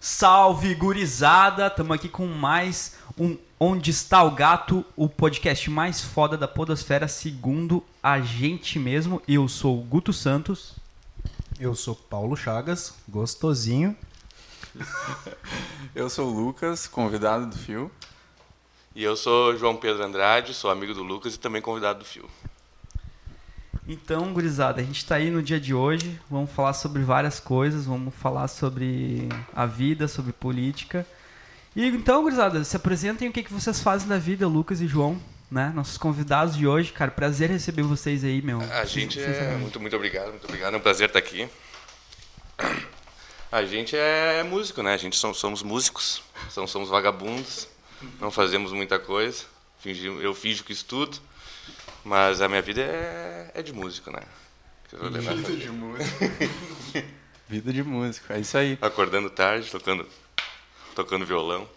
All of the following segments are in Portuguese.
Salve, gurizada! Tamo aqui com mais um Onde Está o Gato, o podcast mais foda da podosfera, segundo a gente mesmo. Eu sou o Guto Santos. Eu sou Paulo Chagas, gostosinho. Eu sou o Lucas, convidado do Fio. E eu sou João Pedro Andrade, sou amigo do Lucas e também convidado do Fio. Então, gurizada, a gente tá aí no dia de hoje, vamos falar sobre várias coisas, vamos falar sobre a vida, sobre política. E então, gurizada, se apresentem o que, que vocês fazem da vida, Lucas e João, né? Nossos convidados de hoje, cara, prazer receber vocês aí, meu. A gente é muito muito obrigado, muito obrigado, é um prazer estar aqui. A gente é músico, né? A gente som- somos músicos, são- somos vagabundos, não fazemos muita coisa. Fingi- eu finjo que estudo, mas a minha vida é, é de músico, né? Que eu vou levar- de músico. Vida de músico, é isso aí. Acordando tarde, tocando, tocando violão.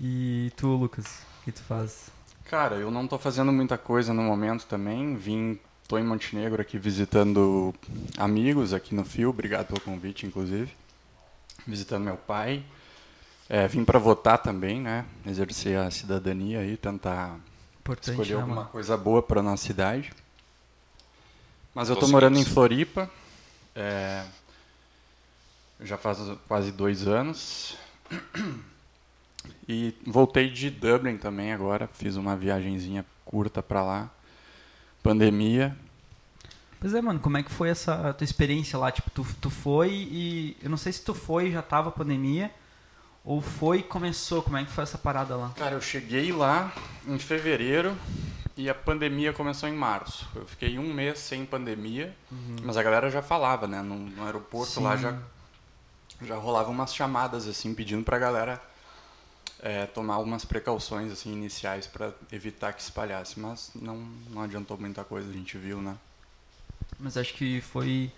E tu, Lucas, o que tu faz? Cara, eu não tô fazendo muita coisa no momento também. Vim, tô em Montenegro aqui visitando amigos aqui no Fio. Obrigado pelo convite, inclusive. Visitando meu pai. É, vim para votar também, né? Exercer a cidadania aí, tentar Importante, escolher né, alguma mano? coisa boa para nossa cidade. Mas eu tô Conseguimos. morando em Floripa. é, já faz quase dois anos. E voltei de Dublin também agora. Fiz uma viagenzinha curta para lá. Pandemia. Pois é, mano, como é que foi essa tua experiência lá? Tipo, tu, tu foi e. Eu não sei se tu foi e já tava a pandemia, ou foi e começou, como é que foi essa parada lá? Cara, eu cheguei lá em fevereiro e a pandemia começou em março. Eu fiquei um mês sem pandemia, Uhum. mas a galera já falava, né? No, no aeroporto lá já, já rolavam umas chamadas, assim, pedindo pra galera é, tomar algumas precauções, assim, iniciais para evitar que espalhasse. Mas não, não adiantou muita coisa, a gente viu, né? Mas acho que foi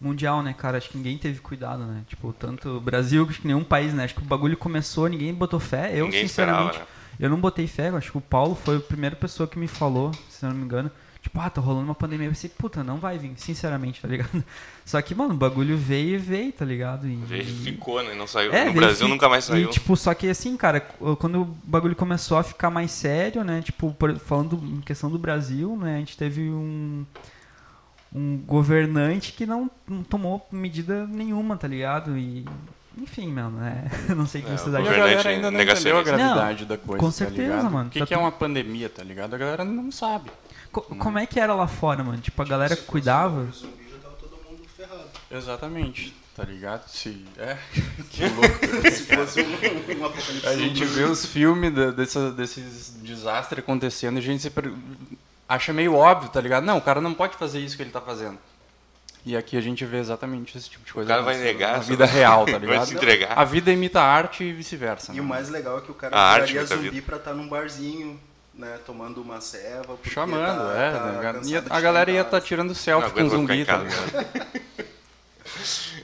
mundial, né, cara? Acho que ninguém teve cuidado, né? Tipo, tanto o Brasil, acho que nenhum país, né? Acho que o bagulho começou, ninguém botou fé. Eu, Ninguém sinceramente, esperava, né? eu não botei fé. Eu acho que o Paulo foi a primeira pessoa que me falou, se eu não me engano. Tipo, ah, tá rolando uma pandemia. Eu pensei, puta, não vai vir, sinceramente, tá ligado? Só que, mano, o bagulho veio e veio, tá ligado? E, Veio, e- Ficou, né? Não saiu. no veio Brasil fi- nunca mais É, e, saiu. tipo, só que assim, cara, qu- quando o bagulho começou a ficar mais sério, né? Tipo, por- falando em questão do Brasil, né? A gente teve um, um governante que não, não tomou medida nenhuma, tá ligado? E, enfim, mano, né? Não sei o que É, vocês o E acham. a galera ainda não entendeu a negacionista. gravidade da coisa, com tá certeza, ligado? mano. O que, Tá que é tudo- uma pandemia, tá ligado? A galera não sabe. Co- como é que era lá fora, mano? Tipo, a galera cuidava. zumbi já tava todo mundo ferrado. Exatamente, tá ligado? Se... É, que louco. Se fosse um, um apocalipse. A gente vê os filmes da- dessa- desses desastres acontecendo e a gente se per- acha meio óbvio, tá ligado? Não, o cara não pode fazer isso que ele tá fazendo. E aqui a gente vê exatamente esse tipo de coisa. cara vai acontecendo negar, Na só vida vai- real, tá vai ligado? se entregar. A vida imita a arte e vice-versa. E né? o mais legal é que o cara A viraria tá arte da zumbi vida. pra estar num barzinho, né? Tomando uma ceva. porque Chamando, tá- é. tá né, cara? cansado E de né? a galera ia estar andar. tirando Não selfie aguento, com o vou ficar zumbi, em tá casa. ligado?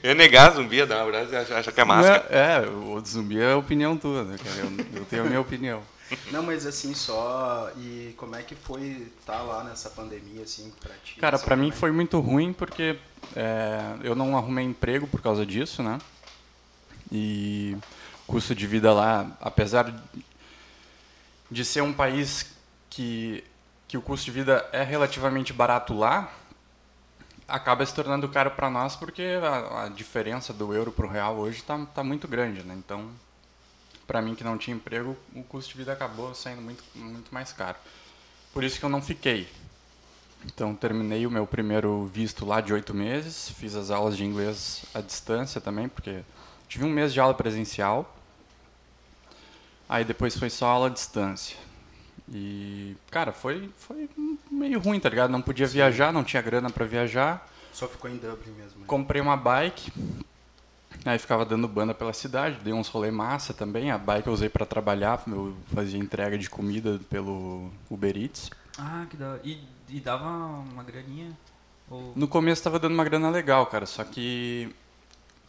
Eu negar zumbi, ia dar um abraço e acha acha que é Não máscara. é, é, o zumbi é a opinião tua, né, cara? Eu, eu tenho a minha opinião. Não, mas assim, só... E como é que foi estar lá nessa pandemia, assim, pra ti? Cara, assim, pra mim como é foi muito ruim porque é, eu não arrumei emprego por causa disso, né? E o custo de vida lá, apesar de- de ser um país que, que o custo de vida é relativamente barato lá, acaba se tornando caro pra nós porque a, a diferença do euro pro real hoje tá, tá muito grande, né? Então, pra mim que não tinha emprego, o custo de vida acabou saindo muito, muito mais caro. Por isso que eu não fiquei. Então, terminei o meu primeiro visto lá de oito meses, fiz as aulas de inglês à distância também, porque tive um mês de aula presencial, aí depois foi só aula à distância. E, cara, foi, foi meio ruim, tá ligado? Não podia viajar, não tinha grana para viajar, é? Só ficou em Dublin mesmo. né? comprei uma bike, aí ficava dando banda pela cidade, dei uns rolê massa também, a bike eu usei para trabalhar, eu fazia entrega de comida pelo Uber Eats. Ah, que da E, e dava uma graninha? Ou... No começo tava dando uma grana legal, cara, só que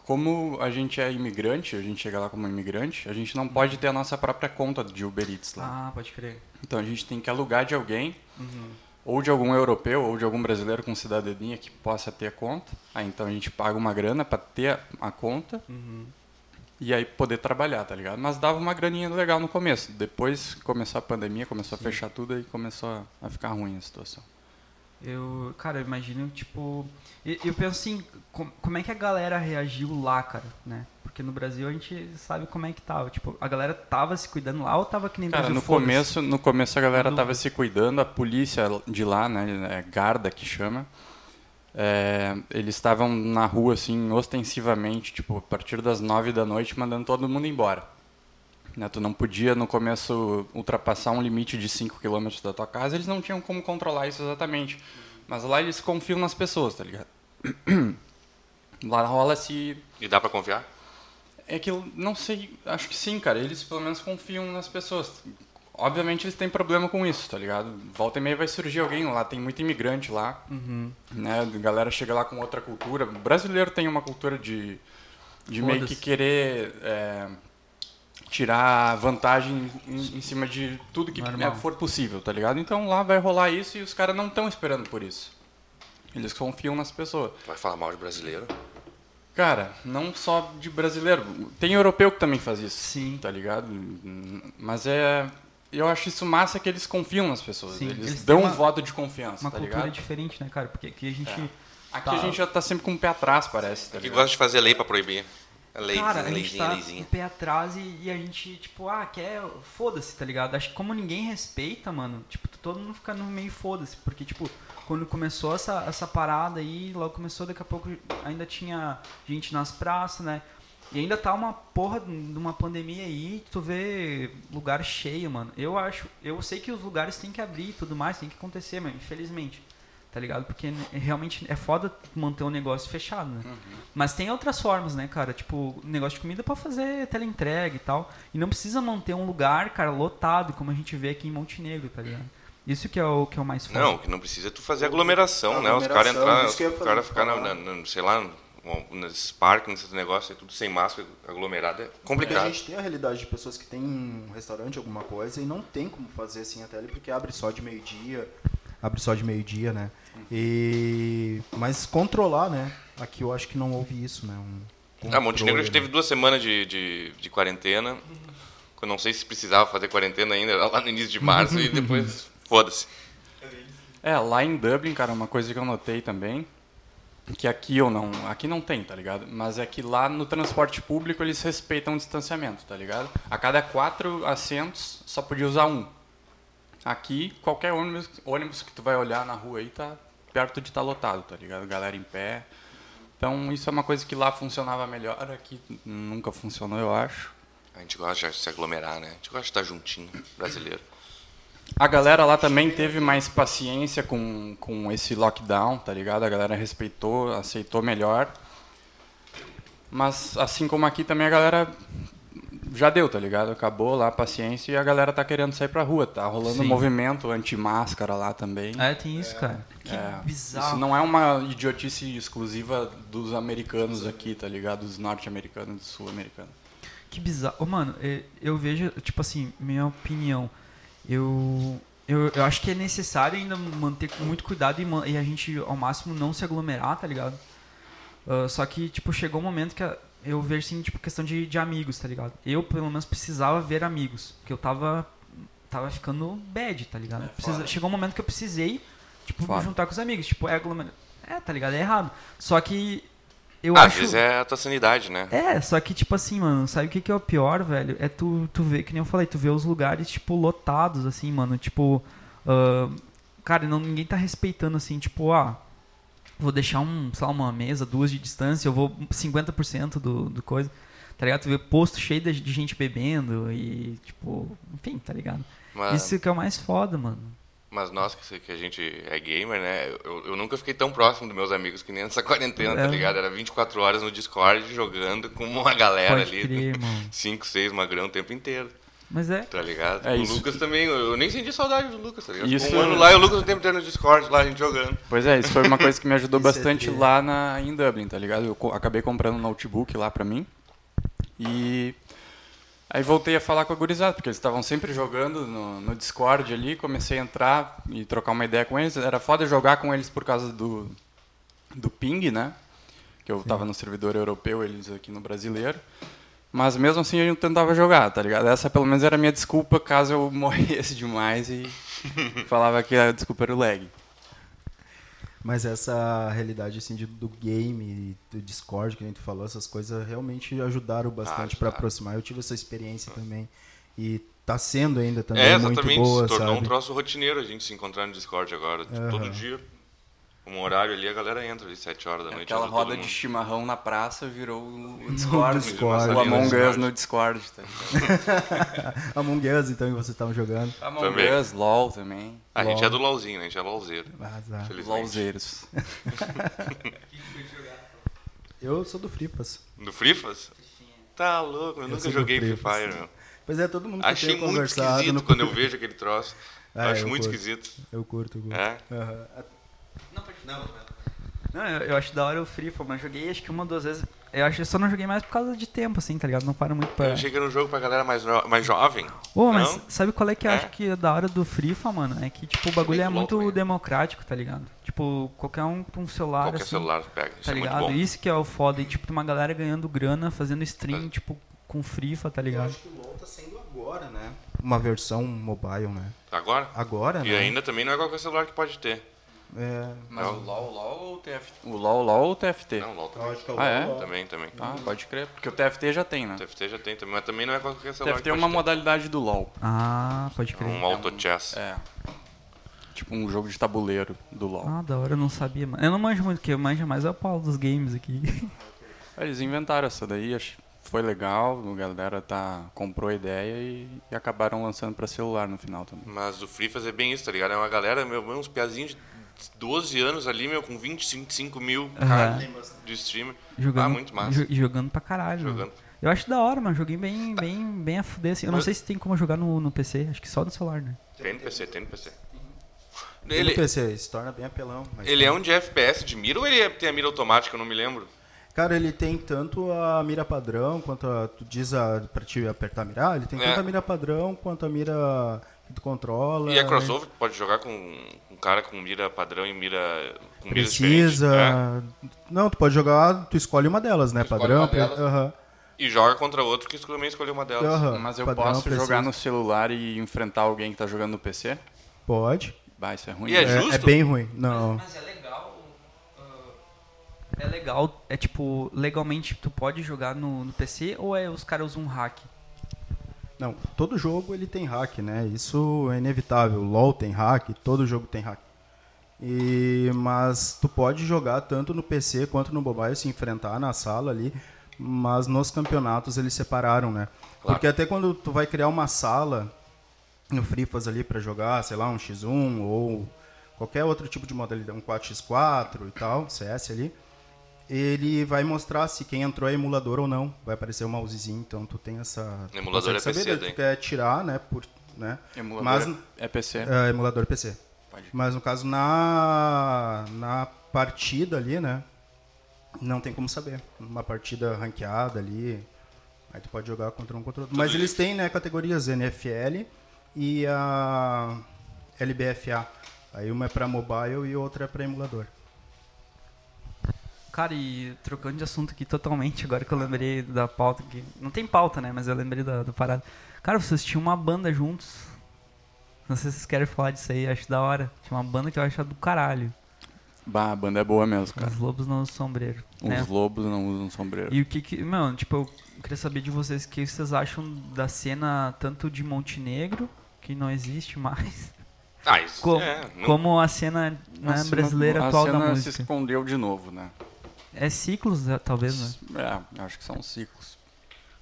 como a gente é imigrante, a gente chega lá como imigrante, a gente não pode ter a nossa própria conta de Uber Eats lá. Ah, pode crer. Então a gente tem que alugar de alguém, Uhum. ou de algum europeu, ou de algum brasileiro com cidadania que possa ter a conta. Aí então a gente paga uma grana para ter a- a conta. Uhum. e aí poder trabalhar, tá ligado? Mas dava uma graninha legal no começo. Depois começou a pandemia, começou a fechar tudo e começou a- a ficar ruim a situação. Eu, cara, eu imagino, tipo. Eu, eu penso assim, com- como é que a galera reagiu lá, cara, né? Porque no Brasil a gente sabe como é que tava. Tipo, a galera tava se cuidando lá ou tava que nem Cara, Brasil, no foda-se? começo, no começo a galera Não. tava se cuidando, a polícia de lá, né, é Garda que chama, é, eles estavam na rua, assim, ostensivamente, tipo, a partir das nove da noite, mandando todo mundo embora. Né, tu não podia, no começo, ultrapassar um limite de 5 km da tua casa, eles não tinham como controlar isso exatamente. Mas lá eles confiam nas pessoas, tá ligado? Lá rola se E dá pra confiar? é que eu não sei, acho que sim, cara. Eles pelo menos confiam nas pessoas. Obviamente eles têm problema com isso, tá ligado? Volta e meia vai surgir alguém lá, tem muito imigrante lá. Uhum. Né? A galera chega lá com outra cultura. O brasileiro tem uma cultura de, de meio que Foda-se. querer é, tirar vantagem em, em cima de tudo que Normal. for possível, tá ligado? Então lá vai rolar isso e os caras não estão esperando por isso. Eles confiam nas pessoas. Vai falar mal de brasileiro? Cara, não só de brasileiro. Tem europeu que também faz isso. Sim. Tá ligado? Mas é. Eu acho isso massa que eles confiam nas pessoas. Sim, Eles, eles têm dão um uma- voto de confiança, Uma tá cultura ligado? É. diferente, né, cara? Porque aqui a gente. Aqui Tá. a gente já tá sempre com o pé atrás, parece, tá Aqui ligado? gosta de fazer lei pra proibir. É Leizinha, Cara, a gente leizinha, tá com o leizinha. pé atrás e, e a gente, tipo, ah, quer. Foda-se, tá ligado? Acho que como ninguém respeita, mano, tipo, todo mundo fica no meio foda-se. Porque, tipo, quando começou essa, essa parada aí, logo começou, daqui a pouco ainda tinha gente nas praças, né? E ainda tá uma porra de uma pandemia aí, tu vê lugar cheio, mano. Eu acho, eu sei que os lugares têm que abrir e tudo mais, tem que acontecer, mano, infelizmente. Tá ligado? Porque realmente é foda manter um negócio fechado, né? Mas tem outras formas, né, cara? Tipo, negócio de comida pra fazer teleentrega e tal. E não precisa manter um lugar, cara, lotado, como a gente vê aqui em Montenegro, tá ligado? Isso que é o que é o mais foda. Não, o que não precisa é tu fazer aglomeração, né? Os caras Aglomeração, entrar, isso os que eu ia caras ficar, falar. na, na- na- sei lá, no- nesses parques, nesses negócios, é tudo sem máscara, aglomerado, é Porque a complicado. gente tem a realidade de pessoas que têm um restaurante, alguma coisa, e não tem como fazer assim até ali, porque abre só de meio-dia. Abre só de meio-dia, né? E... Mas controlar, né? Aqui eu acho que não houve isso, né? Um Ah, Montenegro a gente teve controle, né? duas semanas de, de, de quarentena. Eu não sei se precisava fazer quarentena ainda, era lá no início de março e depois, foda-se. É, lá em Dublin, cara, uma coisa que eu notei também, que aqui eu não, aqui não tem, tá ligado? Mas é que lá no transporte público eles respeitam o distanciamento, tá ligado? A cada quatro assentos só podia usar um. Aqui, qualquer ônibus, ônibus que tu vai olhar na rua aí tá perto de estar lotado, tá ligado? Galera em pé. Então isso é uma coisa que lá funcionava melhor, aqui nunca funcionou, eu acho. A gente gosta de se aglomerar, né? A gente gosta de estar juntinho, brasileiro. A galera lá também teve mais paciência com, com esse lockdown, tá ligado? A galera respeitou, aceitou melhor. Mas assim como aqui também a galera já deu, tá ligado? Acabou lá a paciência e a galera tá querendo sair pra rua, tá rolando Sim. um movimento anti-máscara lá também. É, tem isso, cara. Que É, bizarro. Isso não é uma idiotice exclusiva dos americanos aqui, tá ligado? Dos norte-americanos, dos sul-americanos. Que bizarro. Ô, mano, eh, eu vejo, tipo assim, minha opinião. Eu, eu, eu acho que é necessário ainda manter com muito cuidado e, ma- e a gente, ao máximo, não se aglomerar, tá ligado? Ah, só que, tipo, chegou um momento que a- eu vejo, assim, tipo, questão de, de amigos, tá ligado? Eu, pelo menos, precisava ver amigos. Porque eu tava, tava ficando bad, tá ligado? É, Precisa- foda. chegou um momento que eu precisei, tipo, Foda. me juntar com os amigos. Tipo, é aglomerar. É, tá ligado? É errado. Só que eu Ah, Às acho... vezes é a tua sanidade, né? É, só que, tipo assim, mano, sabe o que, que é o pior, velho? É tu, tu ver, que nem eu falei, tu vê os lugares, tipo, lotados, assim, mano, tipo. ah, cara, não, ninguém tá respeitando, assim, tipo, ah, vou deixar um, sei lá, uma mesa, duas de distância, eu vou 50% do, do coisa. Tá ligado? Tu vê posto cheio de, de gente bebendo e, tipo, enfim, tá ligado? Mas, Isso que é o mais foda, mano. mas nós que, se- que a gente é gamer, né? Eu, eu nunca fiquei tão próximo dos meus amigos que nem nessa quarentena, É. tá ligado? Era 24 horas no Discord jogando com uma galera Pode ali. crer, mano. 5, 6 magrão o tempo inteiro, Mas é. tá ligado? É o isso. Lucas também, eu eu nem senti saudade do Lucas, tá ligado? Ficou Isso- um ano lá e o Lucas o tempo inteiro no Discord, lá a gente jogando. Pois é, isso foi uma coisa que me ajudou Isso é bastante tri. lá na, em Dublin, tá ligado? Eu co- acabei comprando um notebook lá pra mim. E aí voltei a falar com a gurizada, porque eles estavam sempre jogando no, no Discord ali. Comecei a entrar e trocar uma ideia com eles. Era foda jogar com eles por causa do, do ping, né? Que eu tava no servidor europeu, eles aqui no brasileiro. Mas mesmo assim eu tentava jogar, tá ligado? Essa pelo menos era a minha desculpa caso eu morresse demais e falava que a desculpa era o lag. Mas essa realidade assim de- do game, do Discord, que a gente falou, essas coisas realmente ajudaram bastante pra para Ah, ajudaram. aproximar. Eu tive essa experiência também e tá sendo ainda também É, muito exatamente. boa, se tornou um sabe? troço rotineiro a gente se encontrar no Discord agora. Tipo, Todo dia, um horário ali, a galera entra ali, 7 horas da noite. É Aquela entra todo roda de mundo. chimarrão na praça virou o Discord, Discord. né? o Among Us Discord. no Discord. Tá ligado? Among Us, então, que vocês estavam jogando. Among Ah, Também. Us, LOL também. A gente LOL. é do LOLzinho, né? A gente é LOLzeiro. É, Azar. Felizmente. LOLzeiros. Eu sou do Fripas. Do Frifas? Tá louco, eu, nunca sou do joguei Free Frifas. Fire, meu. Pois é, todo mundo que eu Achei tenho muito conversado esquisito no- quando eu vejo aquele troço. Ah, Eu acho eu muito curto. esquisito. Eu curto, eu curto. É? Aham. Não, eu, eu acho da hora o Freeform, mas joguei acho que uma ou duas vezes. Eu acho eu só não joguei mais por causa de tempo, assim, tá ligado? Não paro muito pra. Eu achei que era um jogo pra galera mais, no- mais jovem. Ô, não? mas sabe qual é que eu É? acho que é da hora do Frifa, mano? É que, tipo, o bagulho é muito muito louco, né? democrático, tá ligado? Tipo, qualquer um com um celular, Qualquer assim, celular pega, isso tá é muito ligado? bom. Isso que é o foda. E, tipo, tem uma galera ganhando grana, fazendo stream, É. tipo, com Frifa, tá Eu ligado? acho que o LoL tá sendo agora, né? Uma versão mobile, né? Agora? Agora, E né? ainda também não é qualquer celular que pode ter. É, Mas Não. o LOL, LOL ou o TFT? O LOL, LOL ou o TFT? Não, LOL também. lógico, Ah, é? Também, também. Ah, pode crer, porque o TFT já tem, né? TFT já tem também, mas também não é qualquer celular TFT que é uma pode modalidade do LOL. Ah, pode ter. crer. Um auto-chess. É. Tipo um jogo de tabuleiro do LoL. Ah, da hora, eu não sabia, mano. Eu não manjo muito, que eu manjo mais é o Paulo dos games aqui. Eles inventaram essa daí, acho que foi legal, a galera tá, comprou a ideia e, e acabaram lançando pra celular no final também. Mas o Free Faz é bem isso, tá ligado? É uma galera, meu, uns piazinhos de 12 anos ali, meu, com 25 5 mil cara de streamer. Jogando, Ah, muito massa. jo- jogando pra caralho, mano. Jogando. Eu acho da hora, mano. Joguei bem, bem, bem a fuder, assim. Eu não Mas- sei se tem como jogar no, no PC, acho que só no celular, né? Tem no PC, tem no PC. Ele... Ele, PC, se torna bem apelão. Mas tá. ele é um de FPS de mira ou ele é- tem a mira automática? Eu não me lembro. Cara, ele tem tanto a mira padrão quanto a. Tu diz a, pra te apertar a mirar, ele tem É. tanto a mira padrão quanto a mira que tu controla. E a crossover tu pode jogar com um cara com mira padrão e mira com mira É. Precisa. Não, tu pode jogar, tu escolhe uma delas, né? escolhe padrão. uma pre- delas. aham, E joga contra outro que também escolheu uma delas. aham, Mas eu Ah, padrão, posso precisa. jogar no celular e enfrentar alguém que tá jogando no PC? Pode. Bah, isso é ruim. E é né? É, justo? é bem ruim. Não. Mas é legal. ah, é legal, é tipo, legalmente tu pode jogar no, no PC ou é os caras usam um hack? Não, todo jogo ele tem hack, né? Isso é inevitável. LoL tem hack, todo jogo tem hack. E mas tu pode jogar tanto no PC quanto no mobile se enfrentar na sala ali, mas nos campeonatos eles separaram, né? Claro. Porque até quando tu vai criar uma sala no Frifas ali pra jogar, sei lá, um X1 ou qualquer outro tipo de modalidade, um 4x4 e tal, CS ali, ele vai mostrar se quem entrou é emulador ou não. Vai aparecer o mousezinho, então tu tem essa. tu Emulador consegue é PC saber, daí daí. Tu quer tirar, né? Por, né? Emulador Mas é é PC. é, emulador PC. Pode. Mas no caso, na, na partida ali, né? Não tem como saber. Uma partida ranqueada ali. Aí tu pode jogar contra um contra outro. Mas eles têm, né, categorias NFL e a LBFA. Aí uma é pra mobile e outra é pra emulador. Cara, e trocando de assunto aqui totalmente, agora que eu lembrei da pauta aqui. Não tem pauta, né? Mas eu lembrei da, do parada. Cara, vocês tinham uma banda juntos. Não sei se vocês querem falar disso aí, acho da hora. Tinha uma banda que eu achava do caralho. Bah, a banda é boa mesmo, cara. Os Lobos não Usam Sombreiro. né? Os lobos não usam sombreiro. E o que que. Mano, tipo, eu queria saber de vocês o que vocês acham da cena tanto de Montenegro, que não existe mais, Ah, isso como, é. não- como a cena né, A cena- brasileira a atual cena da se música. escondeu de novo, né? É ciclos, é, talvez, né? É, acho que são ciclos.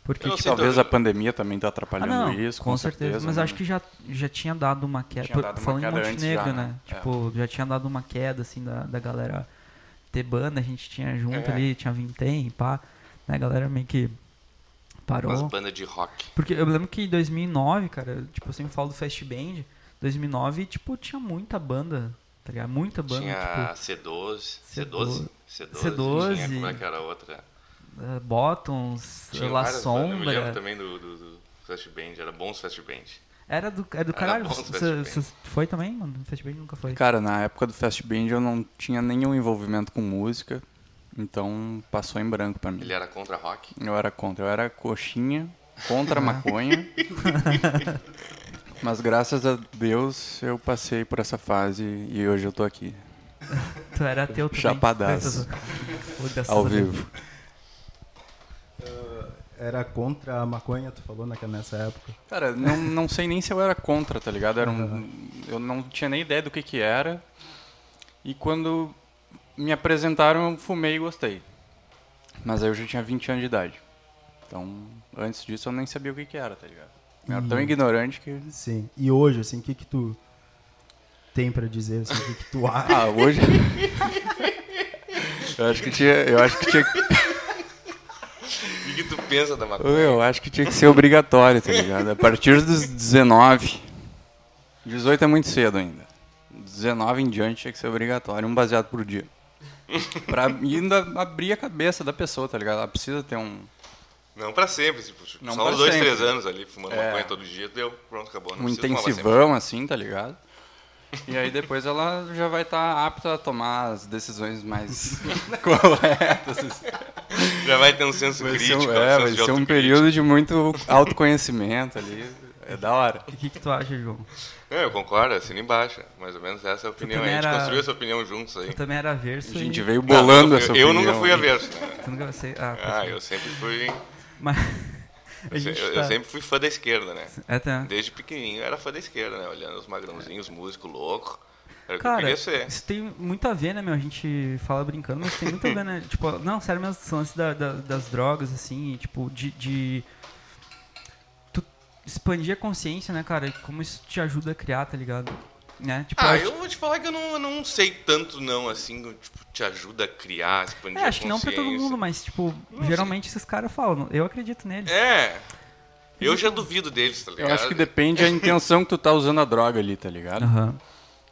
Porque, Eu não tipo, sei, Talvez então- a pandemia também tá ah, atrapalhando não, isso, com, certeza. Mas né? acho que já, já tinha dado uma queda. Tinha por- dado uma falando queda em antes Montenegro, já, né? né? É. Tipo, já tinha dado uma queda, assim, da, da galera ter banda, a gente tinha junto É. ali, tinha vintém, pá. Né? A galera meio que parou. Umas bandas de rock. Porque eu lembro que em 2009, cara, tipo, eu sempre falo do Fast Band, 2009, tipo, tinha muita banda, tá ligado? Muita banda, tipo, Tinha C12. C12? C12. C12. Tinha, como é que era a outra? tipo, eh, Bottoms, Tinha La várias bandas, Eu me é. lembro Sombra. também do, do, do Flash Band. Era bons Flash Band. Era do, era do Era caralho. bom o Fast Você Band. você foi também, mano? Fast Band nunca foi. Cara, na época do Fast Band eu não tinha nenhum envolvimento com música. Então passou em branco pra mim. Ele era contra rock. Eu era contra. Eu era coxinha, contra a maconha. Mas graças a Deus eu passei por essa fase e hoje eu tô aqui. Tu era teu também. Chapadaço. Ô, graças a Ao Deus. vivo. Era contra a maconha, tu falou naque- nessa época. Cara, não, não sei nem se eu era contra, tá ligado? Era um, eu não tinha nem ideia do que que era. E quando me apresentaram, eu fumei e gostei. Mas aí eu já tinha 20 anos de idade. Então, antes disso eu nem sabia o que que era, tá ligado? Eu era tão ignorante que... Sim. E hoje, assim, o que que tu tem pra dizer? assim, o que que tu acha? Ah, hoje... eu acho que tinha... Eu acho que tinha... O que, que tu pensa da maconha? Eu acho que tinha que ser obrigatório, tá ligado? A partir dos 19. 18 é muito cedo ainda. 19 em diante tinha que ser obrigatório, um baseado por dia. Pra ainda abrir a cabeça da pessoa, tá ligado? Ela precisa ter um. Não pra sempre, tipo, Não só pra uns dois, sempre. três anos ali, fumando É. maconha todo dia, deu, pronto, acabou. Não um precisa fumar pra sempre. intensivão assim, tá ligado? E aí depois ela já vai estar apta a tomar as decisões mais corretas. Já vai ter um senso Vai ser crítico, um, um é, senso vai de ser um autocrítica. período de muito autoconhecimento ali. É da hora. E O que, que tu acha, João? É, eu concordo, assina embaixo. Mais ou menos essa é a opinião. também aí. A gente era- construiu essa opinião juntos aí. Eu também era verso A gente e... veio bolando Não, eu- essa Eu opinião nunca fui aí. averso. né? Tu nunca vai ser... Ah, Ah, eu sempre fui. Mas... a Eu, se- gente eu- eu tá- sempre fui fã da esquerda, né? É, tá. Desde pequenininho eu era fã da esquerda, né? Olhando os magrãozinhos, os músicos loucos. Era o que eu Cara, queria ser. isso tem muito a ver, né, meu? A gente fala brincando, mas tem muito a ver, né? Tipo, não, sério mesmo, esse lance da- da- das drogas, assim, e, tipo, de, de- Tu expandir a consciência, né, cara? E Como isso te ajuda a criar, tá ligado? Né? Tipo, Ah, acho- eu vou te falar que eu não, eu não sei tanto, não, assim, eu, tipo, te ajuda a criar, expandir É, a acho que não pra todo consciência. mundo, mas, tipo, geralmente esses caras falam. Eu acredito nele. É. Eu já duvido deles, tá Eu ligado? acho que depende da intenção que tu tá usando a droga ali, tá ligado? Aham.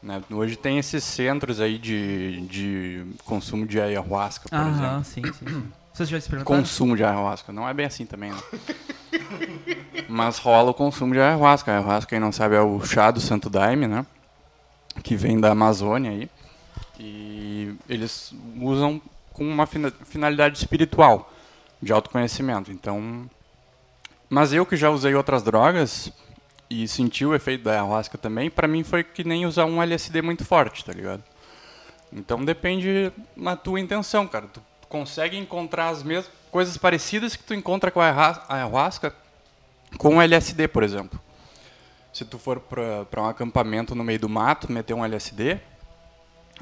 Né? Hoje tem esses centros aí de, de consumo de ayahuasca, por Aham, exemplo. sim, sim, sim. Vocês já experimentaram? Consumo de ayahuasca. Não é bem assim também, né? Mas rola o consumo de ayahuasca. Ayahuasca, quem não sabe, é o chá do Santo Daime, né? Que vem da Amazônia aí. E eles usam com uma fina- finalidade espiritual, de autoconhecimento. Então, mas eu que já usei outras drogas e senti o efeito da ayahuasca também, pra mim foi que nem usar um LSD muito forte, tá ligado? Então depende da tua intenção, cara. Tu consegue encontrar as mesmas coisas parecidas que tu encontra com a ayahuas- ayahuasca com um o LSD, por exemplo. Se tu for pra pra um acampamento no meio do mato, meter um LSD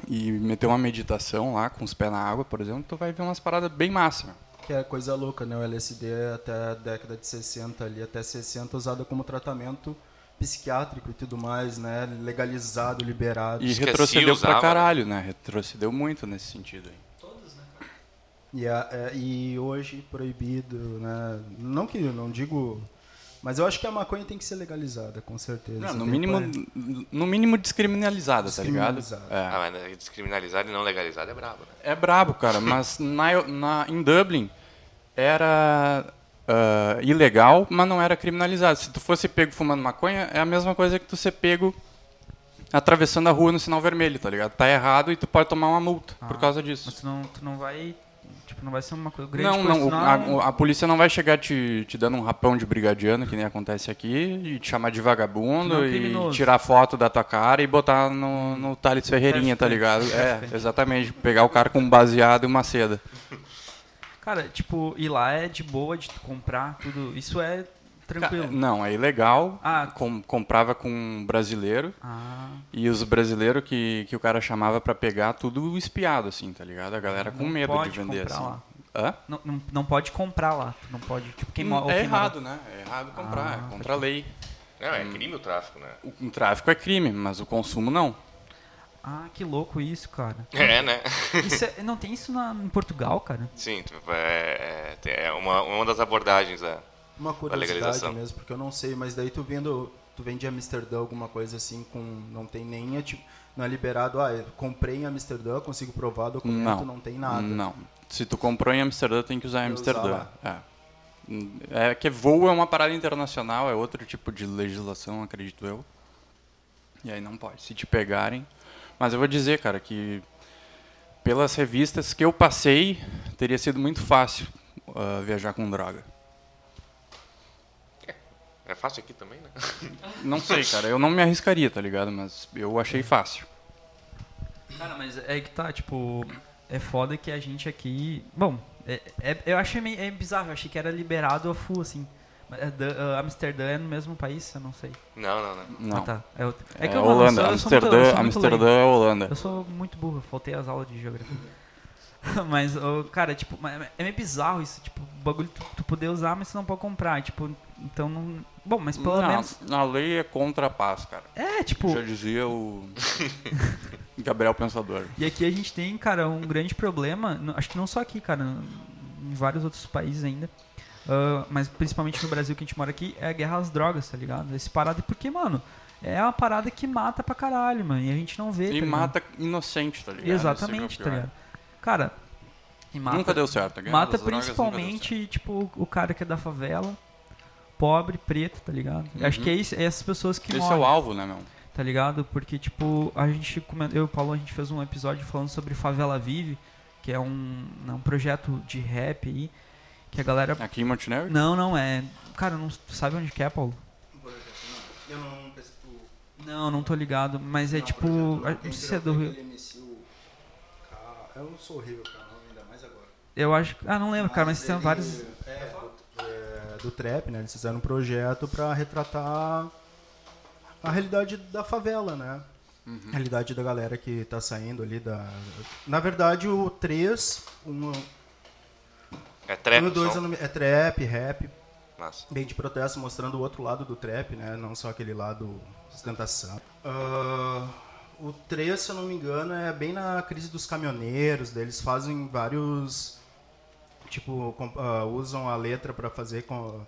e meter uma meditação lá com os pés na água, por exemplo, tu vai ver umas paradas bem massa. meu. Que é coisa louca, né? O LSD até a década de 60 ali, até 60, usado como tratamento psiquiátrico e tudo mais, né? Legalizado, liberado. E Esqueci, retrocedeu pra usava. caralho, né? Retrocedeu muito nesse sentido aí. E, a- é- e hoje proibido, né? Não que eu não digo. Mas eu acho que a maconha tem que ser legalizada, com certeza. Não, Tem no que mínimo, pare- no mínimo descriminalizada, tá ligado? Descriminalizada. É. Ah, mas descriminalizado e não legalizado é brabo, né? É brabo, cara, mas na, na- em Dublin era ah, ilegal, mas não era criminalizado. Se tu fosse pego fumando maconha, é a mesma coisa que tu ser pego atravessando a rua no sinal vermelho, tá ligado? Tá errado e tu pode tomar uma multa por causa disso. Ah. Mas tu não, tu não vai... Tipo, não vai ser uma coisa grande né? Não, coisa, não, o- senão- a, a polícia não vai chegar te, te dando um rapão de brigadiano, que nem acontece aqui, e te chamar de vagabundo Não, é um e criminoso. tirar foto da tua cara e botar no, no Thales Ferreirinha, tá ligado? É, exatamente. Pegar o cara com um baseado e uma seda. Cara, tipo, ir lá é de boa de tu comprar tudo. Isso é Ca- tranquilo. Não, é ilegal. Ah. Com- comprava com um brasileiro. Ah, E os brasileiros que, que o cara chamava pra pegar, tudo espiado, assim, tá ligado? A galera com Não medo pode de vender, comprar assim. lá. Hã? não, não, não pode comprar lá. Tu Não pode. Tipo, quem mo- ou é quem Ah, mora- errado, né? É errado comprar, é contra a lei. Não, Hum. é crime o tráfico, né? O, o tráfico é crime, mas o consumo não. Ah, que louco isso, cara. Hum. É, né? Isso é- não tem isso na, em Portugal, cara? Sim, tipo, é, é, tem- é uma, uma das abordagens, né? Uma curiosidade legalização. mesmo, porque eu não sei, mas daí tu vindo, tu vem de Amsterdã, alguma coisa assim, com não tem nem é tipo, não é liberado, ah, eu comprei em Amsterdã, consigo provar documento, Não. não, tem nada. Não. Se tu comprou em Amsterdã, tem que usar em Tem que usar Amsterdã. É. É que voo é uma parada internacional, é outro tipo de legislação, acredito eu. E aí não pode. Se te pegarem. Mas eu vou dizer, cara, que pelas revistas que eu passei, teria sido muito fácil ah, viajar com droga. É fácil aqui também, né? Não sei, cara. Eu não me arriscaria, tá ligado? Mas eu achei fácil. Cara, mas é que tá, tipo, é foda que a gente aqui. Bom, é- é- eu achei meio é bizarro, eu achei que era liberado a full, assim. Mas é Dan- ah, Amsterdã é no mesmo país? Eu não sei. Não, não, não. Não. Ah, tá. É, outro. É, que eu não- eu Holanda. sou- eu sou muito- eu Amsterdã, sou muito leigo. Amsterdã é Holanda. Eu sou muito burro, faltei as aulas de geografia. mas, ô, cara, tipo, ma- é meio bizarro isso, tipo, o bagulho tu, tu poder usar, mas tu não pode comprar, tipo, então não. Bom, mas pelo não, menos. A lei é contra a paz, cara. É, tipo. Já dizia o Gabriel Pensador. E aqui a gente tem, cara, um grande problema, n- acho que não só aqui, cara, em vários outros países ainda, ah, mas principalmente no Brasil que a gente mora aqui, é a guerra às drogas, tá ligado? Esse parada, porque, mano, é uma parada que mata pra caralho, mano, e a gente não vê. tá E ligado? mata inocente, tá ligado? Exatamente, Esse tá que é o pior. ligado? Cara, e mata, Nunca deu certo. a guerra mata das drogas nunca deu certo. principalmente, tipo, o cara que é da favela, pobre, preto, tá ligado? Eu Acho que é, isso, é essas pessoas que Uhum. Esse é morrem o alvo, né, meu? tá ligado? Porque, tipo, a gente, comen- eu e o Paulo, a gente fez um episódio falando sobre Favela Vive, que é um, é um projeto de rap aí, que a galera... Aqui em Montenegro? Não, não, é... Cara, não tu sabe onde que é, Paulo? Eu não pesquiso. Não, não tô ligado, mas é tipo... a- Não sei se é do Rio... Eu sou horrível pra nome, um ainda mais agora. Eu acho... que- Ah, não lembro, cara, mas tem ele- vários... É, do, é, do trap, né? Eles fizeram um projeto pra retratar a realidade da favela, né? A realidade da galera que tá saindo ali da. Na verdade, o um, 3, 1 É trap, e 2 som. é trap, rap, Nossa. bem de protesto, mostrando o outro lado do trap, né? Não só aquele lado sustentação. Ah, o 3, se eu não me engano, é bem na crise dos caminhoneiros, daí eles fazem vários. Tipo, com- ah, usam a letra pra fazer com.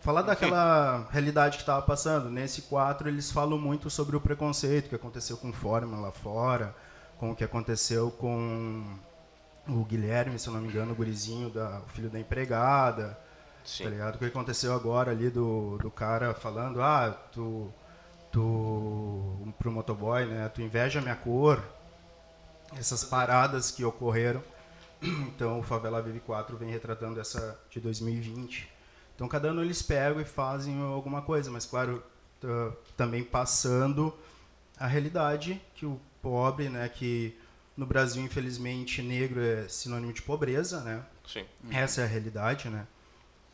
Falar daquela realidade que tava passando. Nesse 4, eles falam muito sobre o preconceito que aconteceu com Forma lá fora, com o que aconteceu com o Guilherme, se eu não me engano, o gurizinho, da, o filho da empregada tá Sim. ligado? O que aconteceu agora ali do, do cara falando, ah, tu, tu, pro motoboy, né, tu inveja a minha cor, essas paradas que ocorreram. Então, o Favela Vive 4 vem retratando essa de 2020. Então, cada ano eles pegam e fazem alguma coisa, mas, claro, tá também passando a realidade que o pobre, né, que no Brasil, infelizmente, negro é sinônimo de pobreza, né? Sim. Essa é a realidade, né?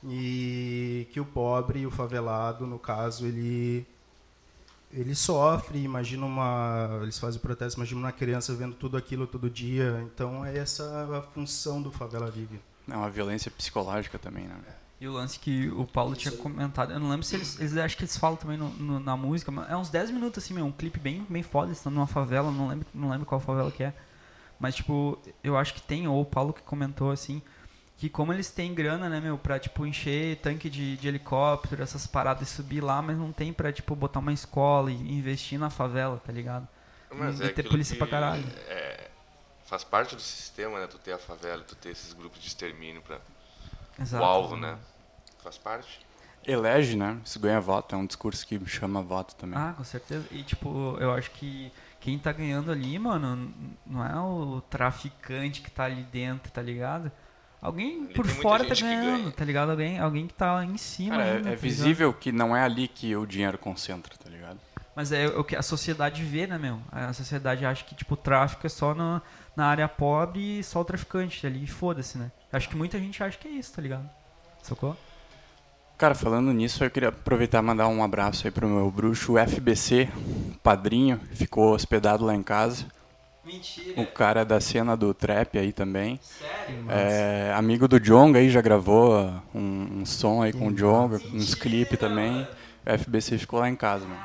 E que o pobre e o favelado, no caso, ele ele sofre, imagina uma, eles fazem protesto, imagina uma criança vendo tudo aquilo todo dia. Então é essa a função do favela vive. É uma violência psicológica também, né? E o lance que o Paulo tinha comentado, eu não lembro se eles, eles acho que eles falam também no- no- na música, mas é uns 10 minutos assim, meu, um clipe bem, bem foda, eles estão numa favela, não lembro, não lembro qual favela que é. Mas tipo, eu acho que tem, ou o Paulo que comentou assim, que como eles têm grana, né, meu, pra tipo encher tanque de, de helicóptero, essas paradas e subir lá, mas não tem pra tipo botar uma escola e investir na favela, tá ligado? Mas E é ter aquilo polícia que pra caralho. é- faz parte do sistema, né? Tu ter a favela, tu ter esses grupos de extermínio pra Exato. o alvo, né? Faz parte. Elege, né? Se ganha voto, é um discurso que chama voto também. Ah, com certeza. E tipo, eu acho que quem tá ganhando ali, mano, n- não é o traficante que tá ali dentro, tá ligado? Alguém tem por muita fora tá gente que ganhando, ganha. tá ligado? Alguém, alguém que tá lá em cima. Cara, ainda, é, é tá ligado? visível que não é ali que o dinheiro concentra, tá ligado? Mas é o que a sociedade vê, né, meu? A sociedade acha que, tipo, o tráfico é só na, na área pobre e só o traficante ali, e foda-se, né? Acho que muita gente acha que é isso, tá ligado? Sacou? Cara, falando nisso, eu queria aproveitar e mandar um abraço aí pro meu bruxo o FBC, padrinho, ficou hospedado lá em casa. Mentira, O cara da cena do trap aí também. sério? É, amigo do Jonga aí, já gravou ó, um, um som aí com o Jonga, uns clipes também. O FBC ficou lá em casa, mano.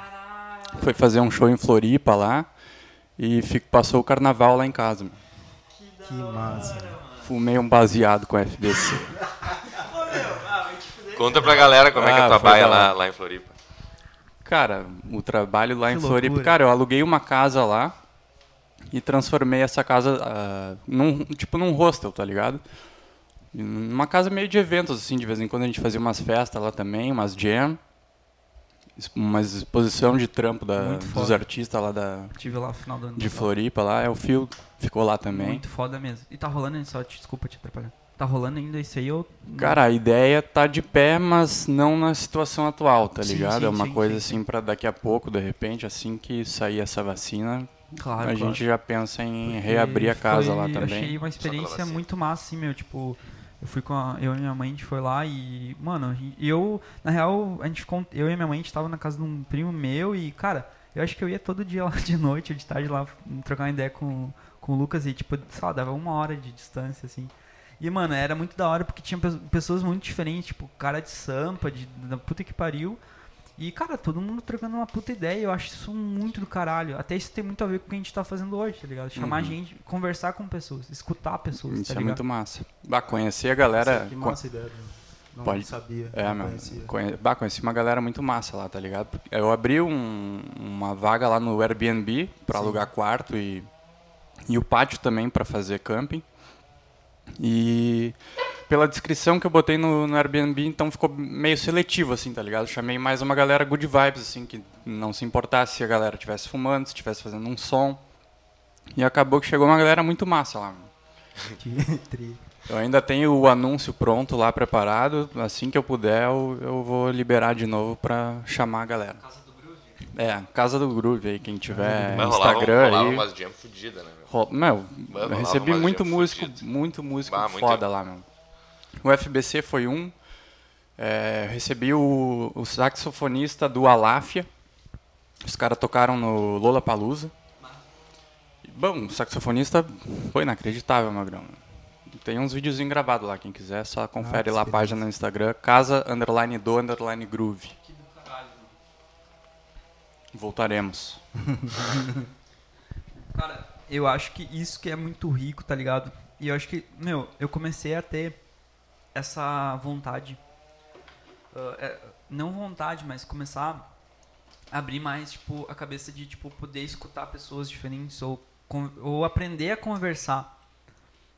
Foi fazer um show em Floripa lá e fi- passou o carnaval lá em casa, mano. Que massa. Fumei um baseado com o FBC. Conta pra galera como é que é Ah, a tua foi baia da hora. lá, lá em Floripa. Cara, o trabalho lá em Que Floripa. loucura. Cara, eu aluguei uma casa lá e transformei essa casa ah, num tipo num hostel, tá ligado? Uma casa meio de eventos assim, de vez em quando a gente fazia umas festas lá também, umas jam. es- uma exposição de trampo da- Muito dos foda. artistas lá da, Tive lá no final do ano. de passado. Floripa, lá. É o Fio, ficou lá também. Muito foda mesmo. E tá rolando ainda, só te, desculpa te atrapalhar. Tá rolando ainda isso aí ou. Cara, a ideia tá de pé, mas não na situação atual, tá Sim, ligado? sim, é uma sim, coisa sim, assim pra daqui a pouco, de repente, assim que sair essa vacina, Claro, a claro. gente já pensa em Porque reabrir a casa foi- lá Eu achei também. uma Só experiência pela vacina. muito massa, assim, meu. Tipo, eu fui com a, eu e minha mãe, a gente foi lá e, mano, a gente- eu, na real, a gente ficou, eu e minha mãe, a gente tava na casa de um primo meu e, cara, eu acho que eu ia todo dia lá de noite ou de tarde lá trocar uma ideia com, com o Lucas e, tipo, sei lá, dava uma hora de distância, assim. E, mano, era muito da hora porque tinha pe- pessoas muito diferentes, tipo, cara de sampa, de da puta que pariu. E, cara, todo mundo trocando uma puta ideia. Eu acho isso muito do caralho. Até isso tem muito a ver com o que a gente tá fazendo hoje, tá ligado? Chamar gente, conversar com pessoas, escutar pessoas, Uhum. Isso tá é ligado? é muito massa. Bah, conheci a galera. que co- massa ideia. né? Não Pode- sabia. É, não meu. conhecia. Conhe... Bah, conheci uma galera muito massa lá, tá ligado? Porque Eu abri um- uma vaga lá no Airbnb pra alugar quarto e, e o pátio também pra fazer camping. E pela descrição que eu botei no, no Airbnb, então ficou meio seletivo, assim, tá ligado? Chamei mais uma galera good vibes, assim, que não se importasse se a galera estivesse fumando, se estivesse fazendo um som. E acabou que chegou uma galera muito massa lá, meu. Que tri. Eu ainda tenho o anúncio pronto lá preparado. Assim que eu puder, eu, eu vou liberar de novo pra chamar a galera. Casa do Groove? É, Casa do Groove aí, quem tiver É, Mas rolava, um, Instagram rolava aí. umas jam fodidas, né? meu? Ro- Meu, rolava eu recebi umas muito jam músico, fudido. muito músico Bah, muito- foda lá, meu. O FBC foi um. É, recebi o, o saxofonista do Aláfia. Os caras tocaram no Lola Palusa. Bom, o saxofonista foi inacreditável, Magrão. Tem uns videozinhos gravados lá, quem quiser, só confere lá a página no Instagram, casa underline do underline groove. Voltaremos. Cara, eu acho que isso que é muito rico, tá ligado? E eu acho que, meu, eu comecei a ter essa vontade. ah, é, não vontade, mas começar a abrir mais, tipo, a cabeça de, tipo, poder escutar pessoas diferentes ou, con- ou aprender a conversar,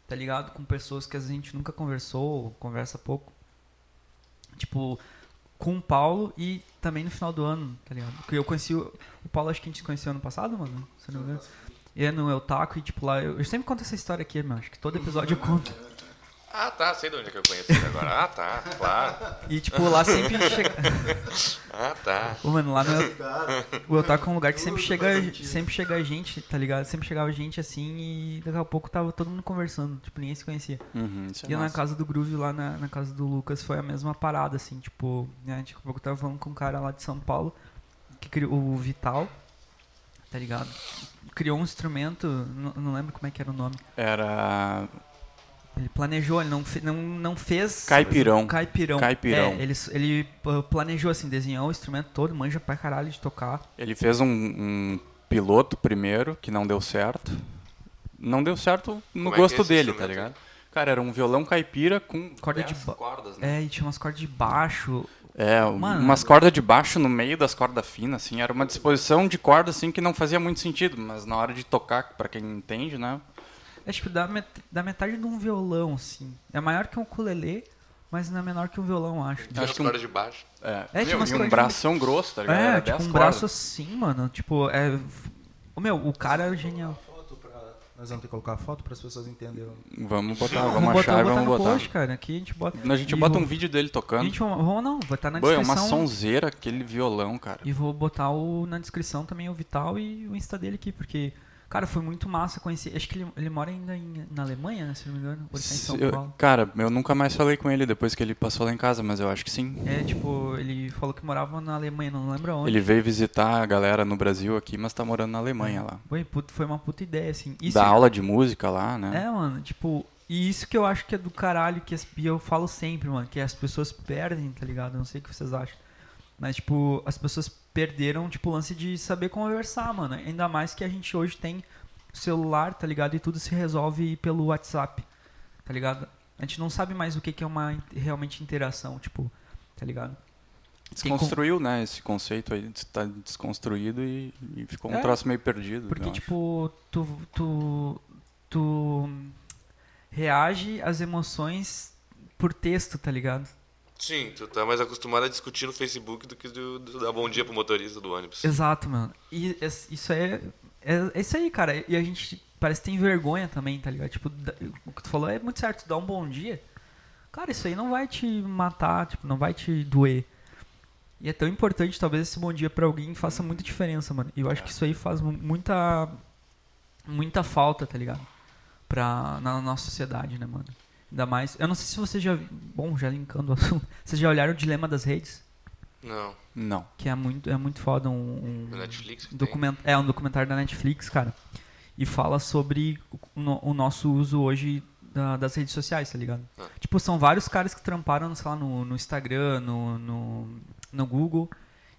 tá ligado? Com pessoas que às vezes a gente nunca conversou ou conversa pouco. Tipo, com o Paulo e também no final do ano, tá ligado? Porque eu conheci o, o Paulo, acho que a gente se conheceu ano passado, mano, se eu não me engano. E é no Eutaco e, tipo, lá... Eu, eu sempre conto essa história aqui, meu. Acho que todo episódio eu conto. Ah, tá, sei de onde é que eu conheço ele agora. Ah, tá, claro. E, tipo, lá sempre chega... Ah, tá. Ô, mano, lá no... O Otaku é um lugar que sempre chega, sempre chega gente, tá ligado? Sempre chegava gente assim e daqui a pouco tava todo mundo conversando. Tipo, ninguém se conhecia. Uhum, isso é E na massa. casa do Groove, lá na, na casa do Lucas, foi a mesma parada, assim, tipo, né, a gente acabou que eu tava falando com um cara lá de São Paulo, que criou o Vital, tá ligado? Criou um instrumento, não, não lembro como é que era o nome. Era Ele planejou, ele não, fe- não, não fez. Caipirão. Caipirão. Caipirão. É, ele, ele uh, planejou, assim, desenhou o instrumento todo, manja pra caralho de tocar. Ele fez um, um piloto primeiro, que não deu certo. Não deu certo no Como é que é gosto esse dele, tá instrumento ligado? Cara, era um violão caipira com Corda de dez ba- cordas, né? É, e tinha umas cordas de baixo. É, Mano. umas cordas de baixo no meio das cordas finas, assim, era uma disposição de corda assim que não fazia muito sentido, mas na hora de tocar, pra quem entende, né? Acho que dá, é, tipo, met- dá metade de um violão, assim. É maior que um ukulele, mas não é menor que um violão, acho. Tinha Acho umas que um- cordas de baixo. É, É, tinha meu, umas e um cordas- bração grosso, tá ligado? É, Era tipo, dez um cordas. braço assim, mano. Tipo, é. Ô, Meu, o cara é genial. Foto pra- Nós vamos ter que colocar a foto para as pessoas entenderem. Vamos botar, vamos, achar e assim. vamos vamos no botar. post, cara. Aqui a gente bota. a gente e bota vou- um vídeo dele A tocando. gente vamos, vamos não, vai estar na Boa, é descrição. uma sonzeira aquele violão, cara. E vou botar o, na descrição também o Vital e o Insta dele aqui, porque, cara, foi muito massa conhecer. Acho que ele, ele mora ainda em- na Alemanha, né, se não me engano, ou ele tá em São Se- eu- Paulo. cara, eu nunca mais falei com ele depois que ele passou lá em casa, mas eu acho que sim. É, tipo, ele falou que morava na Alemanha, não lembro onde. Ele é veio visitar a galera no Brasil aqui, mas tá morando na Alemanha lá. Foi, puto, foi uma puta ideia, assim. Isso, Dá aula de música lá, né? É, mano, tipo, e isso que eu acho que é do caralho, que as- e eu falo sempre, mano, que as pessoas perdem, tá ligado? Eu não sei o que vocês acham. Mas, tipo, as pessoas perderam, tipo, o lance de saber conversar, mano. Ainda mais que a gente hoje tem celular, tá ligado? E tudo se resolve pelo WhatsApp, tá ligado? A gente não sabe mais o que, que é uma in- realmente interação, tipo, tá ligado? Tem con- Desconstruiu, né? Esse conceito aí tá desconstruído e, e ficou um É. troço meio perdido. Porque, eu acho. tipo, tu, tu, tu reage às emoções por texto, tá ligado? Sim, tu tá mais acostumado a discutir no Facebook do que do, do, dar bom dia pro motorista do ônibus. Exato, mano. E es- isso é, é. é isso aí, cara. E a gente parece que tem vergonha também, tá ligado? Tipo, da- o que tu falou é muito certo, tu dá um bom dia. Cara, isso aí não vai te matar, tipo, não vai te doer. E é tão importante, talvez, esse bom dia pra alguém faça muita diferença, mano. E eu acho que isso aí faz mu- muita. muita falta, tá ligado? Pra, na nossa sociedade, né, mano? Ainda mais. Eu não sei se vocês já. Bom, já linkando o assunto. Vocês já olharam o Dilema das Redes? Não, Não. Que é muito, é muito foda um. um- no Netflix. que tem. document- É um documentário da Netflix, cara. E fala sobre o, no- o nosso uso hoje da- das redes sociais, tá ligado? Ah. Tipo, são vários caras que tramparam, sei lá, no, no Instagram, no, no, no Google,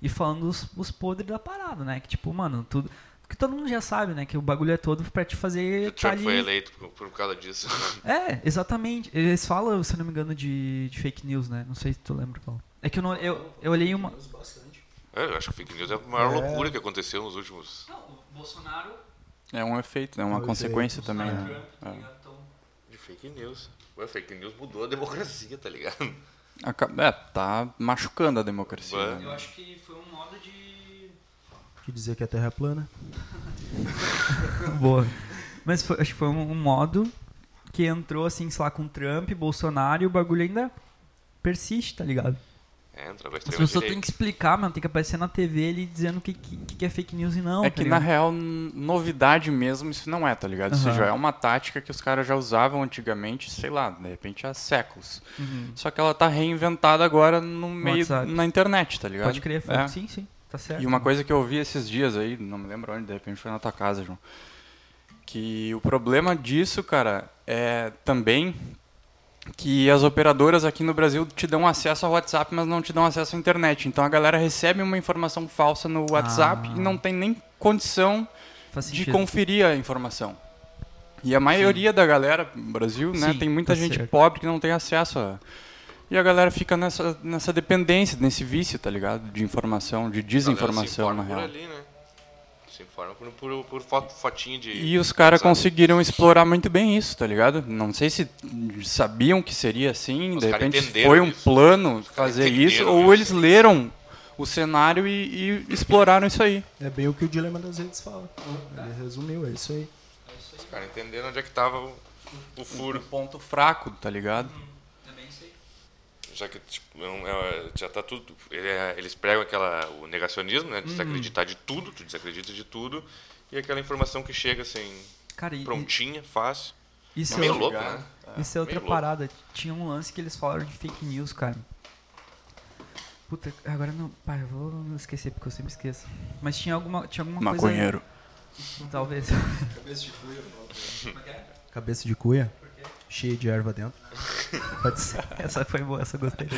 e falando os, os podres da parada, né? Que tipo, mano, tudo. Que todo mundo já sabe, né? Que o bagulho é todo pra te fazer. O Trump tá foi ali- eleito por, por causa disso. É, exatamente. Eles falam, se eu não me engano, de, de fake news, né? Não sei se tu lembra qual. É que eu, não, eu, eu olhei uma. É, eu acho que fake news é a maior É. loucura que aconteceu nos últimos. Não, o Bolsonaro É um efeito, é uma Um consequência também. Trump, Né? tá É. ligado? Então, De fake news. Ué, fake news mudou a democracia, tá ligado? Acaba- é, tá machucando a democracia. Ué. Eu Né? acho que foi um modo de. De dizer que a Terra é plana. Boa. Mas foi- acho que foi um, um modo que entrou assim, sei lá, com Trump, Bolsonaro e o bagulho ainda persiste, tá ligado? É, entra pra As extrema pessoas têm direita. que explicar, mano, tem que aparecer na TV ali dizendo o que, que, que é fake news e não. É tá que na ligado? real, n- novidade mesmo, isso não é, tá ligado? Isso Aham. já é uma tática que os caras já usavam antigamente, sei lá, de repente há séculos. Uhum. Só que ela tá reinventada agora no meio WhatsApp. na internet, tá ligado? Pode crer, foi. É. Sim, sim, tá certo. E uma coisa que eu ouvi esses dias aí, não me lembro onde, de repente foi na tua casa, João. Que o problema disso, cara, é também que as operadoras aqui no Brasil te dão acesso ao WhatsApp, mas não te dão acesso à internet. Então a galera recebe uma informação falsa no WhatsApp Ah. e não tem nem condição Faz de sentido. conferir a informação. E a maioria da galera no Brasil, né, Sim, tem muita tá gente certo. pobre que não tem acesso a... E a galera fica nessa, nessa dependência, nesse vício, tá ligado? De informação, de A galera se desinformação, informa na por real. ali, né? Se informa por, por, por foto, fotinho de. E os caras sabe? conseguiram explorar muito bem isso, tá ligado? Não sei se sabiam que seria assim, Os de cara repente entenderam foi um isso. plano cara fazer entenderam isso, ou isso. eles leram o cenário e, e exploraram isso aí. É bem o que o Dilema das Redes fala. Ele resumiu, é isso aí. Os caras entenderam onde é que tava o, o furo. Um Ponto fraco, tá ligado? Já que tipo, é um- é- já tá tudo. ele é- Eles pregam aquela, o negacionismo, Uhum. né? Desacreditar de tudo, tu desacredita de tudo. E aquela informação que chega assim, Cara, e, e- prontinha, fácil. isso É meio eu- louco, né? Isso é outra meio louco. parada. Tinha um lance que eles falaram de fake news, cara. Puta, agora não. Pai, eu vou esquecer porque eu sempre esqueço. Mas tinha alguma, tinha alguma coisa. Maconheiro. Talvez. Cabeça de cuia, cheia de erva dentro. Tá Pode ser. Essa foi boa, essa eu gostei.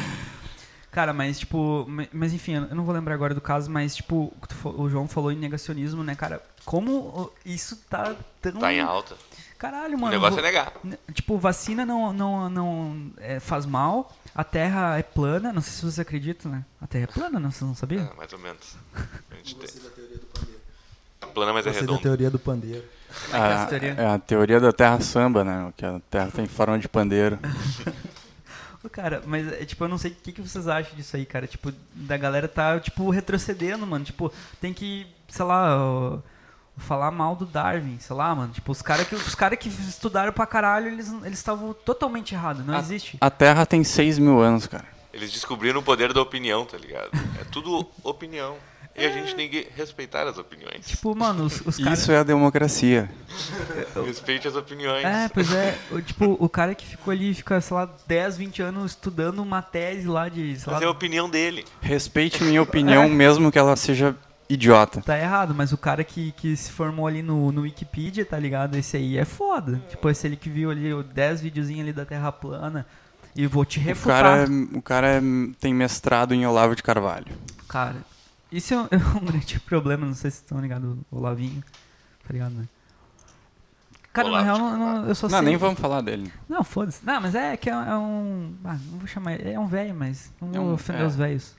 Cara, mas tipo. ma- Mas enfim, eu não vou lembrar agora do caso, mas tipo, o que tu fa- o João falou em negacionismo, né, cara? Como o- isso tá tão. Tá em alta. Caralho, o mano. negócio vo- é negar. N- Tipo, vacina não, não, não é, faz mal, a terra é plana, não sei se você acredita, né? A terra é plana, não, você não sabia? É, mais ou menos. A gente tem. A plana, mas é Gostei da redonda. teoria do pandeiro. é essa Ah, teoria? é a teoria da terra samba, né? Que a terra tem farol de pandeiro. Ô, Cara, mas é, tipo, eu não sei o que, que vocês acham disso aí, cara. Tipo, da galera tá, tipo, retrocedendo, mano. Tipo, tem que, sei lá, ó, falar mal do Darwin, sei lá, mano. Tipo, os caras que, os cara que estudaram pra caralho, eles eles estavam totalmente errados, não Ah. existe. A terra tem 6 mil anos, cara. Eles descobriram o poder da opinião, tá ligado? É tudo opinião. E a gente tem que respeitar as opiniões. Tipo, mano, os, os caras. Isso é a democracia. Respeite as opiniões. É, pois é. O, tipo, o cara que ficou ali, fica, sei lá, 10, 20 anos estudando uma tese lá de. Sei lá, Mas é a opinião dele. Respeite minha É. opinião, mesmo que ela seja idiota. Tá errado, mas o cara que, que se formou ali no, no Wikipedia, tá ligado? Esse aí é foda. Tipo, esse ele que viu ali o 10 videozinhos ali da Terra plana. E vou te O refutar. cara, Cara, é- o cara é- tem mestrado em Olavo de Carvalho. isso é um, é um grande problema, não sei se vocês estão ligados, o Lavinho. Tá ligado, né? Cara, Olavo na de real, não- não- eu só Não, sei. nem vamos falar dele. Não, foda-se. Não, mas é que é, é um. Ah, não vou chamar. ele- É um velho, mas. Não É vou um- ofender é. os velhos.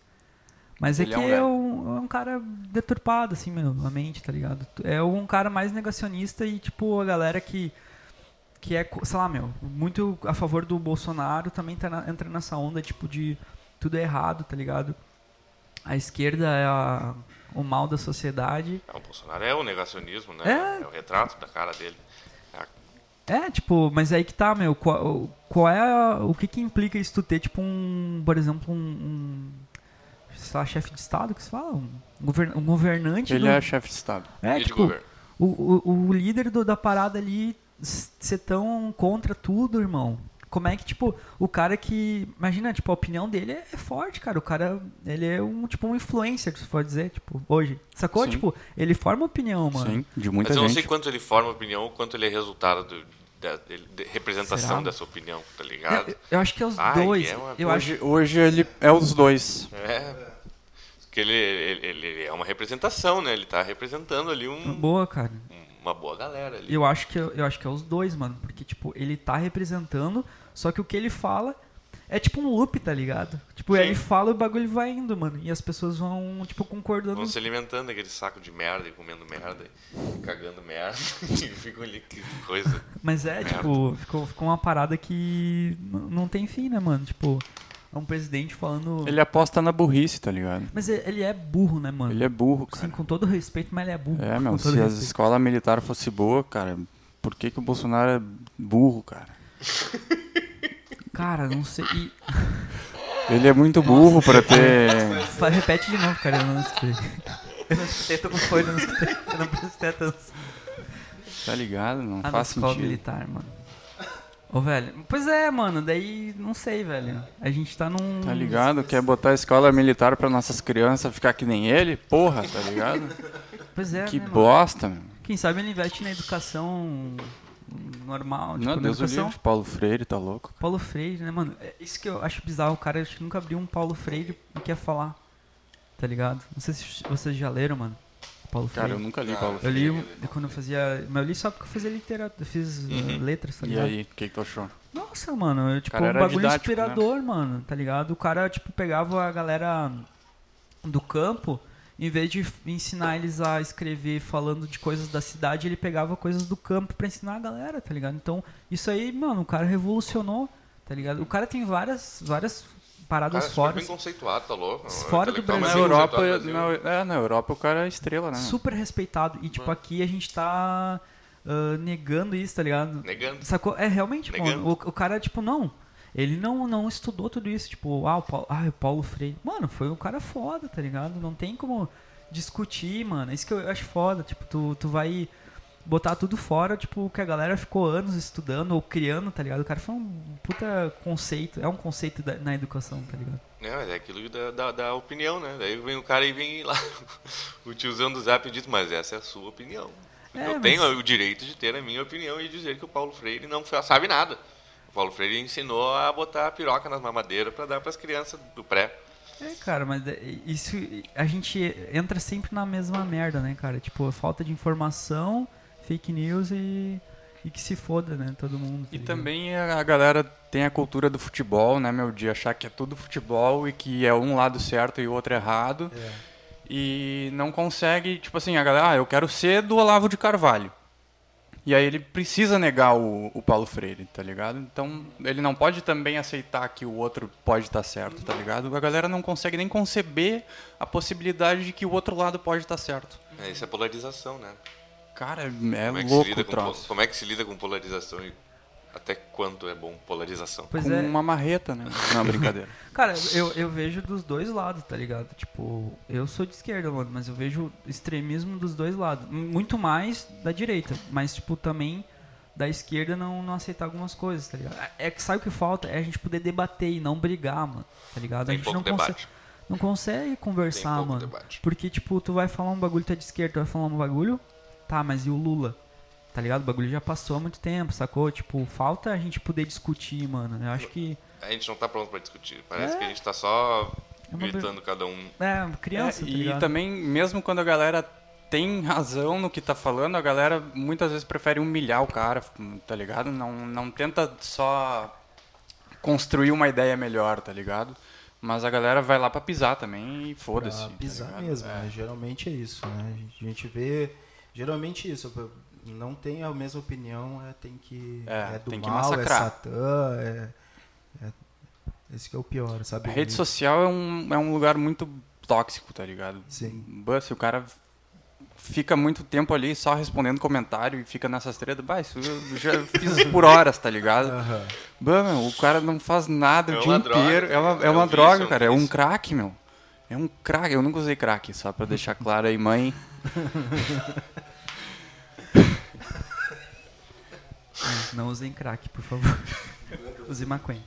Mas é Ele é que um é velho. um, é um cara deturpado, assim, meu, a mente, tá ligado? É um cara mais negacionista e, tipo, a galera que. Que é, co- sei lá, meu, muito a favor do Bolsonaro também tá na, entra nessa onda, tipo, de. tudo é errado, tá ligado? A esquerda é a- o mal da sociedade. Ah, o Bolsonaro é o negacionismo, né? É. É, o retrato da cara dele. É, tipo, mas aí que tá, meu. Qual, qual é. a- O que que implica isso tu ter, tipo, um. Por exemplo, um. um sei lá, chefe de Estado que se fala? Um, govern, um governante. Ele do- é chefe de Estado. é, e de tipo, governo. o, o, o líder do- da parada ali s- ser tão contra tudo, irmão. Como é que, tipo, o cara que. Imagina, tipo, a opinião dele é, é forte, cara. O cara, ele é um, tipo, um influencer, se for dizer, tipo, hoje. Sacou? Sim. Tipo, ele forma opinião, mano. Sim, de Mas muita eu não sei gente. quanto ele forma opinião ou quanto ele é resultado do- da dele- de representação Será? dessa opinião, tá ligado? Eu, eu acho que é os Ai, dois. é uma eu acho. hoje, hoje ele é os dois. É. Porque ele, ele, ele é uma representação, né? Ele tá representando ali um- Boa, cara. uma boa galera ali. Eu acho, que, eu acho que é os dois, mano. Porque, tipo, ele tá representando, só que o que ele fala é tipo um loop, tá ligado? Tipo, Sim. ele fala e o bagulho vai indo, mano. E as pessoas vão, tipo, concordando. Vão se alimentando daquele saco de merda e comendo merda e cagando merda. e ficam ali que coisa. Mas é, Merda. tipo, ficou, ficou uma parada que n- não tem fim, né, mano? Tipo, é um presidente falando. Ele aposta na burrice, tá ligado? Mas e- ele é burro, né, mano? Ele é burro, Sim, cara. com todo respeito, mas ele é burro. É, com meu, todo se a respeito. escola militar fosse boa, cara, por que, que o Bolsonaro é burro, cara? Cara, não sei. e- Ele é muito burro pra ter. Fa- Repete de novo, cara, eu não escutei. Eu não escutei, tô com fone, eu não escutei. Eu não prestei atenção. Tá ligado? Não Ah, na faz escola sentido. militar, mano. Ô, velho. Pois é, mano, daí não sei, velho. A gente tá num. Tá ligado? Quer botar a escola militar pra nossas crianças ficar que nem ele? Porra, tá ligado? Pois é, Que né, mano? bosta, meu. Quem sabe ele investe na educação normal, tipo, Não, na Deus o educação livre, Paulo Freire, tá louco? Paulo Freire, né, mano? É isso que eu acho bizarro. O cara acho que nunca abriu um Paulo Freire e quer falar. Tá ligado? Não sei se vocês já leram, mano. Paulo Cara, eu Freire. nunca li Paulo eu Freire. li um- quando eu fazia. Mas eu li só porque eu fazia literatura. Fiz uh, letras, tá Uhum. E ligado? aí, o que, que tu achou? Nossa, mano, eu, tipo, Cara, um era bagulho didático, né? inspirador, mano, tá ligado? O cara, tipo, pegava a galera do campo, em vez de f- ensinar eles a escrever falando de coisas da cidade, ele pegava coisas do campo pra ensinar a galera, tá ligado? Então, isso aí, mano, o cara revolucionou, tá ligado? O cara tem várias, várias Cara, paradas super fora. bem conceituado, tá louco? Fora do Intelectual, Brasil. Na mas tá Mas bem Europa, conceituado no Brasil. na, é, na Europa o cara é estrela, né? meu? Super respeitado. E, Uhum. tipo, aqui a gente tá ah, negando isso, tá ligado? Negando. Sacou? É realmente, Negando. mano. O, o cara, tipo, não. Ele não, não estudou tudo isso. Tipo, ah, o Paulo, ah, o Paulo Freire. Mano, foi um cara foda, tá ligado? Não tem como discutir, mano. Isso que eu acho foda. Tipo, tu, tu vai botar tudo fora, tipo, que a galera ficou anos estudando ou criando, tá ligado? O cara foi um puta conceito. É um conceito da- na educação, tá ligado? É, mas é aquilo da, da, da opinião, né? Daí vem o cara e vem lá, o tiozão do zap diz, mas essa é a sua opinião. É, eu mas- tenho o direito de ter a minha opinião e dizer que o Paulo Freire não fa- sabe nada. O Paulo Freire ensinou a botar a piroca nas mamadeiras pra dar pras crianças do pré. É, cara, mas é- isso. A gente entra sempre na mesma merda, né, cara? Tipo, falta de informação, fake news e. E que se foda, né? Todo mundo. tá E ligado? também a a galera tem a cultura do futebol, né, meu? De achar que é tudo futebol e que é um lado certo e o outro errado. É. E não consegue, tipo assim, a galera, ah, eu quero ser do Olavo de Carvalho. E aí ele precisa negar o, o Paulo Freire, tá ligado? Então ele não pode também aceitar que o outro pode estar certo, tá ligado? A galera não consegue nem conceber a possibilidade de que o outro lado pode estar certo. É, isso é polarização, né? Cara, é Como é, que se louco o lida com, po- troço. como é que se lida com polarização e até quanto é bom polarização? Pois com é. uma marreta, né? Não, brincadeira. Cara, eu, eu vejo dos dois lados, tá ligado? Tipo, eu sou de esquerda, mano, mas eu vejo extremismo dos dois lados. M- Muito mais da direita, mas, tipo, também da esquerda não, não aceitar algumas coisas, tá ligado? É que sabe o que falta? É a gente poder debater e não brigar, mano, tá ligado? Tem a gente pouco não consegue. debate. Não consegue Tem conversar, pouco mano. debate. Porque, tipo, tu vai falar um bagulho, tu é de esquerda, tu vai falar um bagulho, tá, mas e o Lula? Tá ligado? O bagulho já passou há muito tempo, sacou? Tipo, falta a gente poder discutir, mano. Eu acho que. A gente não tá pronto pra discutir. Parece que a gente tá só É uma gritando cada um. É, criança, É, tá e ligado? também, mesmo quando a galera tem razão no que tá falando, a galera muitas vezes prefere humilhar o cara, tá ligado? Não, não tenta só construir uma ideia melhor, tá ligado? Mas a galera vai lá pra pisar também e foda-se. Pra tá pisar ligado? Ah, mesmo, É. né? geralmente é isso, né? A gente- a gente vê geralmente isso, não tem a mesma opinião, é tem que É, é do tem que mal, é massacrar. satã, é, é, Esse que é o pior, sabe? A rede social é um, é um lugar muito tóxico, tá ligado? Sim. Bah, se o cara fica muito tempo ali só respondendo comentário e fica nessas tretas, bah, isso eu já fiz isso por horas, tá ligado? Aham. Bah, meu, o cara não faz nada É o dia uma droga, inteiro. é uma, é é um uma vício, droga, é um cara. É um vício. crack, meu. É um crack. Eu nunca usei crack, só pra deixar claro aí, mãe. Hum, Não usem crack, por favor. Use maconha.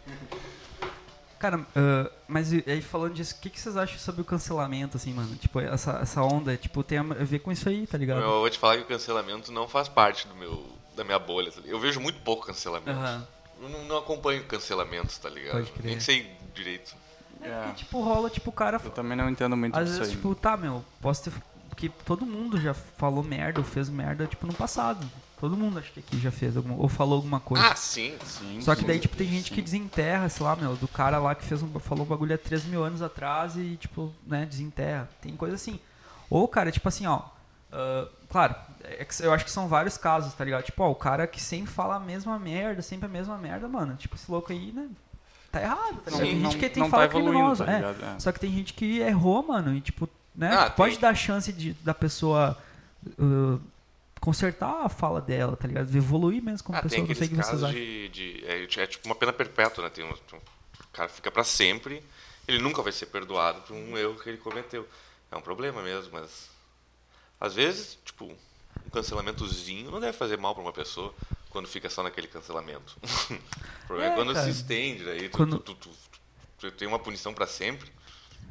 Cara, ah, mas e- aí falando disso, o que, que vocês acham sobre o cancelamento, assim, mano? Tipo, essa, essa onda, tipo, tem a ver com isso aí, tá ligado? Eu vou te falar que o cancelamento não faz parte do meu, da minha bolha. tá ligado? Eu vejo muito pouco cancelamento. Aham. Eu não, não acompanho cancelamentos, tá ligado? Pode crer. Nem sei direito. É. E, tipo, rola, tipo, o cara... Eu também não entendo muito Às disso vezes, aí. tipo, tá, meu, posso ter... Porque todo mundo já falou merda ou fez merda, tipo, no passado. Todo mundo, acho que aqui já fez alguma... Ou falou alguma coisa. Ah, sim. Sim, Só que sim. daí, tipo, tem gente que desenterra, sei lá, meu, do cara lá que fez um, falou um bagulho há 3 mil anos atrás e, tipo, né, desenterra. Tem coisa assim. Ou, cara, tipo assim, ó. ah, claro, é que eu acho que são vários casos, tá ligado? Tipo, ó, o cara que sempre fala a mesma merda, sempre a mesma merda, mano. Tipo, esse louco aí, né? Tá errado, tá ligado? Não, tem não- gente que tem não que falar tá evoluindo, criminoso. tá é. ligado? É. Só que tem gente que errou, mano, e tipo, né? Ah, tu pode tem. dar chance de, da pessoa ah, consertar a fala dela, tá ligado? Evoluir mesmo como Ah, tem pessoa, não sei o aqueles que vocês casos acham. de, de- é, é tipo uma pena perpétua, né? Tem um, um- o cara fica pra sempre, ele nunca vai ser perdoado por um erro que ele cometeu. É um problema mesmo, mas às vezes, tipo, um cancelamentozinho não deve fazer mal pra uma pessoa quando fica só naquele cancelamento. o problema é, É, quando cara. se estende, daí tu, Quando- tu- tu- tu- tu tem uma punição pra sempre.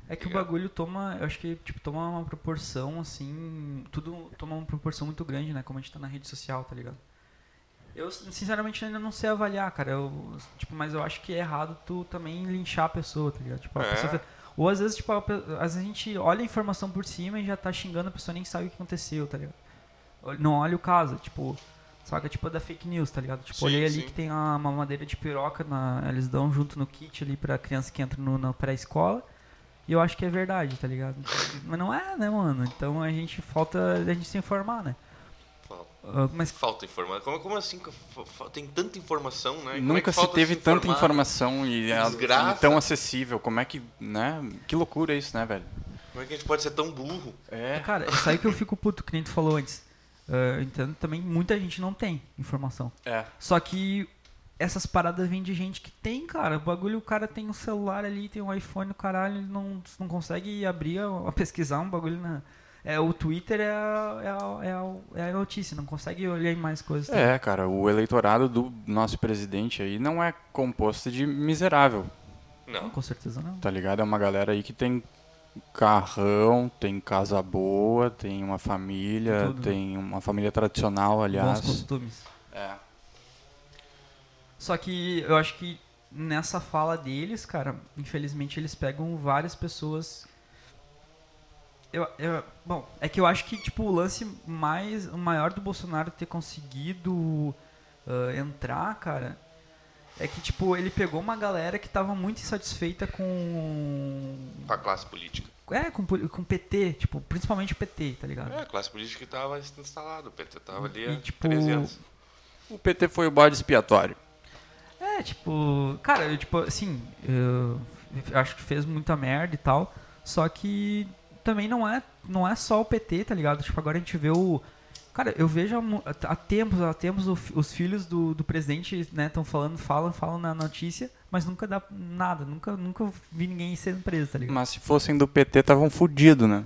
É que o ligado? bagulho toma, eu acho que tipo, toma uma proporção assim, tudo toma uma proporção muito grande, né, como a gente tá na rede social, tá ligado? Eu sinceramente ainda não sei avaliar, cara. Eu, tipo, mas eu acho que é errado tu também linchar a pessoa, tá ligado? Tipo, a É. pessoa fe- ou às vezes tipo, a, pe- às vezes a gente olha a informação por cima e já tá xingando a pessoa nem sabe o que aconteceu, tá ligado? Olha- Não olha o caso, tipo, saca tipo a da fake news, tá ligado? Tipo, Sim, olhei sim. ali que tem a- uma madeira de piroca, na- eles dão junto no kit ali pra criança que entra no, na pré-escola. E eu acho que é verdade, tá ligado? Mas não é, né, mano? Então a gente falta a gente se informar, né? Fala. Ah, mas Falta informação. Como, como assim? que fa- fa- Tem tanta informação, né? E como é Nunca que se falta teve tanta informar? informação e, a- desgraça. e tão acessível. Como é que, né? Que loucura isso, né, velho? Como é que a gente pode ser tão burro? É. Cara, isso aí que eu fico puto, que nem tu falou antes. Ah, eu entendo também, muita gente não tem informação. É. Só que essas paradas vêm de gente que tem, cara. O bagulho, o cara tem um celular ali, tem um iPhone, o caralho, ele não, não consegue abrir, a, a pesquisar um bagulho na... É, o Twitter é a, é, a, é, a, é a notícia, não consegue olhar em mais coisas. tá É, cara, o eleitorado do nosso presidente aí não é composto de miserável, Não, Não. com certeza não. tá ligado? É uma galera aí que tem carrão, tem casa boa, tem uma família, Tudo, né? tem uma família tradicional, Bons aliás. costumes. É. Só que eu acho que nessa fala deles, cara, infelizmente eles pegam várias pessoas. Eu, eu- bom, é que eu acho que tipo, o lance mais, o maior do Bolsonaro ter conseguido ah, entrar, cara, é que tipo, ele pegou uma galera que tava muito insatisfeita com. Com a classe política. É, com, poli- com PT, tipo, principalmente o PT, tá ligado? É, a classe política que estava instalada, o PT estava ali E, há tipo, 13 anos. O PT foi o bode expiatório. É, tipo, cara, eu, tipo, assim, eu acho que fez muita merda e tal, só que também não é, não é só o PT, tá ligado? Tipo, agora a gente vê o. Cara, eu vejo há mu- há tempos, há tempos o fi- os filhos do, do presidente, né, estão falando, falam, falam na notícia, mas nunca dá nada, nunca, nunca vi ninguém sendo preso, tá ligado? Mas se fossem do PT, estavam fudidos, né?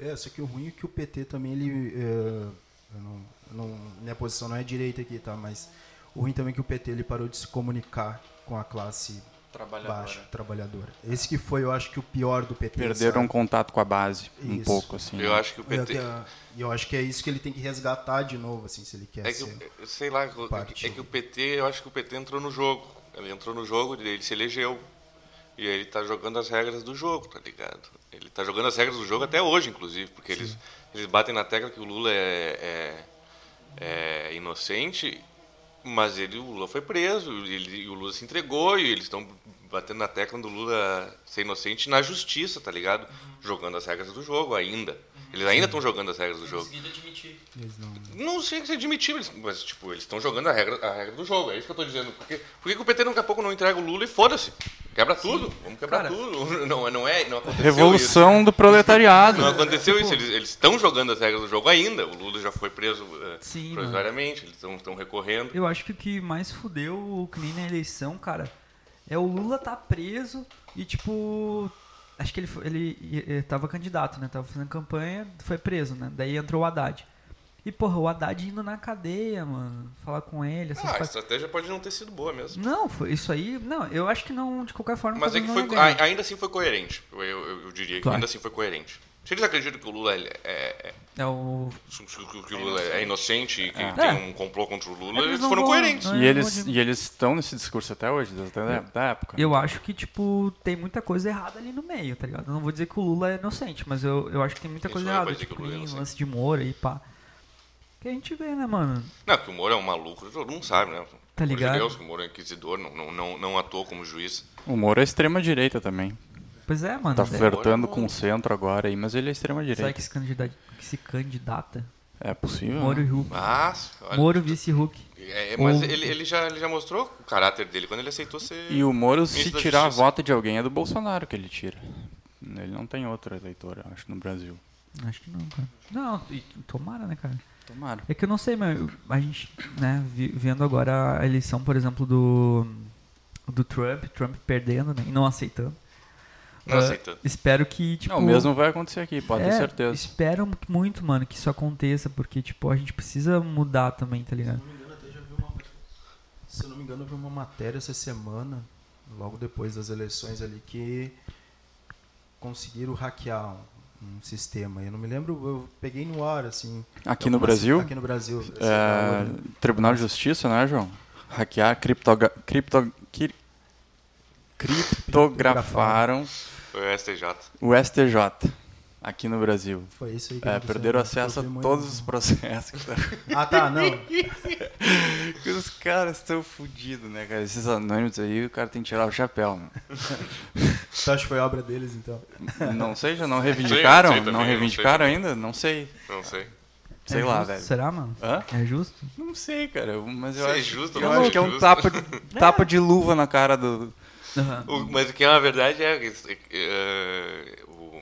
É, só que o ruim é que o PT também, ele. é, eu não, eu não- minha posição não é direita aqui, tá? Mas o ruim também é que o PT ele parou de se comunicar com a classe baixa, trabalhadora. Esse que foi, eu acho que o pior do PT. Perderam um sabe? contato com a base, um Isso. pouco, assim. Hum. Eu acho que o E eu PT. que- E eu acho que é isso que ele tem que resgatar de novo, assim, se ele quer É que, ser. o- eu sei lá, eu- é que, é que o PT, eu acho que o PT entrou no jogo. Ele entrou no jogo, ele se elegeu. E aí ele tá jogando as regras do jogo, tá ligado? Ele tá jogando as regras do jogo até hoje, inclusive, porque eles, eles batem na tecla que o Lula é, é- é inocente, mas ele, o Lula foi preso, ele, e o Lula se entregou, e eles estão batendo na tecla do Lula ser inocente na justiça, tá ligado? Jogando as regras do jogo ainda. Eles ainda estão jogando as regras do jogo. Conseguido admitir. Eles não- Não sei se é admitível, eles- mas tipo, eles estão jogando a regra, a regra do jogo, é isso que eu tô dizendo. Por que, por que que o PT daqui a pouco não entrega o Lula e foda-se? Quebra tudo, vamos quebrar Cara. tudo. Não, não é, não aconteceu isso. Revolução do proletariado. Não aconteceu isso, eles eles estão jogando as regras do jogo ainda. O Lula já foi preso eh, Sim, provisoriamente, eles estão recorrendo. Eu acho que o que mais fudeu o Clean na eleição, cara, é o Lula tá preso e, tipo. Acho que ele, foi- ele, eh, tava candidato, né? Tava fazendo campanha, foi preso, né? Daí entrou o Haddad. E, porra, o Haddad indo na cadeia, mano. Falar com ele, essas Ah, a coisas. estratégia pode não ter sido boa mesmo. Não, foi, isso aí. Não, eu acho que não, de qualquer forma. Mas é cada que um foi, ia ganhar. a- ainda assim foi coerente, eu, eu- eu diria que Claro. ainda assim foi coerente. Se eles acreditam que o Lula é, é- é- É o. que o Lula é inocente e que É. tem um complô contra o É, Lula, eles eles não foram vão- coerentes. não E é eles, uma- e eles estão nesse discurso até hoje, desde a da época. Eu acho que, tipo, tem muita coisa errada ali no meio, tá ligado? Eu não vou dizer que o Lula é inocente, mas eu, eu acho que tem muita Quem coisa sou eu pra errada. dizer que o Tipo, Lula é em inocente? lance de Moro aí, pá. Que a gente vê, né, mano? Não, que o Moro é um maluco, todo mundo sabe, né? Tá Pelo amor de ligado? Deus, que o Moro é inquisidor, não, não, não, não atuou como juiz. O Moro é extrema-direita também. Pois é, mano. Tá velho. flertando com um- o centro agora aí, mas ele é Será extrema-direita. que se, candidata, que se candidata? É possível. Moro né? e Hulk. Mas, olha, Moro vice Hulk. é, é, mas Ou- ele, ele, já, ele já mostrou o caráter dele quando ele aceitou ser... E o Moro, se Ministro da tirar a Justiça. vota de alguém, é do Bolsonaro que ele tira. Ele não tem outro eleitor, eu acho, no Brasil. Acho que não, cara. Não, e tomara, né, cara? Tomara. É que eu não sei, mas eu- a gente, né, vi- vendo agora a eleição, por exemplo, do, do Trump, Trump perdendo, né, e não aceitando. Não Ah, aceitando. Espero que, tipo... Não, o mesmo vai acontecer aqui, pode ter é, Ah, certeza. Espero muito, mano, que isso aconteça, porque, tipo, a gente precisa mudar também, tá ligado? Se eu não me engano, até já vi uma. Se eu não me engano, eu vi uma matéria essa semana, logo depois das eleições ali, que conseguiram hackear um, um sistema. Eu não me lembro, eu peguei no ar, assim. Aqui no alguma- Brasil, Aqui no Brasil. essa é, da- Tribunal de Justiça, né, João? Hackear, criptoga cripto qui- criptografaram Foi o STJ. o STJ aqui no Brasil. Foi isso aí que É, aconteceu, perderam né? acesso a Sofri muito. todos os processos que tá Ah, tá, não. Porque os caras estão fodidos, né, cara? Esses anônimos aí, o cara tem que tirar o chapéu, né? Tu acha que foi obra deles, então? Não sei, já não reivindicaram? sei também, não não sei reivindicaram ainda? Não sei. Não sei. Sei É lá, justo? velho. Será, mano? Hã? É justo? Não sei, cara. eu- Mas eu Isso é acho, justo, eu não acho é que é um justo. tapa de, tapa de luva na cara do. O- mas o que é uma verdade é... que, eh, o,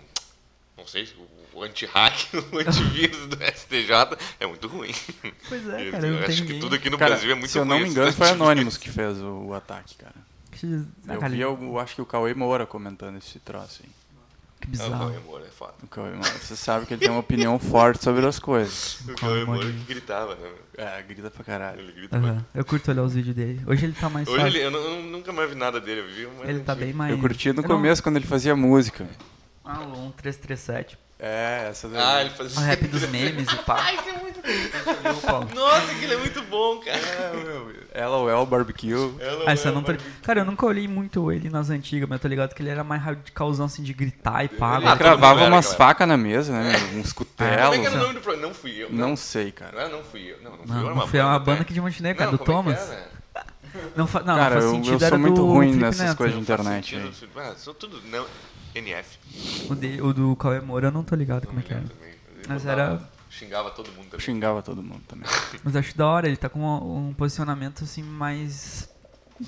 não sei, o anti-hack, o antivírus do STJ é muito ruim. Pois é, Eu- cara, eu não tem acho ninguém. que tudo aqui no Cara, Brasil é muito se eu não ruim, me esse engano, foi antivírus. Anônimos que fez o, o ataque, cara. Que- Ah, Eu cara, vi, eu acho que o Cauê Moura comentando esse troço aí. Que Ah, o Cauê bizarro. Moura é foda. O Cauê Moura, você sabe que ele tem uma opinião forte sobre as coisas. O Cauê Moura Moura. que gritava, né? É, grita pra caralho. Ele grita Aham, Eu curto olhar os vídeos dele. Hoje ele tá mais Hoje suave. ele, eu, não- eu nunca mais vi nada dele, eu vi um mas Ele tá bem mais. Eu curti no Eu não- começo quando ele fazia música. Ah, o 1337. É, essa daí. Ah, ele O fazia. rap dos memes e pá. Ai, que é muito. Nossa, que ele é muito bom, cara. LOL Barbecue. Ela, Ah, isso eu ela não tô... Cara, eu nunca olhei muito ele nas antigas, mas eu tô ligado que ele era mais radicalzão assim de gritar e pá. Ele agora- Ele Ah, todo cravava mundo umas era, facas na mesa, né? meu? Uns Como é que cutelos. era o nome do programa? Não fui eu. Não sei, cara. Não, era não fui eu. Não, não fui eu. Não, era não foi uma né? banda aqui de Montenegro, cara, Não, do como é que Thomas. era? Não, fa... não, não Cara, faz eu- eu sentido, sou era muito do ruim Felipe nessas Neto. coisas de internet. Sentido, velho. sentido. Ah, sou tudo. Não. NF. O, de- o do Cauê Moura eu não tô ligado Não como é me que era. lembro também. Ele Mas mandava- era- Xingava todo mundo também. Xingava todo mundo também. Mas acho da hora, ele tá com um, um posicionamento assim mais.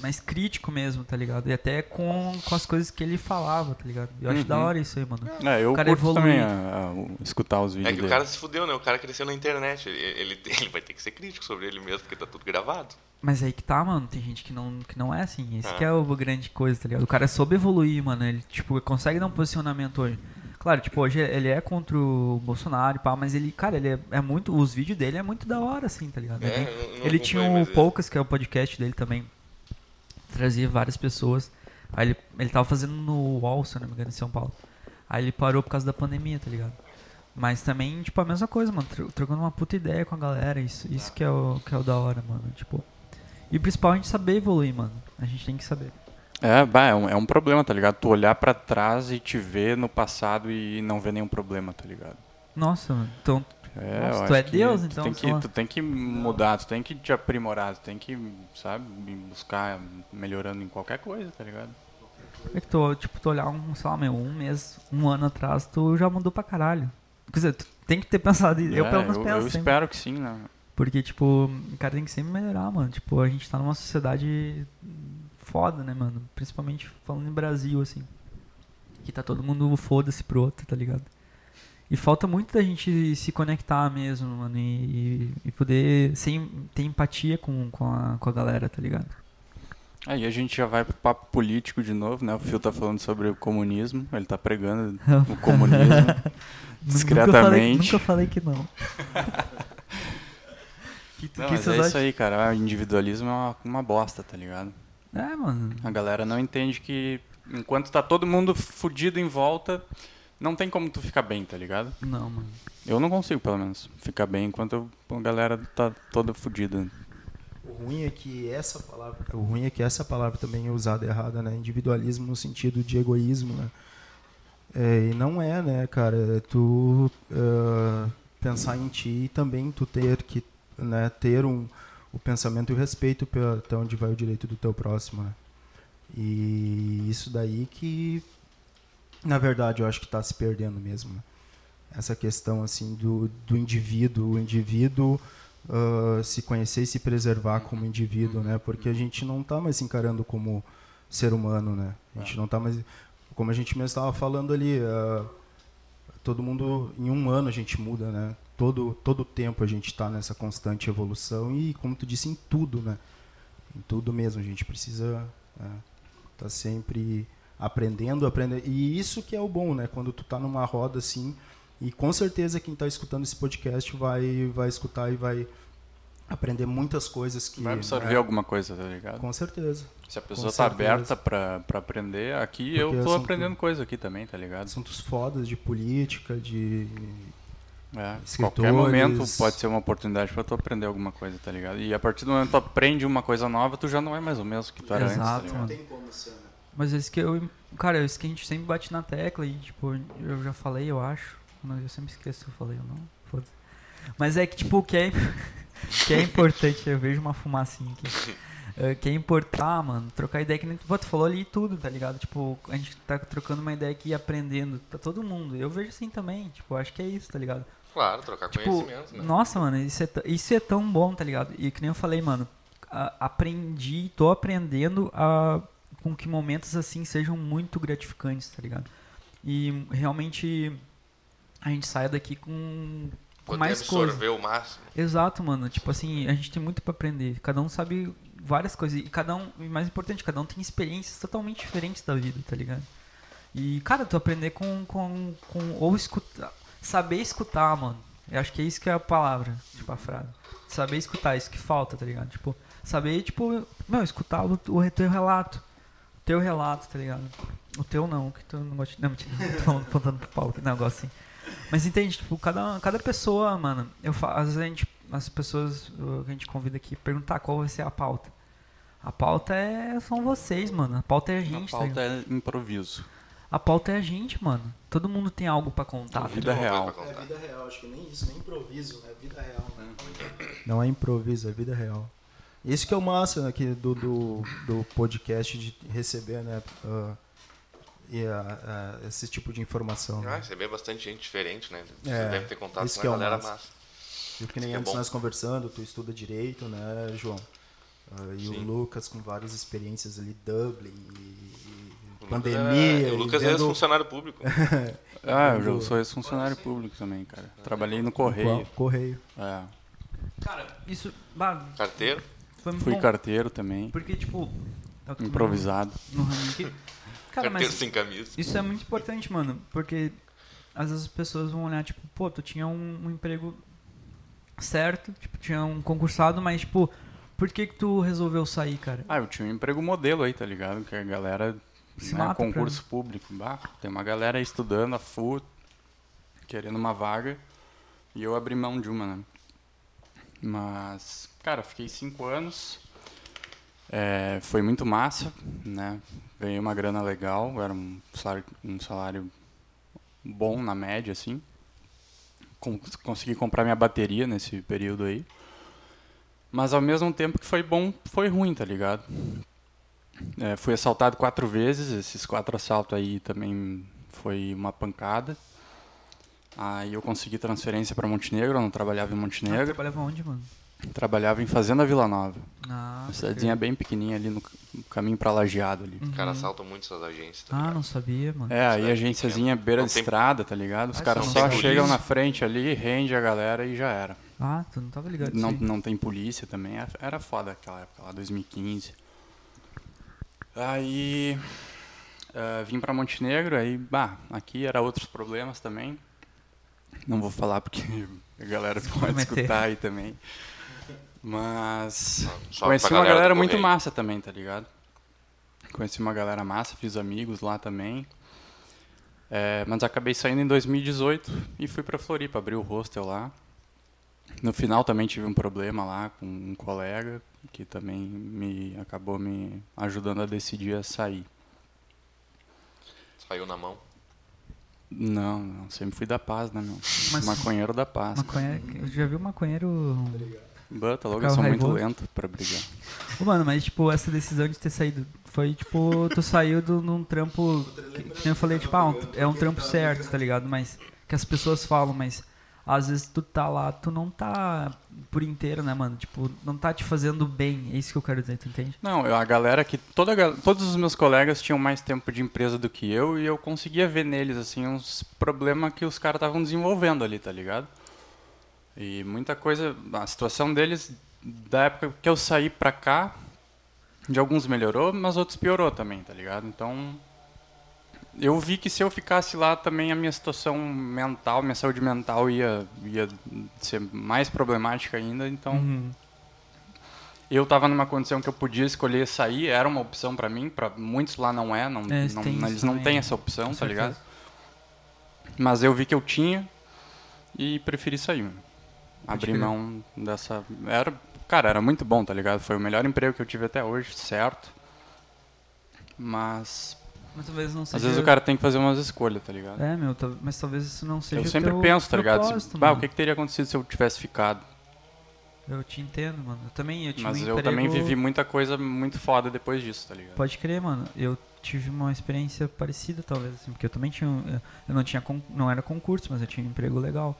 mais crítico mesmo, tá ligado? E até com, com as coisas que ele falava, tá ligado? Eu acho da Uhum. hora isso aí, mano. É, eu O cara curto evolui. também a- a- o- escutar os vídeos É que o dele. cara se fudeu, né? O cara cresceu na internet. Ele, ele, ele vai ter que ser crítico sobre ele mesmo, porque tá tudo gravado. Mas aí que tá, mano. Tem gente que não, que não é assim. Esse Ah. que é o grande coisa, tá ligado? O cara soube evoluir, mano. Ele, tipo, consegue dar um posicionamento hoje. Claro, tipo, hoje ele é contra o Bolsonaro e pá, mas ele, cara, ele é, é muito. Os vídeos dele é muito da hora, assim, tá ligado? É, Ele- eu não ele acompanho tinha mais o ele. Poucas, que é o podcast dele também. Trazia várias pessoas. Aí ele, ele tava fazendo no UOL, se eu não me engano, em São Paulo. Aí ele parou por causa da pandemia, tá ligado? Mas também, tipo, a mesma coisa, mano. tro- Trocando uma puta ideia com a galera. Isso, isso que, é o, que é o da hora, mano. Tipo. E o principal é a gente saber evoluir, mano. A gente tem que saber. É, bah, é, um, é um problema, tá ligado? Tu olhar pra trás e te ver no passado e não ver nenhum problema, tá ligado? Nossa, mano. Então, É, Nossa, eu tu acho é que Deus, tu então, Tem sei lá. que, tu tem que mudar, tu tem que te aprimorar, tu tem que, sabe, buscar melhorando em qualquer coisa, tá ligado? é que tu, tipo, tu olhar um, sei lá, meu, um mês, um ano atrás, tu já mudou pra caralho. Quer dizer, tu tem que ter pensado. em- eu É, pelo menos eu, penso. eu sempre. espero que sim, né? Porque, tipo, o cara tem que sempre melhorar, mano. Tipo, a gente tá numa sociedade foda, né, mano? Principalmente falando em Brasil, assim. Que tá todo mundo foda-se pro outro, tá ligado? E falta muito da gente se conectar mesmo, mano. E, e- e poder sem, ter empatia com, com, a, com a galera, tá ligado? Aí a gente já vai pro papo político de novo, né? O Phil tá falando sobre o comunismo, ele tá pregando o comunismo. Nunca falei, Discretamente. nunca falei que não. que tu, Não, que mas vocês é isso acham? aí, cara. O individualismo é uma, uma bosta, tá ligado? É, mano. A galera não entende que enquanto tá todo mundo fudido em volta, não tem como tu ficar bem, tá ligado? Não, mano. Eu não consigo, pelo menos, ficar bem enquanto eu- a galera tá toda fudida. O ruim é que essa palavra, o ruim é que essa palavra também é usada errada, né? Individualismo no sentido de egoísmo, né? É, e não é, né, cara? É Tu ah, pensar em ti e também tu ter que, né, ter um o pensamento e o respeito pela- até onde vai o direito do teu próximo, né? E isso daí que na verdade eu acho que está se perdendo mesmo. né? Essa questão assim do, do indivíduo, o indivíduo ah, se conhecer e se preservar como indivíduo, né? Porque a gente não está mais se encarando como ser humano, né? A É. gente não está mais, como a gente mesmo estava falando ali, ah, todo mundo em um ano a gente muda, né? Todo todo tempo a gente está nessa constante evolução e como tu disse em tudo, né? Em tudo mesmo a gente precisa estar tá sempre aprendendo, aprendendo e isso que é o bom, né? Quando tu tá numa roda assim e com certeza quem está escutando esse podcast vai vai escutar e vai aprender muitas coisas que Vai absorver né? é alguma coisa, tá ligado? com certeza Se a pessoa com tá certeza. aberta pra, pra aprender, aqui Porque um eu tô são aprendendo coisa aqui também, tá ligado? assuntos fodas de política, de. É, qualquer Escritores. momento pode ser uma oportunidade pra tu aprender alguma coisa, tá ligado? E a partir do momento que tu aprende uma coisa nova, tu já não é mais o mesmo que tu era antes, tá Exato, ligado? mano. tem como ser, né? Mas é isso que eu. Cara, é isso que a gente sempre bate na tecla e, tipo, eu já falei, eu acho. Não, eu sempre esqueço se eu falei ou não. Foda-se. Mas é que, tipo, o que é, que é importante, eu vejo uma fumacinha aqui. É, que é importar, mano, trocar ideia que nem tu, pô, tu falou ali tudo, tá ligado? Tipo, a gente tá trocando uma ideia aqui e aprendendo. Tá todo mundo. Eu vejo assim também, tipo, acho que é isso, tá ligado? Claro, trocar Tipo, conhecimento, né? nossa, mano, isso é, t- isso é tão bom, tá ligado? E que nem eu falei, mano, a- aprendi, tô aprendendo a, com que momentos assim sejam muito gratificantes, tá ligado? E realmente a gente sai daqui com, com Poder mais coisa. absorver o máximo. Exato, mano. Tipo assim, a gente tem muito pra aprender. Cada um sabe várias coisas. E cada um, e mais importante, cada um tem experiências totalmente diferentes da vida, tá ligado? E, cara, tu aprender com. com, com ou escutar. Saber escutar, mano. Eu acho que é isso que é a palavra, tipo, a frase. Saber escutar, isso que falta, tá ligado? Tipo, saber, tipo, meu, escutar o, o teu relato. O teu relato, tá ligado? O teu não, que tu não gosta. de- Não, mentira, tô falando, apontando pro Paulo, que não, eu gosto sim. Mas entende, tipo, cada, cada pessoa, mano, eu fa- às vezes a gente, as pessoas uh, que a gente convida aqui perguntar qual vai ser a pauta. A pauta é são vocês, mano. A pauta é a A gente, tá pauta ligado? é improviso. A pauta é a gente, mano. Todo mundo tem algo pra contar. tá Vida ligado? real. É vida real, acho que nem isso, nem improviso, é vida real, né? Não é improviso, é vida real. Isso que é o massa né, que do, do, do podcast de receber, né? ah, e a- a- esse tipo de informação. Ah, Né? você vê bastante gente diferente, né? Você É, deve ter contato isso com a que é o galera massa. massa. E que nem que é antes bom. nós conversando, tu estuda direito, né, João? Ah, e o Sim. Lucas com várias experiências ali, Dublin, e, e O Lucas pandemia. era- e O Lucas é era vendo- funcionário público. Ah, eu já sou ex-funcionário público também, cara. Trabalhei no Qual? correio. Correio. É, Cara, isso bah, Carteiro. foi muito fui bom. carteiro também, Porque, tipo. é o que tu- improvisado. No raminho aqui. Cara, carteiro mas sem camisa. isso é muito importante, mano. Porque às vezes as pessoas vão olhar, tipo, pô, tu tinha um, um emprego certo, tipo, tinha um concursado, mas, tipo, por que que tu resolveu sair, cara? Ah, eu tinha um emprego modelo aí, tá ligado? Que a galera. Se Né, mata pra- concurso público. Bah, tem uma galera estudando a full, querendo uma vaga. E eu abri mão de uma, né? Mas, cara, fiquei cinco anos. É, foi muito massa, né? Ganhei uma grana legal, era um salário, um salário bom na média, assim. Con- consegui comprar minha bateria nesse período aí. Mas ao mesmo tempo que foi bom, foi ruim, tá ligado? É, fui assaltado quatro vezes, esses quatro assaltos aí também foi uma pancada. Aí eu consegui transferência para Montenegro, eu não trabalhava em Ah, Montenegro, trabalhava onde, mano? trabalhava em Fazenda Vila Nova. Ah, Uma cidadezinha bem pequenininha ali no c- no caminho para Lajeado ali. Os caras assaltam muito essas agências. Tá Uhum. ah ligado? não sabia, mano. É, aí a agênciazinha beira Não de tem- estrada, tá ligado? Os Ah, caras não só tem chegam polícia. na frente ali, rende a galera e já era. Ah, tu não tava ligado Não, disso aí. não tem polícia também. era- Era foda aquela época lá, 2015. Aí ah, vim pra Montenegro, aí, bah, aqui era outros problemas também. Não vou falar porque a galera pode comprometer. escutar aí também. Mas Só conheci pra uma galera do galera muito correio. massa também, tá ligado? Conheci uma galera massa, fiz amigos lá também. É, mas acabei saindo em 2018 e fui pra Floripa, abri o hostel lá. No final também tive um problema lá com um colega que também me acabou me ajudando a decidir a sair. Saiu na mão. Não, não, sempre fui da paz, né, meu? Mas- Maconheiro da paz. Maconheiro, eu já vi um maconheiro. Bata, logo eu Ficava sou muito raivoso. lento pra brigar. Ô, mano, mas tipo, essa decisão de ter saído foi tipo, tu saiu de um trampo. Que, que nem eu falei, tipo, ah, um- é um trampo certo, tá ligado? Mas. Que as pessoas falam, mas às vezes tu tá lá, tu não tá por inteiro, né, mano? Tipo, não tá te fazendo bem. É isso que eu quero dizer, tu entende? Não, eu- a galera que toda a gal- todos os meus colegas tinham mais tempo de empresa do que eu e eu conseguia ver neles assim uns problemas que os caras estavam desenvolvendo ali, tá ligado? E muita coisa, a situação deles da época que eu saí pra cá, de alguns melhorou, mas outros piorou também, tá ligado? Então eu vi que se eu ficasse lá também a minha situação mental, minha saúde mental ia ia ser mais problemática ainda, então eu tava numa condição que eu podia escolher sair, era uma opção pra mim, pra muitos lá não é, não, É, eles não- têm isso eles não também, têm né? essa opção, Com tá ligado? certeza. Mas eu vi que eu tinha e preferi sair. meu. Abri crer. mão dessa. Era, cara, era muito bom, tá ligado? Foi o melhor emprego que eu tive até hoje, certo? Mas Mas talvez não seja. às vezes o cara tem que fazer umas escolhas, tá ligado? É, meu, tal- mas talvez isso não seja. eu o sempre teu penso, tá ligado? propósito, ah, o mano. que, que teria acontecido se eu tivesse ficado? Eu te entendo, mano. Eu também, eu tive Mas um eu emprego- também vivi muita coisa muito foda depois disso, tá ligado? Pode crer, mano. Eu tive uma experiência parecida, talvez, assim, porque eu também tinha. um- Eu não tinha. con- Não era concurso, mas eu tinha um emprego legal.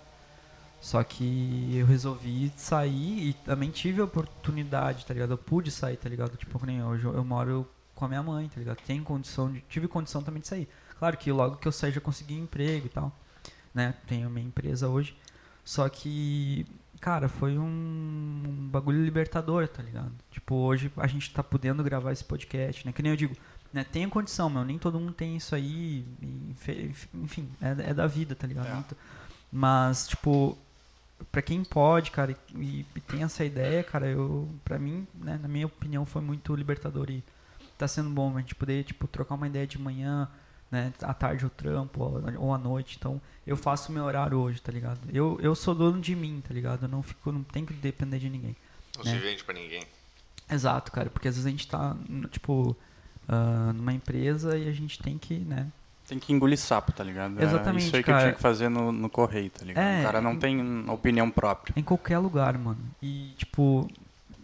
Só que eu resolvi sair e também tive a oportunidade, tá ligado? Eu pude sair, tá ligado? Tipo, que nem hoje eu, eu moro com a minha mãe, tá ligado? Tem condição de, tive condição também de sair. Claro que logo que eu saí já consegui emprego e tal, né? Tenho minha empresa hoje. Só que, cara, foi um, um bagulho libertador, tá ligado? Tipo, hoje a gente tá podendo gravar esse podcast, né? Que nem eu digo, né? Tenho condição, meu. Nem todo mundo tem isso aí. e infe- Enfim, é, é da vida, tá ligado? É. Não t- Mas, tipo, pra quem pode, cara, e, e tem essa ideia, cara, eu, pra mim, né, na minha opinião, foi muito libertador e tá sendo bom a gente poder, tipo, trocar uma ideia de manhã, né, à tarde eu trampo, ou, ou à noite, então eu faço o meu horário hoje, tá ligado? Eu, eu sou dono de mim, tá ligado? Eu não fico, não tenho que depender de ninguém. Não se É. vende pra ninguém. Exato, cara, porque às vezes a gente tá, no- tipo, ah, numa empresa e a gente tem que, né, Tem que engolir sapo, tá ligado? Era Exatamente, isso aí que cara. eu tinha que fazer no, no correio, tá ligado? É, o cara não tem opinião própria. Em qualquer lugar, mano. E, tipo,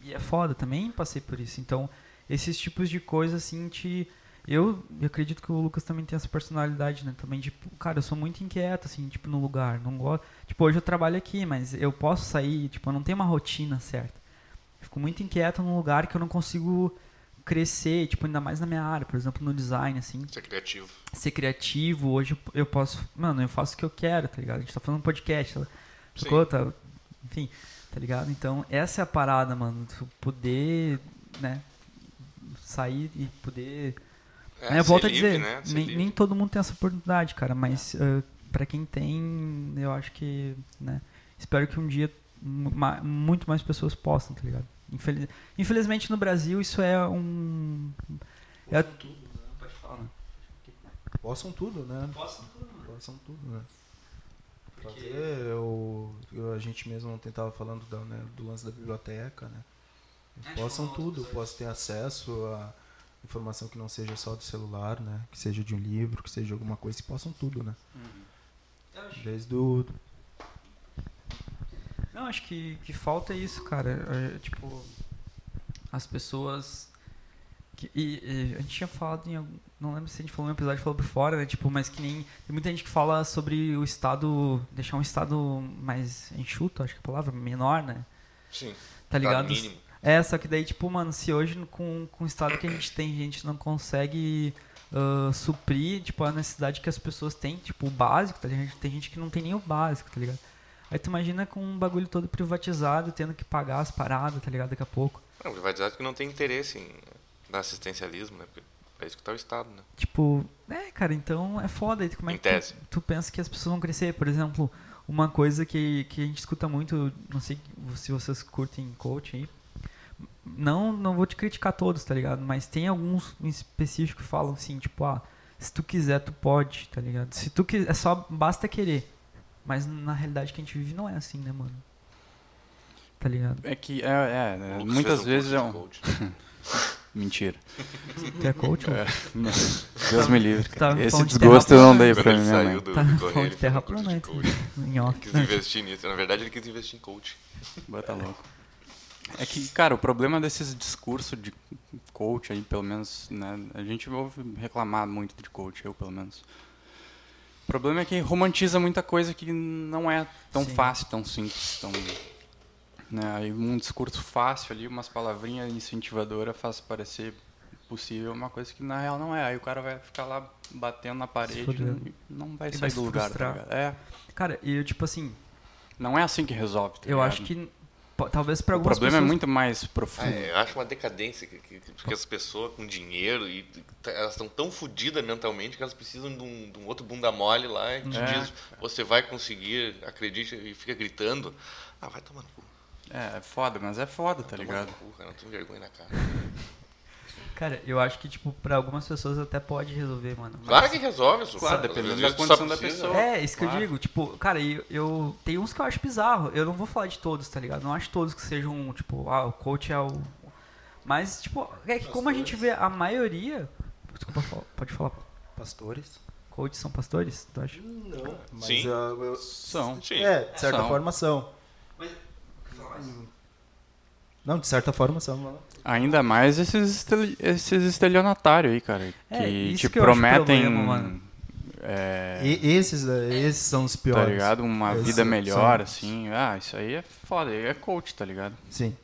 e é foda, também passei por isso. Então, esses tipos de coisa, assim, te. Eu, eu acredito que o Lucas também tem essa personalidade, né? Também, tipo, cara, eu sou muito inquieto, assim, tipo, no lugar. Não gosto. Tipo, hoje eu trabalho aqui, mas eu posso sair, tipo, eu não tenho uma rotina certa. Eu fico muito inquieto num lugar que eu não consigo crescer, tipo, ainda mais na minha área, por exemplo, no design, assim Isso é criativo. ser criativo, hoje eu- eu posso. Mano, eu faço o que eu quero, tá ligado? A gente tá fazendo um podcast, tá- sacou? Tá, enfim, tá ligado? Então, essa é a parada, mano. Tu poder, né? Sair e poder. né? Eu ser volto a dizer, livre, né? Ser nem, livre. É. nem todo mundo tem essa oportunidade, cara, mas ah, pra quem tem, eu acho que, né? Espero que um dia mu- ma- muito mais pessoas possam, tá ligado? Infeliz- Infelizmente no Brasil isso é um. É, Possam tudo, né? Possam tudo, né? Fazer, eu, eu- a gente mesmo ontem tava falando da, né, do lance da biblioteca, né? Possam tudo, posso ter acesso a informação que não seja só do celular, né? Que seja de um livro, que seja de alguma coisa, que possam tudo, né? Desde o... Não, acho que, que falta é isso, cara. É, tipo, as pessoas Que- e, e a gente tinha falado em algum, não lembro se a gente falou em um episódio falou por fora, né? Tipo, mas que nem tem muita gente que fala sobre o estado deixar um estado mais enxuto, acho que é a palavra menor, né? Sim. Tá ligado? mínimo. É, só que daí, tipo, mano, se hoje no- com, com o estado que a gente tem, a gente não consegue ah, suprir, tipo, a necessidade que as pessoas têm, tipo, o básico, tá ligado? Tem gente que não tem nem o básico, tá ligado? Aí tu imagina com um bagulho todo privatizado, tendo que pagar as paradas, tá ligado? Daqui a pouco. Não, privatizado que não tem interesse em dar assistencialismo, né? Porque é isso que tá o Estado, né? Tipo, é, cara, então é foda. E tu- Como é Em que tu- tese. Tu, pensa que as pessoas vão crescer? Por exemplo, uma coisa que, que a gente escuta muito, não sei se vocês curtem coaching aí. Não, não vou te criticar todos, tá ligado? Mas tem alguns em específico que falam assim, tipo, ah, se tu quiser, tu pode, tá ligado? Se tu quiser, é só basta querer. Mas na realidade que a gente vive não é assim, né, mano? Tá ligado? É que, é, é, né, O Lucas muitas fez um vezes é um... curso de coach. Mentira. Tu é coach? ou- É, não. Deus me livre. Tu tá Esse falando de desgosto eu terra não dei Quando um pra ele mim, minha mãe. saiu do Tá do falando Correio, de ele fez um terra curso de planeta. coach. Em off. Quis investir nisso. Na verdade, ele quis investir em coach. Bota louco. É que, cara, o problema desses discursos de coach aí, pelo menos, né? A gente ouve reclamar muito de coach, eu pelo menos. O problema é que romantiza muita coisa que não é tão Sim. fácil, tão simples, tão... Né? Aí um discurso fácil ali, umas palavrinhas incentivadoras faz parecer possível uma coisa que na real não é. Aí o cara vai ficar lá batendo na parede fudendo. e não vai E vai sair se do lugar. Tá frustrar. ligado? é, Cara, e eu, tipo assim, não é assim que resolve. Tá eu ligado? acho que po- talvez pra O algumas problema é pessoas muito mais profundo. É, eu acho uma decadência que, que- que- porque as pessoas com dinheiro e t- elas estão tão fodidas mentalmente que elas precisam de um, de um outro bunda mole lá que te É. diz você vai conseguir, acredite e fica gritando. Ah, vai tomar no cu. É, é foda, mas é foda, tá Toma no ligado? cu, cara, não tem vergonha na cara. Cara, eu acho que, tipo, pra algumas pessoas até pode resolver, mano. Mas- Claro que resolve isso. Claro, Às dependendo vezes da tu só condição da precisa. pessoa. É, isso que eu Claro. digo. Tipo, cara, eu, eu- Tem uns que eu acho bizarro. Eu não vou falar de todos, tá ligado? Não acho todos que sejam, tipo, ah, o coach é o. Mas, tipo, é que como a gente vê a maioria. Desculpa, fala- pode falar. Pastores? Coaches são pastores? Tu acha? Não. Mas, Sim. ah, eu- São. Sim. É, de certa São. forma são. é Não, de certa forma são. Ainda mais esses, estel- esses estelionatários aí, cara. Que É, isso te que eu acho prometem. problema, mano. é, E- esses, ah, esses são os tá piores. ligado? Uma Esses vida são- melhor, assim. Ah, isso aí é foda, aí é coach, tá ligado? Sim.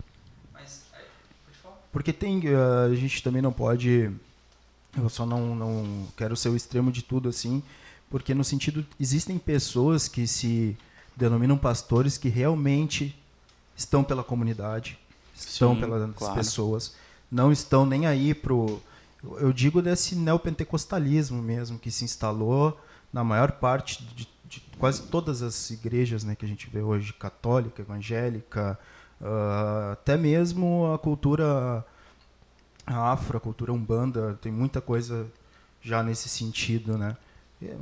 Mas. Pode falar? Porque tem. ah, a gente também não pode. Eu só não, não quero ser o extremo de tudo assim. Porque no sentido. Existem pessoas que se denominam pastores que realmente estão pela comunidade, estão Sim, pelas claro. pessoas, não estão nem aí pro. Eu digo desse neopentecostalismo mesmo, que se instalou na maior parte de, de quase todas as igrejas né, que a gente vê hoje, católica, evangélica, ah, até mesmo a cultura a afro, a cultura umbanda, tem muita coisa já nesse sentido, né? É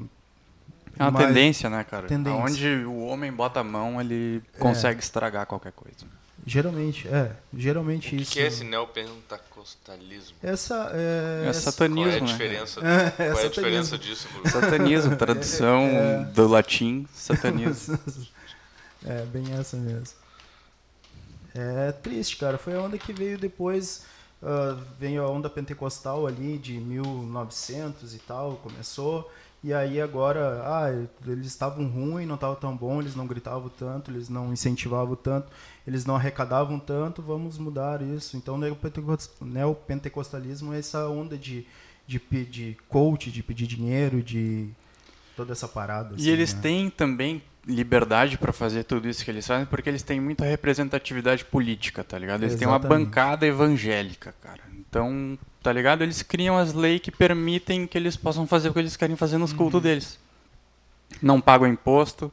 É uma Mas- tendência, né, cara? Tendência. Onde o homem bota a mão, ele É. consegue estragar qualquer coisa. Geralmente, é, geralmente O que isso. né? que é esse neopentecostalismo? Essa é, É satanismo, Qual é a né? diferença? É, Qual é a satanismo. diferença disso? pro- É, Satanismo, tradução do latim, satanismo. É, bem essa mesmo. É triste, cara. Foi a onda que veio depois. ah, veio a onda pentecostal ali de 1900 e tal, começou. E aí agora, ah, eles estavam ruins, não estavam tão bom, eles não gritavam tanto, eles não incentivavam tanto, eles não arrecadavam tanto, vamos mudar isso. Então o neopentecos- neopentecostalismo é essa onda de, de pedir coach, de pedir dinheiro, de toda essa parada. E assim, eles né? têm também liberdade para fazer tudo isso que eles fazem, porque eles têm muita representatividade política, tá ligado? Eles têm uma Exatamente. bancada evangélica, cara. Então, tá ligado? Eles criam as leis que permitem que eles possam fazer o que eles querem fazer Uhum. nos cultos deles. Não pagam imposto,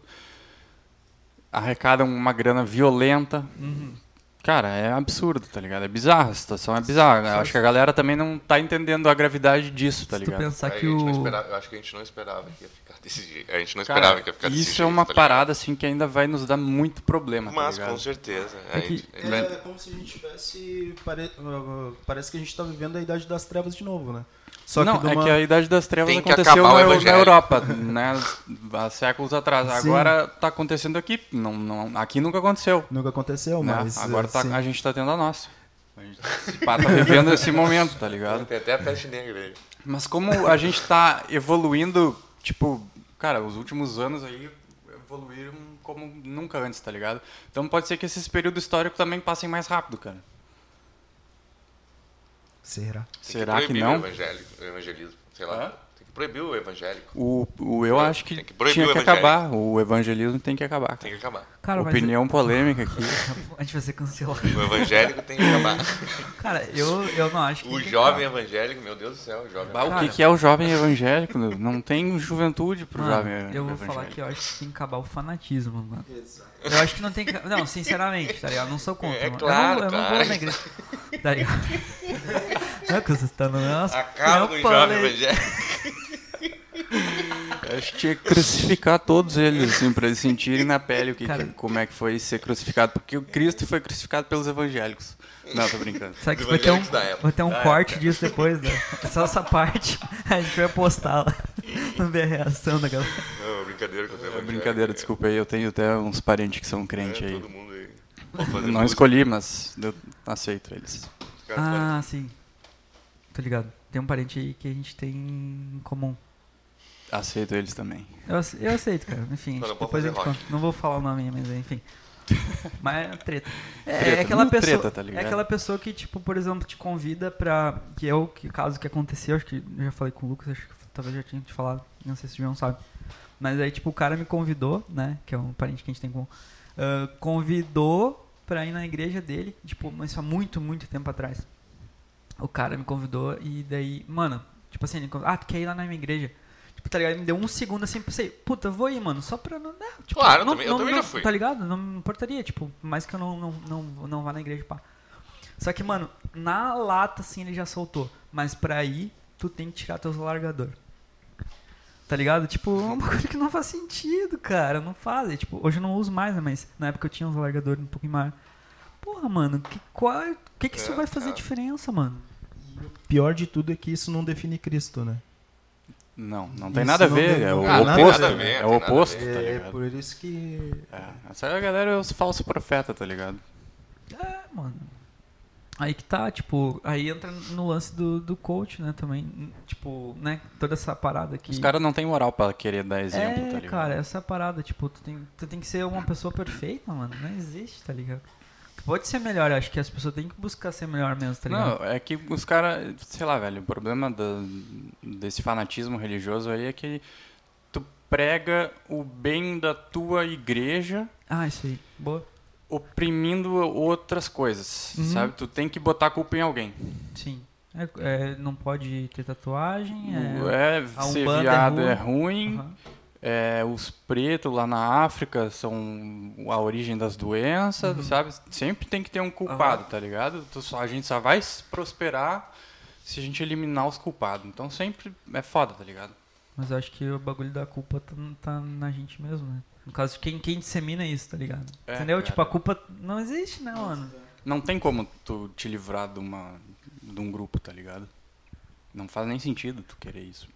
arrecadam uma grana violenta. Uhum. Cara, é absurdo, tá ligado? É bizarro, a situação é bizarra. Eu acho que a galera também não tá entendendo a gravidade disso, tá Se tu ligado? pensar Aí que a gente não o. esperava- eu acho que a gente não esperava que ia ficar desse jeito. A gente não Cara, esperava que ia ficar desse jeito. isso é uma tá ligado? parada assim que ainda vai nos dar muito problema, tá Mas, ligado? com certeza. É a que- gente- a gente vai- É como se a gente tivesse. pare- ah, Parece que a gente está vivendo a idade das trevas de novo, né? Só não, que de é uma- que a Idade das Trevas Tem que aconteceu acabar o na, Eu- na evangelho. Europa, né? Há séculos atrás. Sim. Agora tá acontecendo aqui. Não, não, aqui nunca aconteceu. nunca aconteceu, né? mas. Agora tá- assim, a gente tá tendo a nossa. A gente se pá, tá vivendo esse momento, tá ligado? Tem até a peste negra aí. Mas como a gente tá evoluindo, tipo, cara, os últimos anos aí evoluíram como nunca antes, tá ligado? Então pode ser que esses períodos históricos também passem mais rápido, cara. Será? Tem Será que, proibir né, não? O, evangélico, o evangelismo, sei lá. Hã? Tem que proibir o evangélico. O, o eu acho que, É, Tem que proibir tinha o que evangélico. acabar. O evangelismo tem que acabar. Tem que acabar. Cara, mas Opinião polêmica aqui. a gente vai ser cancelado. O evangélico tem que acabar. Cara, eu, eu não acho que. O jovem evangélico, meu Deus do céu, o jovem. Bah, o Cara. que, que é o jovem evangélico? meu? Não tem juventude pro Mano, jovem Ah, evangélico. eu vou falar que eu acho que tem que acabar o fanatismo, mano. Eu acho que não tem que. Não, sinceramente, tá ligado? Eu Não sou contra. É mano. claro, eu não, eu não claro. vou na igreja. Tá ligado? É que vocês estão no nosso. Acaba com o jovem evangélico. Eu acho que tinha que crucificar todos eles, assim, pra eles sentirem na pele o que, Cara. que- como é que foi ser crucificado. Porque o Cristo foi crucificado pelos evangélicos. Não, tô brincando. Será que Os vai ter um, evangélicos da época. Ah, é. vai ter um Da corte disso depois, né? Só essa parte a gente vai postar lá. Vamos ver a reação da galera. Não, brincadeira com o É evangélico. brincadeira, desculpa aí. Eu tenho até uns parentes que são É, crentes aí. todo mundo é aí. Eu não escolhi, mas eu aceito eles. Ah, sim. Tô ligado. Tem um parente aí que a gente tem em comum. Aceito eles também. Eu, ace- eu aceito, cara. Enfim, Só não acho que pode depois a fazer gente rock. conta. Não vou falar o nome aí, mas enfim. Mas é treta. É, Treta, é aquela Hum, não pessoa. treta, tá ligado? É aquela pessoa que, tipo, por exemplo, te convida pra. Que eu, que caso que aconteceu, acho que eu já falei com o Lucas, acho que talvez já tinha te falado. Não sei se o João sabe. Mas aí, tipo, o cara me convidou, né? Que é um parente que a gente tem com. convidou pra ir na igreja dele, tipo, mas há muito, muito tempo atrás. O cara me convidou e daí, mano, tipo assim, ele me convidou, ah, tu quer ir lá na minha igreja? Tipo, tá ligado? Ele Me deu um segundo assim, pensei, puta, eu vou ir, mano, só pra não. né, tipo, Claro, eu não, também- eu não, também não, já fui. Tá ligado? Não me importaria, tipo, mais que eu não, não, não, não vá na igreja, pá. Só que, mano, na lata, assim, ele já soltou. Mas pra ir, tu tem que tirar teus largador. Tá ligado? Tipo, é uma coisa que não faz sentido, cara. Não faz. É, tipo, hoje eu não uso mais, né? Mas na época eu tinha uns largadores um pouquinho maior. Porra, mano, que, qual, que, que isso É, vai fazer é. diferença, mano? Pior de tudo é que isso não define Cristo, né? Não, não tem Isso nada a não ver. tem- É o Ah, nada oposto. a ver, É tem o nada a oposto, tá É, ligado? por isso que. É, essa galera é os falsos profetas, tá ligado? É, mano. Aí que tá, tipo, aí entra no lance do, do coach, né, também. Tipo, né, toda essa parada aqui. Os caras não têm moral pra querer dar exemplo, é, tá ligado? cara, essa é a parada, tipo, tu tem, tu tem que ser uma pessoa perfeita, mano. Não existe, tá ligado? Tu pode ser melhor, eu acho que as pessoas têm que buscar ser melhor mesmo, tá ligado? Não, é que os caras, sei lá, velho, o problema da- desse fanatismo religioso aí é que tu prega o bem da tua igreja Ah, isso aí. Boa. oprimindo outras coisas, Uhum. sabe? Tu tem que botar a culpa em alguém. Sim. É, é, não pode ter tatuagem. É... É, A ser Umbanda é viado ruim. é ruim, Aham. é, os pretos lá na África são a origem das Uhum. doenças, sabe? Sempre tem que ter um culpado, tá ligado? Tu só- a gente só vai s- prosperar se a gente eliminar os culpados. Então sempre é foda, tá ligado? Mas eu acho que o bagulho da culpa tá, tá na gente mesmo, né? No caso de quem, quem dissemina isso, tá ligado? É, Entendeu? cara. Tipo, a culpa não existe, né, mano? Não tem como tu te livrar de, uma, de um grupo, tá ligado? Não faz nem sentido tu querer isso.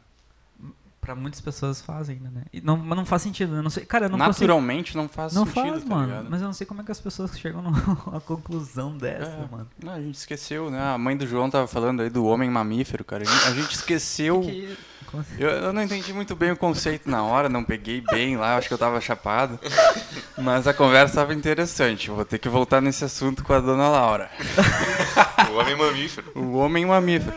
Pra muitas pessoas fazem ainda, né? E não, mas não faz sentido, eu não sei. Cara, eu não consigo. Naturalmente não faz Não sentido, faz, tá mano. ligado? Mas eu não sei como é que as pessoas chegam numa conclusão dessa, É. mano. Não, a gente esqueceu, né? A mãe do João tava falando aí do homem mamífero, cara. A gente, a gente esqueceu. Que- é como assim? Eu, eu não entendi muito bem o conceito na hora, não peguei bem lá, acho que eu tava chapado. Mas a conversa tava interessante. Vou ter que voltar nesse assunto com a dona Laura. Ah. O homem é mamífero. O homem mamífero.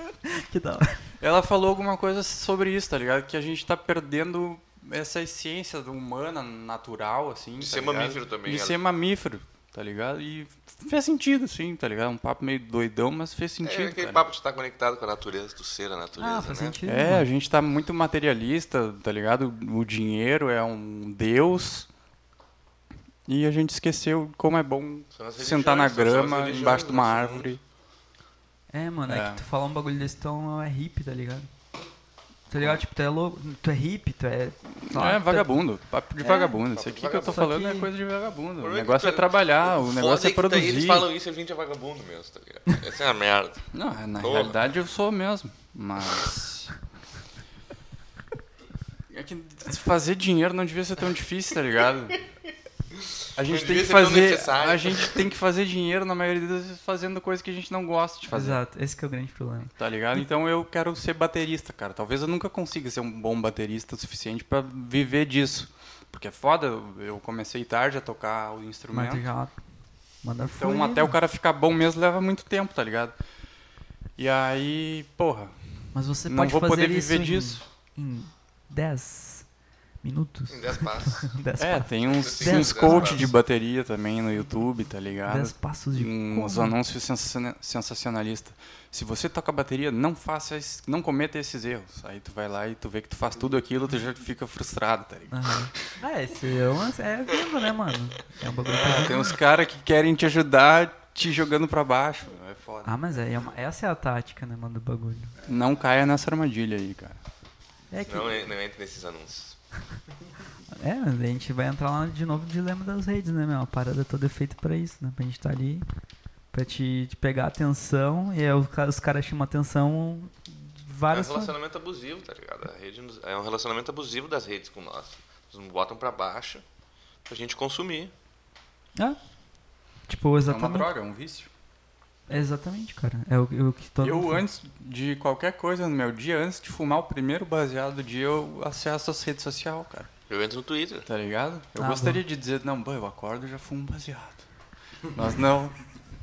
Que da hora. Ela falou alguma coisa sobre isso, tá ligado? Que a gente tá perdendo essa essência do humana, natural, assim. De tá ser ligado? mamífero também, De ela- ser mamífero, tá ligado? E fez sentido, sim, tá ligado? Um papo meio doidão, mas fez É sentido. aquele cara. papo de estar conectado com a natureza, do ser, a natureza, Ah, faz né? sentido. É, a mano. gente tá muito materialista, tá ligado? O dinheiro é um deus. E a gente esqueceu como é bom São as sentar na religiões, são as grama, religiões né? embaixo de uma do nosso árvore. É, mano, é. É. que tu falar um bagulho desse, então é hippie, tá ligado? Tá ligado? Tipo, tu é louco, tu é hippie, tu é. sei lá, É tu é- vagabundo, papo de É, vagabundo. Isso papo de aqui que eu tô vagabundo. Só falando que- é coisa de vagabundo. O problema é que negócio é tu- trabalhar, o Foda negócio é que daí Eles produzir. falam isso e a gente é vagabundo mesmo, tá ligado? Essa é a merda. Não, na Porra. realidade eu sou mesmo, mas. É que fazer dinheiro não devia ser tão difícil, tá ligado? A gente, Não tem devia que ser tão fazer, necessário. a gente tem que fazer dinheiro, na maioria das vezes, fazendo coisa que a gente não gosta de fazer. Exato, esse que é o grande problema. Tá ligado? Então eu quero ser baterista, cara. Talvez eu nunca consiga ser um bom baterista o suficiente pra viver disso. Porque é foda, eu- eu comecei tarde a tocar o instrumento. Mas tu já manda Então fluir, até o né? cara ficar bom mesmo leva muito tempo, tá ligado? E aí, porra, Mas você não pode vou fazer poder isso viver em- disso. em 10 minutos. Em 10 passos. 10 É, tem uns, Dez uns passos. coach de bateria também no YouTube, tá ligado? passos de uns como. anúncios sensaciona- sensacionalistas. Se você toca bateria, não faça, es- não cometa esses erros. Aí tu vai lá e tu vê que tu faz tudo aquilo, tu já fica frustrado, tá ligado? Aham. Ah, esse é, uma, é vivo, né, mano? É um bagulho. que- Tem uns caras que querem te ajudar te jogando pra baixo, meu, é foda. Ah, mas é, é uma- essa é a tática, né, mano, do bagulho. Não caia nessa armadilha aí, cara. É que. Não, não entre nesses anúncios. É, mas a gente vai entrar lá de novo no dilema das redes, né, meu? A parada toda é feita pra isso, né? Pra gente tá ali, pra te, te pegar atenção, e aí os, ca- os caras chamam atenção de várias É um formas. relacionamento abusivo, tá ligado? A rede nos- é um relacionamento abusivo das redes com nós. Eles nos botam pra baixo pra gente consumir. Ah, tipo, É uma exatamente. droga, é um vício. É exatamente, cara. É o, o que todo Eu, mundo- antes de qualquer coisa no meu dia, antes de fumar o primeiro baseado do dia, eu acesso as redes sociais, cara. Eu entro no Twitter. Tá ligado? Eu Ah, gostaria de dizer, não, bom, eu acordo e já fumo um baseado. Mas não.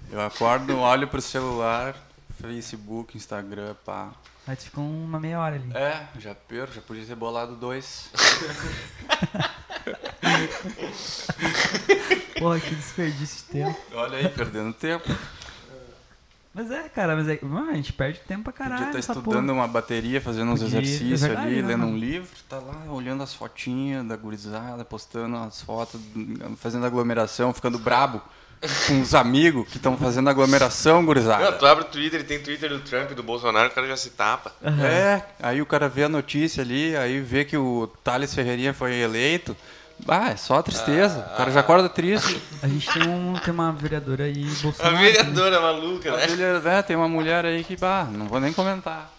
Eu acordo, olho pro celular, Facebook, Instagram, pá. Aí tu fica uma meia hora ali. É, já perco, já podia ter bolado dois. Porra, que desperdício de tempo. Olha aí, perdendo tempo. Mas é. Cara, mas é. Mano, a gente perde tempo pra caralho. Podia estar essa tá estudando porra. uma bateria, fazendo uns Podia, é exercícios verdade, ali, né, lendo mano? um livro, tá lá olhando as fotinhas da gurizada, postando as fotos, fazendo aglomeração, ficando brabo com os amigos que estão fazendo aglomeração, gurizada. Não, tu abre o Twitter e tem Twitter do Trump e do Bolsonaro, o cara já se tapa. É, aí o cara vê a notícia ali, aí vê que o Thales Ferreirinha foi eleito. Ah, é só tristeza. O cara já acorda triste. A gente tem, um, tem uma vereadora aí, A Bolsonaro. né? vereadora maluca, né? Ele, né, tem uma mulher aí que, bah, não vou nem comentar.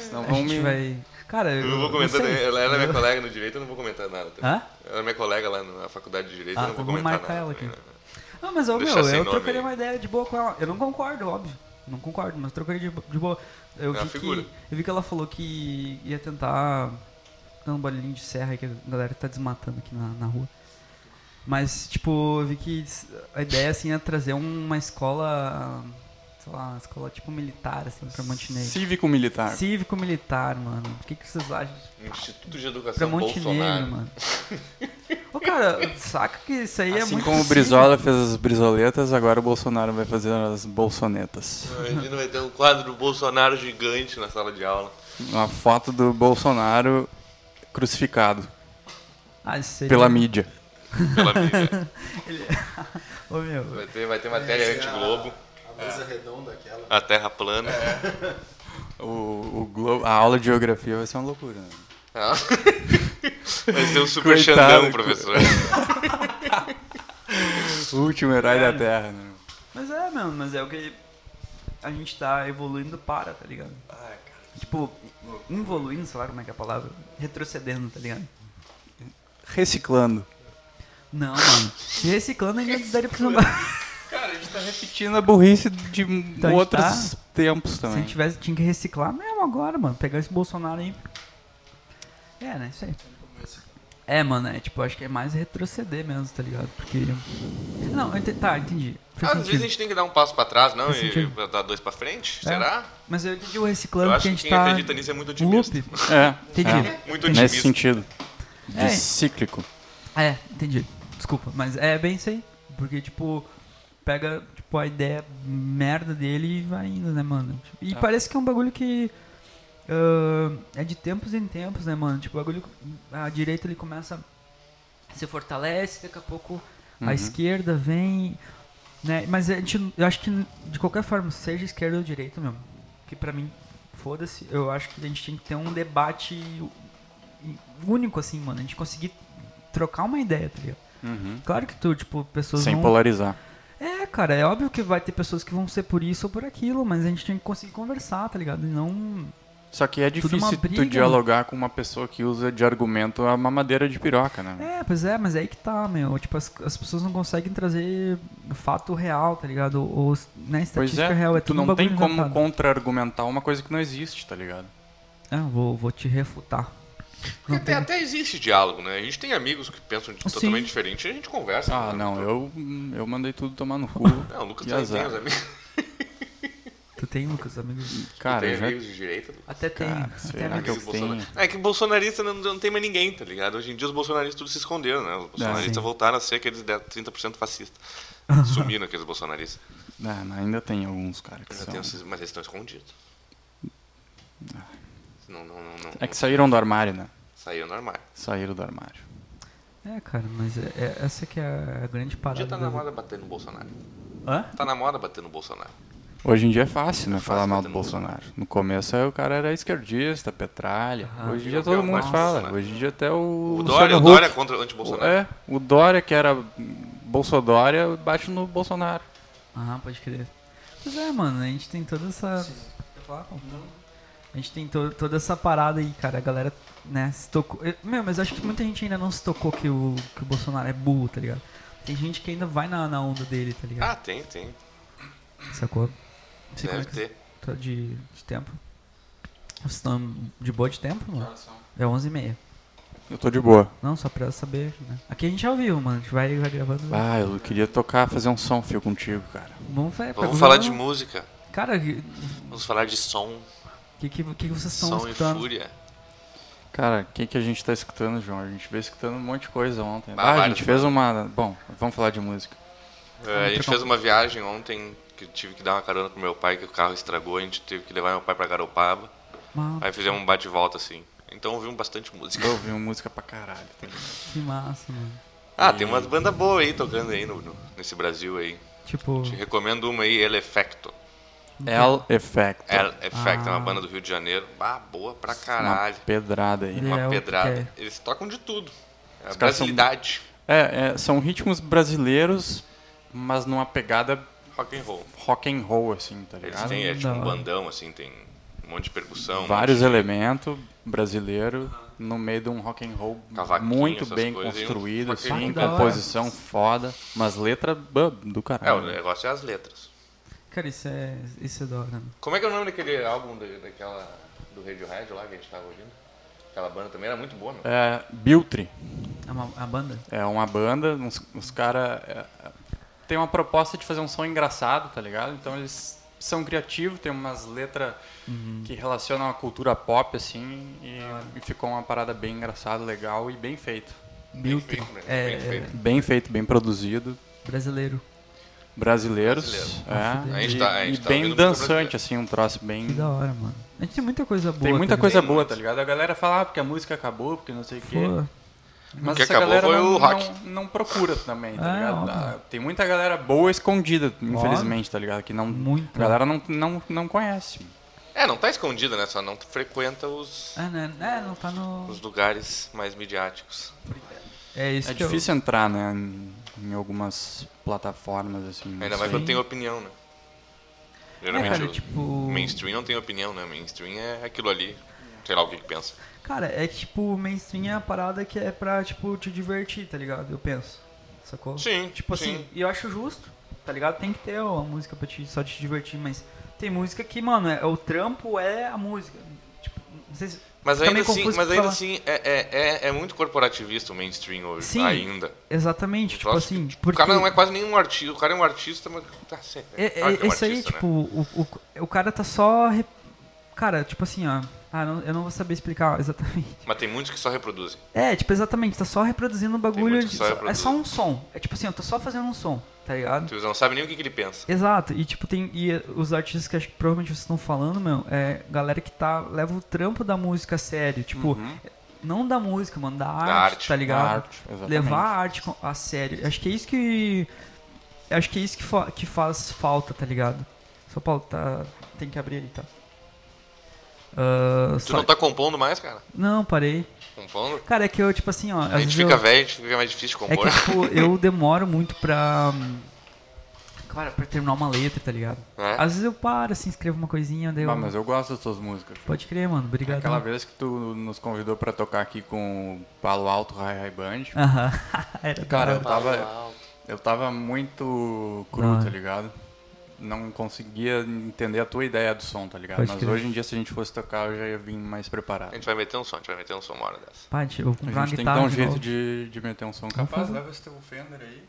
Senão A vão gente me. vai. Cara, Eu não vou comentar, sei. né? ela, ela é minha colega no direito, eu não vou comentar nada. também. Hã? Ela é minha colega lá na faculdade de direito, Ah, eu não então vou vamos comentar marcar nada. ela aqui. também, né? Ah, mas ó, meu, Deixar sem eu nome trocaria aí. uma ideia de boa com ela. Eu não concordo, óbvio. Não concordo, mas trocaria de, de boa. Eu É uma vi, que, figura. eu vi que ela falou que ia tentar dar um bolinho de serra aí que a galera tá desmatando aqui na, na rua. Mas, tipo, eu vi que a ideia, assim, é trazer uma escola, sei lá, uma escola tipo militar, assim, pra Montenegro. Cívico-militar. Cívico-militar, mano. O que, que vocês acham? Instituto de Pra Educação Montenegro, Bolsonaro. mano. Ô, cara, saca que isso aí é Assim muito como o possível. Brizola fez as brisoletas, agora o Bolsonaro vai fazer as bolsonetas. Imagina, vai ter um quadro do Bolsonaro gigante na sala de aula. Uma foto do Bolsonaro crucificado Ah, isso seria- pela mídia. Pela mídia. Ô, meu, Vai ter, vai ter matéria anti-globo, é É. A mesa redonda aquela. É. a terra plana. O, o Globo, a aula de geografia vai ser uma loucura. Né? Ah. Vai ser um super Coitado, Xandão, coitado. professor. O último herói É. da Terra, né? Mas é, mano, mas é o que a gente tá evoluindo para, tá ligado? Tipo, evoluindo, sei lá como é que é a palavra, retrocedendo, tá ligado? Reciclando. Não, mano, se reciclando ainda daria pra sambar. Cara, a gente tá repetindo a burrice de Então, a gente tá outros tempos Se a também. gente tivesse, tinha que reciclar mesmo agora, mano, pegar esse Bolsonaro aí. É, né, isso aí. É, mano, é tipo, acho que é mais retroceder mesmo, tá ligado? Porque... Não, eu ente- tá, entendi. Fez Às vezes a sentido. gente tem que dar um passo pra trás, não? Faz E sentido. dar dois pra frente? É. Será? Mas eu entendi o reciclando Eu porque acho a que gente quem tá... acredita nisso é muito um loop. otimista. É, Entendi. é. Muito Nesse otimista. sentido. De É. cíclico. É, entendi. Desculpa, mas é bem isso aí. Porque, tipo, pega tipo, a ideia merda dele e vai indo, né, mano? E parece que é um bagulho que. ah, é de tempos em tempos, né, mano? Tipo, o bagulho. A direita ele começa. Se fortalece, daqui a pouco a esquerda vem. Né? Mas a gente, eu acho que, de qualquer forma, seja esquerda ou direita mesmo. Que pra mim, foda-se, eu acho que a gente tinha que ter um debate único, assim, mano. A gente conseguir trocar uma ideia, tá ligado? Claro que tu, tipo, pessoas Uhum. Sem vão... polarizar. É, cara, é óbvio que vai ter pessoas que vão ser por isso ou por aquilo, mas a gente tem que conseguir conversar, tá ligado? E não Só que é Tudo uma difícil briga, tu né? dialogar com uma pessoa que usa de argumento a mamadeira de piroca, né? É, pois é, mas é aí que tá, meu. Tipo, as, as pessoas não conseguem trazer fato real, tá ligado? Ou, né, Pois estatística é, real. É tu tudo um não bagulho tem como inventado. contra-argumentar uma coisa que não existe, tá ligado? Ah, vou, vou te refutar. Porque até, até existe diálogo, né? A gente tem amigos que pensam de- Sim. totalmente diferente e a gente conversa. Ah, né? não, eu, eu mandei tudo tomar no cu. Não, o Lucas Que também tem azar. os amigos. Tu tem, Lucas, amigos? Cara, tem eu já... amigos de direita. Lucas? Até tem. Cara, Até será que amigos. eu Amigos tenho? bolsonar- É que bolsonarista não, não tem mais ninguém, tá ligado? Hoje em dia os bolsonaristas tudo se esconderam, né? Os É, bolsonaristas sim. voltaram a ser aqueles 10, 30% fascistas. Sumiram aqueles bolsonaristas. Ah, mas ainda tem alguns, cara, que Ainda são... tem esses- mas eles estão escondidos. Não, não, não, não. Ah. É que saíram do armário, né? Saíram do armário. Saíram do armário. É, cara, mas é, é- essa que é a grande parada. Hoje tá na do- moda bater no Bolsonaro. Hã? Tá na moda bater no Bolsonaro. Hoje em dia é fácil, né? falar fácil mal do bater no Bolsonaro. No começo aí, o cara era esquerdista, petralha. Ah, Hoje em dia não, todo não, mundo nossa, fala. né? Hoje em dia até o. O Luciano Dória, o Huck. Dória contra o anti-Bolsonaro. É, o Dória que era Bolsodória bate no Bolsonaro. Ah, pode crer. Pois é, mano, a gente tem toda essa. Quer falar, pô? A gente tem to toda essa parada aí, cara. A galera, né, se tocou. Eu- Meu, mas acho que muita gente ainda não se tocou que o, que o Bolsonaro é burro, tá ligado? Tem gente que ainda vai na, na onda dele, tá ligado? Ah, tem, tem. Sacou? Não sei como é Ah. Deve que ter. tá de, de tempo. Vocês estão de boa de tempo, mano? É 11h30. Eu tô de boa. Não, só pra saber, né? Aqui a gente é ao vivo, mano. A gente vai, vai gravando. Ah, eu queria tocar, fazer um som fio contigo, cara. Vamos, fa- um- Vamos falar de música. Cara, o que, Vamos falar de som. que, que, que vocês estão Som e escutando? fúria. Cara, o que, que a gente tá escutando, João? A gente veio escutando um monte de coisa ontem. Ah, Ah, a vários, gente fez uma. Bom, vamos falar de música. É, a gente trocar fez uma viagem ontem que eu tive que dar uma carona pro meu pai, que o carro estragou, a gente teve que levar meu pai pra Garopaba. Ah, Aí fizemos um bate-volta assim. Então ouvimos bastante música. Eu ouvi uma música pra caralho. Tá ligado? que massa, mano. Ah, tem umas bandas boas aí tocando aí no, no- nesse Brasil aí. Tipo, Te recomendo uma aí, El Efecto. El Effect. El Efecto é Ah. uma banda do Rio de Janeiro. Ah, boa pra Uma caralho. pedrada aí. É, Uma o que pedrada. que Eles tocam de tudo. É a Os caras são- brasilidade. É, é, são ritmos brasileiros, mas numa pegada Rock and roll. rock and roll, assim, tá Eles ligado? têm é, tipo da um hora. bandão, assim, tem um monte de percussão. um Vários monte de- elementos brasileiro no meio de um rock and roll Cavaquinho, muito essas bem coisas, e um construído, rock and assim, roll. Da hora. composição foda, mas letra bã, do É, o Ah. caralho. negócio é as letras. Cara, isso é, isso é da hora, mano. Como é que é o nome daquele álbum da- daquela do Radiohead lá que a gente tava ouvindo? Aquela banda também era muito boa, meu. É, Biltri É uma, a banda? é uma banda, uns, os caras tem uma proposta de fazer um som engraçado, tá ligado? Então eles são criativos, tem umas letras Uhum. que relacionam a cultura pop, assim, e, e ficou uma parada bem engraçada, legal e bem feito. Built. feito, né? É, Bem feito. Bem feito, bem produzido. brasileiro. brasileiros. Brasileiro. É, A gente e- tá- a e, gente tá bem ouvindo música dançante, brasileira. assim, um troço Que bem. da hora, mano. A gente tem muita coisa boa. Tem muita coisa Tem boa, muito. tá ligado? A galera fala ah, porque a música acabou, porque não sei o quê. boa. Mas O que essa acabou galera foi não, o rock. Não, não procura também, tá É, ligado? óbvio. Ah, Tem muita galera boa escondida, infelizmente, tá ligado? Que não. Muita. A galera não, não, não conhece. É, não tá escondida, né? Só não frequenta os, Ah, né? É, não tá no. os lugares mais midiáticos. É isso É que eu- difícil entrar, né? Em, em algumas plataformas, assim. não Ainda sei. mais quando tem opinião, né? É, Geralmente cara, o tipo. mainstream não tem opinião, né? Mainstream é aquilo ali. Sei lá o que, que pensa. Cara, é que tipo, mainstream é a parada que é pra, tipo, te divertir, tá ligado? Eu penso. Sacou? Sim, Tipo sim. assim, e eu acho justo, tá ligado? Tem que ter uma música pra te, só te divertir, mas tem música que, mano, é, o trampo é a música. Tipo, não sei se. Mas fica ainda meio assim, confuso mas pra ainda falar. assim é, é, é, é muito corporativista o mainstream hoje, Sim. ainda. Exatamente, tipo troço assim. O Porque... cara não é quase nenhum artista, o cara é um artista, mas tá certo. É, Claro que é, um esse aí, artista, né? tipo, o, o, o cara tá só. re- Cara, tipo assim, ó. Ah, não- eu não vou saber explicar exatamente. Mas tem muitos que só reproduzem. É, tipo, exatamente, tá só reproduzindo o bagulho. muito que de- só é reproduz. só um som. É tipo assim, eu tô só fazendo um som, tá ligado? Tu não sabe nem o que, que ele pensa. Exato, e tipo, tem. E os artistas que acho que provavelmente vocês estão falando, meu, é galera que tá. leva o trampo da música a sério. Tipo, não da música, mano, da arte, Uhum. arte, tá ligado? da arte, exatamente. Levar a arte co- a sério. Acho que é isso que. Acho que é isso que, fa- que faz falta, tá ligado? São Paulo, tá. Tem que abrir ali, tá? Ah, Tu só- não tá compondo mais, cara? Não, parei. Compondo? Cara, é que eu, tipo assim, ó. A às vezes gente fica eu- né? velho, a gente fica mais difícil de é compor. que, tipo, eu demoro muito pra. Cara, pra terminar uma letra, tá ligado? É. Às vezes eu paro, assim, escrevo uma coisinha, daí eu... Ah, mas eu gosto das tuas músicas. Pode crer, mano. Obrigado. né? Aquela vez que tu nos convidou pra tocar aqui com o Palo Alto Hi Hi Band. Aham. Era Cara, eu da hora. tava, eu tava muito cru, Não. tá ligado? Não conseguia entender a tua ideia do som, tá ligado? Pode Mas crer. hoje em dia, se a gente fosse tocar, eu já ia vir mais A preparado. gente vai meter um som, a gente vai meter um som uma hora dessa. Pá, eu vou A comprar uma gente tem que dar guitarra um de jeito novo. de, de meter um som capaz. fazer. Leva esse teu Fender aí.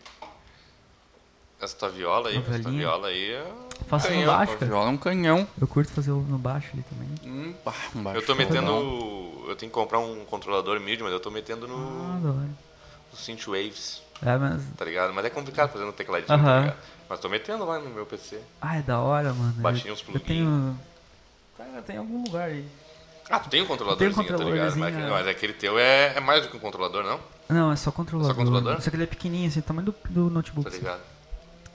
Essa tua viola aí, Uma Tá essa tua violinha. viola aí. é- Faço no Canhão, baixo, Tua cara. viola é um canhão. Eu curto fazer o- no baixo ali também. Hum, pá, um baixo Eu tô show, não. metendo. Eu tenho que comprar um controlador MIDI, mas eu tô metendo no, Ah, da hora. no Synthwaves, É, mas... tá ligado? Mas é complicado fazendo tecladinho, Aham. tá ligado? Mas tô metendo lá no meu PC. Ah, é da hora, mano. Baixinho os eu, eu plugins. tenho... Cara, tem algum lugar aí. Ah, tu tem um controladorzinho, tá ligado? Mas, controladorzinho, é. mas aquele teu é, é mais do que um controlador, não? Não, é só controlador. É só controlador? Só que ele é pequenininho, assim, tamanho do, do Tá notebook. assim. ligado?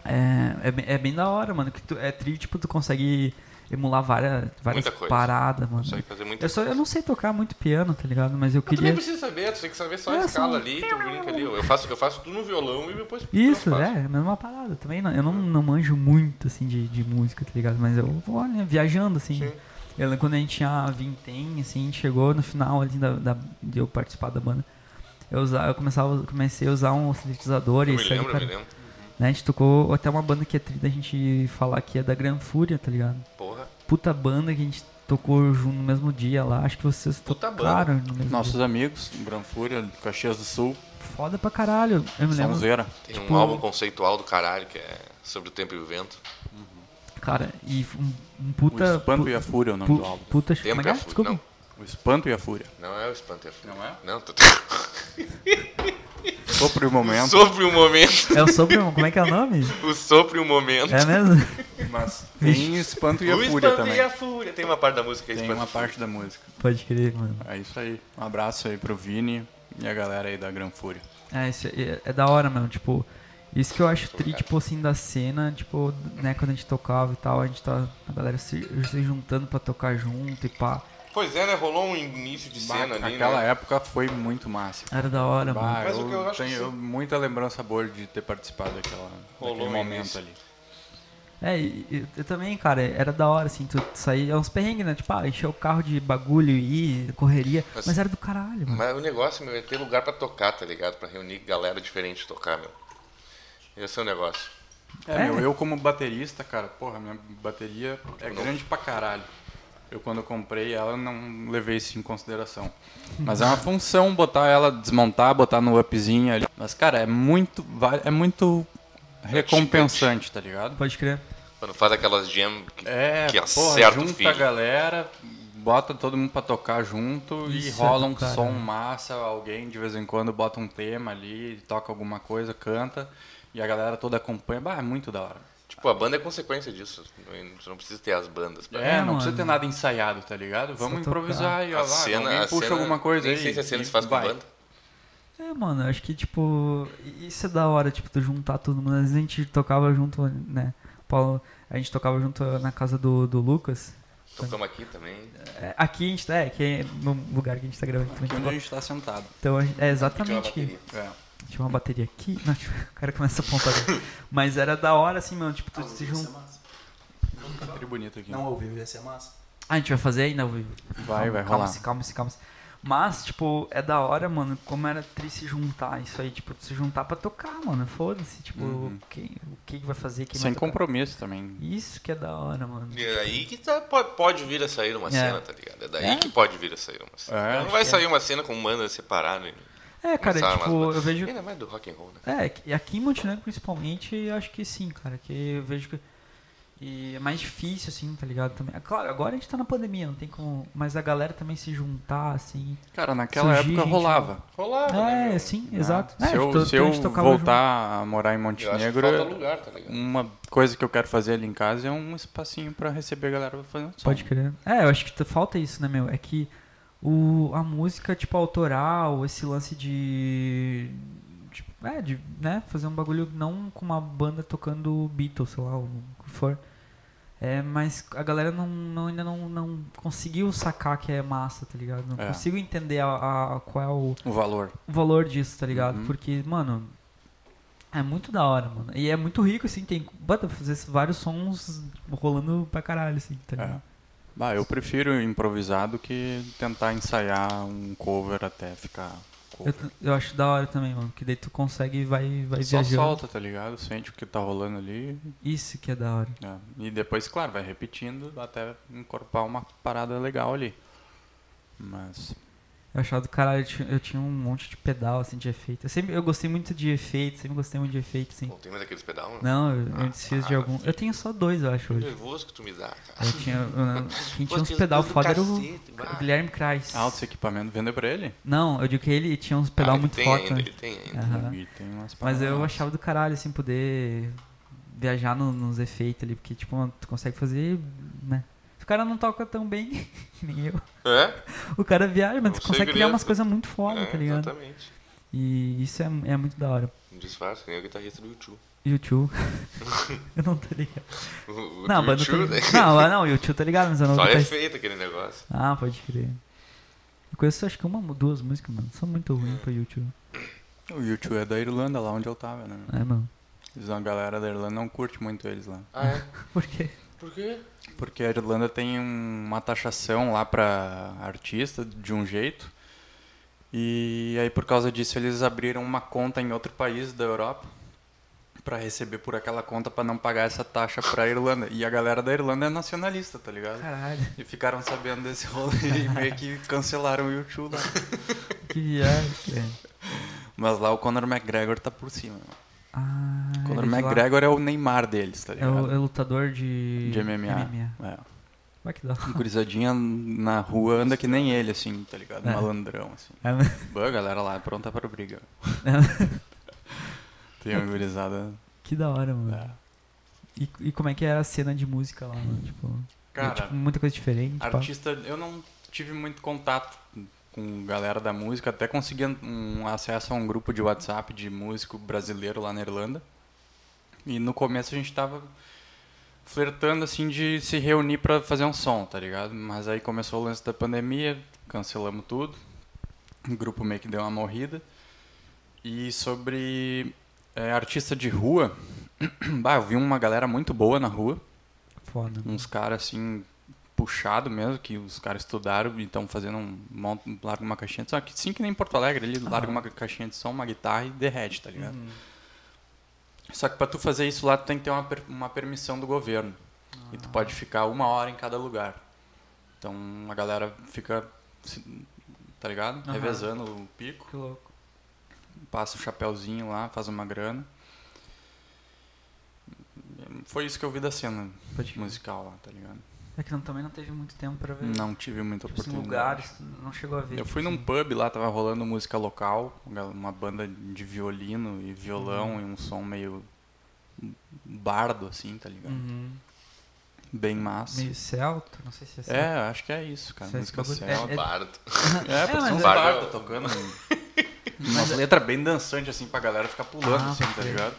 É, é, bem- é bem da hora, mano. Que tu, é tri, tipo, tu consegue emular várias, várias Muita coisa. paradas, mano. Consegue fazer muita Eu, só, eu coisa. não sei tocar muito piano, tá ligado? Mas eu Tu nem queria. precisa saber, tu tem que saber só É, a Ah, só- escala ali, tu brinca ali. Eu faço, eu faço tudo no violão e depois. Isso, eu faço. né? é, é a mesma parada. Também não- eu não, não manjo muito, assim, de, de música, tá ligado? Mas eu vou né, viajando, assim. Sim. Eu lembro quando a gente tinha Vintem, assim, a gente chegou no final ali da, da- de eu participar da banda. Eu, usa- eu começava, comecei a usar um sintetizador Eu e me isso aí, lembro, eu me cara. lembro. Né, a gente tocou até uma banda que é tri da gente falar que é da Gran Fúria, tá ligado? Porra. Puta banda que a gente tocou junto no mesmo dia lá. Acho que vocês Puta banda. tocaram no mesmo Nossos dia. amigos, Gran Fúria, Caxias do Sul, Foda pra caralho. Eu me lembro. Sonzeira. Tem Tipo- um álbum conceitual do caralho que é sobre o tempo e o vento. Cara, e f- um, um O puta. Espanto pu- e a Fúria é o nome do pu- álbum. Puta Tempo como é e que é? a Fúria. Desculpa. Não, O Espanto e a Fúria. não é o espanto e a fúria. Não é? Não, tô... Sobre o momento. Sobre o momento. É o sobre. Como é que é o nome? O sopro e o momento. É mesmo? Mas tem Espanto e a o Fúria espanto também. e a fúria. Tem uma parte da música que é Tem espanto. uma e Fúria. parte da música. Pode crer, mano. É isso aí. Um abraço aí pro Vini e a galera aí da Gran Fúria. É, isso é, é da hora, mano. Tipo, isso que eu acho tri, tipo, assim, da cena, tipo, né, quando a gente tocava e tal, a gente tá. A galera se, se juntando pra tocar junto e pá. Pois é, né? Rolou um início de cena ali, Aquela né? época foi muito massa. Era da hora, mano. Bah, Mas eu, o que eu acho que tenho sim. muita lembrança boa de ter participado daquela, Rolou daquele um momento início. ali. É, e- e- eu também, cara, era da hora, assim, tu sair, é uns perrengues, né? Tipo, ah, encher o carro de bagulho e ir, correria, mas, Mas- era do caralho, mano. Mas o negócio, meu, é ter lugar pra tocar, tá ligado? Pra reunir galera diferente e tocar, meu. Esse é o negócio. É, meu, eu como baterista, cara, porra, minha bateria é grande pra caralho. Eu quando eu comprei ela não levei isso em consideração. Mas é uma função botar ela, desmontar, botar no upzinho ali. Mas, cara, é muito, va- é muito É recompensante, tá ligado? Pode crer. Quando faz aquelas jam que, É, que porra, acerta o junta a filho. galera, bota todo mundo pra tocar junto e Isso é rola do um caralho. som massa, alguém de vez em quando bota um tema ali, toca alguma coisa, canta, e a galera toda acompanha. Bah, é muito da hora. Tipo, a banda é consequência disso. Tu não precisa ter as bandas. pra- É, É, não mano. precisa ter nada ensaiado, tá ligado? Vamos tocar. improvisar e ó, A lá, cena- alguém a puxa cena- alguma coisa nem aí. sei se a cena e se faz com vai. banda. É, mano, eu acho que, tipo, isso é da hora, tipo, tu juntar todo mundo. Às vezes a gente tocava junto, né? Paulo, a gente tocava junto na casa do, do Lucas. Tocamos Então, aqui também. É, aqui a gente tá, é, que é no lugar que a gente tá gravando. Aqui onde a também. gente tá sentado. Então, a gente- é Tinha uma exatamente aqui. bateria. É. Tinha uma bateria aqui. Não, tipo, o cara começa a apontar. Mas era da hora, assim, mano, tipo, tu se Ia ser junta. massa. Que bonito aqui. Não, ao vivo ia ser massa. Ah, a gente vai fazer ainda ao vivo. Vai, vai rolar. Calma-se, calma-se, calma-se. Mas, tipo, é da hora, mano, como era tri se juntar, isso aí, tipo, se juntar pra tocar, mano, foda-se, tipo, Uhum. quem, o que que vai fazer, quem é Sem vai tocar. compromisso também. Isso que é da hora, mano. E é aí que tá- po- pode vir a sair uma É. cena, tá ligado? É daí É. que pode vir a sair uma cena. É, não vai sair uma cena com banda separada. né? É, cara, Começar tipo, umas- eu vejo... Ainda mais do rock and roll, né? É, que- aqui em Montenegro, principalmente, eu acho que sim, cara, que eu vejo que... E é mais difícil, assim, tá ligado? Também. É Claro, agora a gente tá na pandemia, não tem como... Mas a galera também se juntar, assim... Cara, naquela Surgir, época gente, rolava. Rolava, né? É, meu? sim, exato. Se é, eu, to- se a eu gente tocava junto. voltar a morar em Eu acho que Montenegro, é- falta lugar, tá ligado? uma coisa que eu quero fazer ali em casa é um espacinho pra receber a galera pra fazer um som. Pode crer. É, eu acho que t- falta isso, né, meu? É que o, a música, tipo, autoral, esse lance de. Tipo, é, de né, fazer um bagulho não com uma banda tocando Beatles, sei lá, o que for. É, mas a galera não, não- ainda não, não conseguiu sacar que é massa, tá ligado? Não É. consigo entender a, a- qual é o O valor. Uhum. valor disso, tá ligado? Porque, mano, É muito da hora, mano. E é muito rico, assim, tem. Bota fazer vários sons rolando pra caralho, assim, tá ligado? É. Bah, eu prefiro improvisar do que tentar ensaiar um cover até ficar Eu, cover. t- eu acho da hora também, mano. Que daí tu consegue e vai, vai Só viajando. solta, tá ligado? Sente o que tá rolando ali. Isso que é da hora. né? E depois, claro, vai repetindo até incorporar uma parada legal ali. Mas. Eu achava do caralho, eu tinha, eu tinha um monte de pedal, assim, de efeito. Eu, sempre, eu gostei muito de efeito, sempre gostei muito de efeito, assim. Pô, tem mais aqueles pedal? né? mano? Não, eu, eu desfiz de algum. Eu tenho só dois, eu acho, Que hoje. nervoso que tu me dá, cara. Eu tinha, eu- quem Pô, tinha uns aqueles pedal do foda era o, cacete, bah. o Guilherme Kreis. Ah, esse equipamento vender pra ele? Não, eu digo que ele tinha uns Ah, pedal ele muito tem foda. ainda, né? ele tem ainda. Aham. E tem umas Mas eu paradas. achava do caralho, assim, poder viajar no- nos efeitos ali, porque, tipo, mano, tu consegue fazer, né? O cara não toca tão bem, nem eu. É? O cara viaja, mas É um tu consegue criar segredo. umas coisas muito foda, é, tá ligado? Exatamente. E isso é, é muito da hora. Não disfarça, nem o guitarrista do YouTube. YouTube. eu não tô ligado. O, o Não, do mas eu tô YouTube, ligado. né? Não, ah, não, YouTube tá ligado, mas eu não Só vou tá- é feito aquele negócio. Ah, pode crer. Eu conheço acho que uma, duas músicas, mano. São muito ruins pra YouTube. O YouTube é da Irlanda, lá onde eu tava, né? É, mano. Eles- A galera da Irlanda não curte muito eles lá. Ah, é? Por quê? Por quê? Porque a Irlanda tem um- uma taxação lá pra artista de um jeito. E aí por causa disso eles abriram uma conta em outro país da Europa pra receber por aquela conta pra não pagar essa taxa pra Irlanda. E a galera da Irlanda é nacionalista, tá ligado? Caralho, E ficaram sabendo desse rolê e meio que cancelaram o YouTube lá. que viagem, cara. Mas lá o Conor McGregor tá por cima. mano. Ah, Conor ele de lá. McGregor é o Neymar deles, tá É, o, ligado? é lutador de... De MMA. É. Vai que dá. Gurizadinha na rua anda que nem ele, assim, tá ligado? É. Malandrão, assim. É, mas- Boa, galera lá, é pronta pra briga. Tem uma gurizada. que da hora, mano. É. E, e como é que era a cena de música lá, mano? Tipo, é, Cara, tipo, muita coisa diferente. pá. artista, eu não tive muito contato com galera da música, até consegui um acesso a um grupo de WhatsApp de músico brasileiro lá na Irlanda. E no começo a gente tava flertando assim de se reunir pra fazer um som, tá ligado? Mas aí começou o lance da pandemia, cancelamos tudo. O grupo meio que deu uma morrida. E sobre é, artista de rua, bah, eu vi uma galera muito boa na rua Foda. uns caras assim puxado mesmo que os caras estudaram e estão fazendo um monte larga uma caixinha de som que sim que nem em Porto Alegre ele larga uma caixinha de som uma guitarra e derrete tá ligado só que pra tu fazer isso lá tu tem que ter uma, per- uma permissão do governo e tu pode ficar uma hora em cada lugar então a galera fica se- tá ligado Aham. revezando o pico Que louco. passa o chapéuzinho lá faz uma grana foi isso que eu vi da cena Pode musical lá tá ligado É que não, também não teve muito tempo pra ver. não tive muita Tipo, assim, oportunidade. lugares, não chegou a ver. Eu tipo fui num assim. pub lá, tava rolando música local, uma banda de violino e Uhum. violão e um som meio bardo, assim, tá ligado? Uhum. Bem massa. Meio celta, não sei se é celta. É, acho que é isso, cara. Isso é música esse celta. É- Bardo. É, parece mas é- um é- bardo tocando. Umas letras bem dançantes, assim, pra galera ficar pulando, Ah, assim, tá ok. ligado?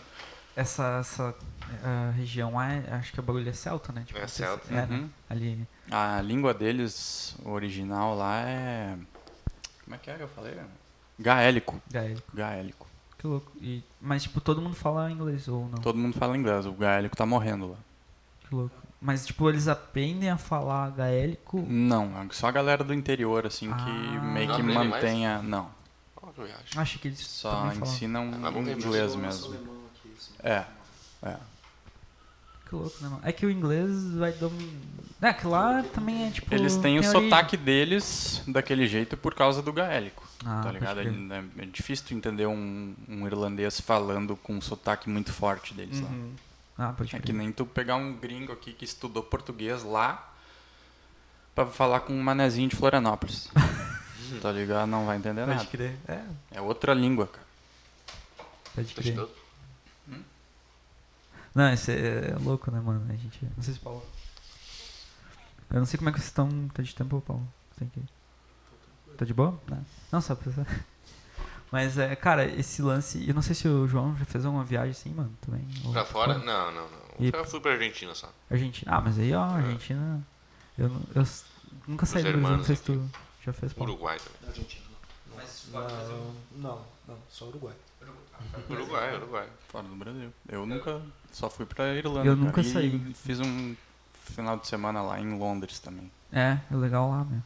Essa, essa ah, região lá, é- acho que o bagulho é celta, né? Tipo, É não sei se- celta. É, né? Uhum. Ali. A língua deles, original lá, é... Como é que é que eu falei? Gaélico. Gaélico, Gaélico. que louco. E, mas, tipo, todo mundo fala inglês ou não? Todo mundo fala inglês, o gaélico tá morrendo lá. Que louco. Mas, tipo, eles aprendem a falar gaélico. Não, é só a galera do interior, assim, que Ah. meio Não que aprendem mais? mantenha. Não, Olha que viagem. Acho que eles só também falam. ensinam Ah, vamos ver, inglês Eu sou mesmo. alemão aqui, assim. É, é. Que louco, né, mano? É que o inglês vai dominar. É, que lá também é tipo. Eles têm o tem origem. sotaque deles daquele jeito por causa do gaélico. Ah, tá pode ligado? É, crer. é- é difícil tu entender um, um irlandês falando com um sotaque muito forte deles lá. Uhum. Ah, pode É crer. que nem tu pegar um gringo aqui que estudou português lá pra falar com um manezinho de Florianópolis. tá ligado? Não vai entender nada. Pode crer. É, É outra língua, cara. pode Tá crer. estudando? Não, isso é é louco, né, mano? A gente. Não sei se Paulo. Eu não sei como é que vocês estão. Tá de tempo, Paulo? Tem que... Tá de boa? Não, não só pra. Mas, é, cara, esse lance. Eu não sei se o João já fez alguma viagem assim, mano, também. ou- Pra fora? Não, não, não. E- Eu já fui pra Argentina só. Argentina. Ah, mas aí, ó, É. Argentina. Eu, nu- eu s- nunca saí do Brasil, irmãos não sei se tu já fez Paulo. Uruguai também. Da Argentina. Não Mas fora do Brasil. Não, não, só Uruguai. Uruguai, Uruguai. Fora do Brasil. Eu nunca. Só fui pra Irlanda. Eu cara, nunca e saí. Fiz um final de semana lá em Londres também. É, é legal lá, meu.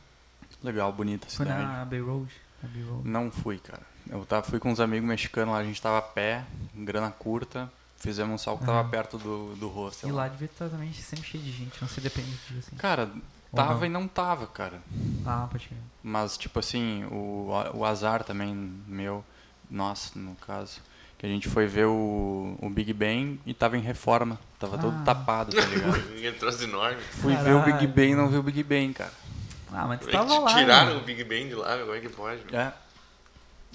Legal, bonita a Foi cidade. na Abbey Road. Abbey Road. Não fui, cara. Eu tava, fui com uns amigos mexicanos lá, a gente tava a pé, grana curta, fizemos um sal que tava Aham. perto do, do Ah. hostel. Então. E lá. lá devia estar também sempre cheio de gente, não sei, depende do dia, assim. Cara, Ou tava não. e não tava, cara. Ah, pode crer. Mas, tipo assim, o, o azar também meu, nosso, no caso, que a gente foi ver o, o Big Bang e tava em reforma. Tava todo Ah. tapado, tá ligado? Ninguém trouxe enorme. Fui ver o Big Caralho. Bang e não vi o Big Bang, cara. Ah, mas tu Eles tava lá. né? tiraram mano. o Big Bang de lá, meu, como é que pode? meu? É,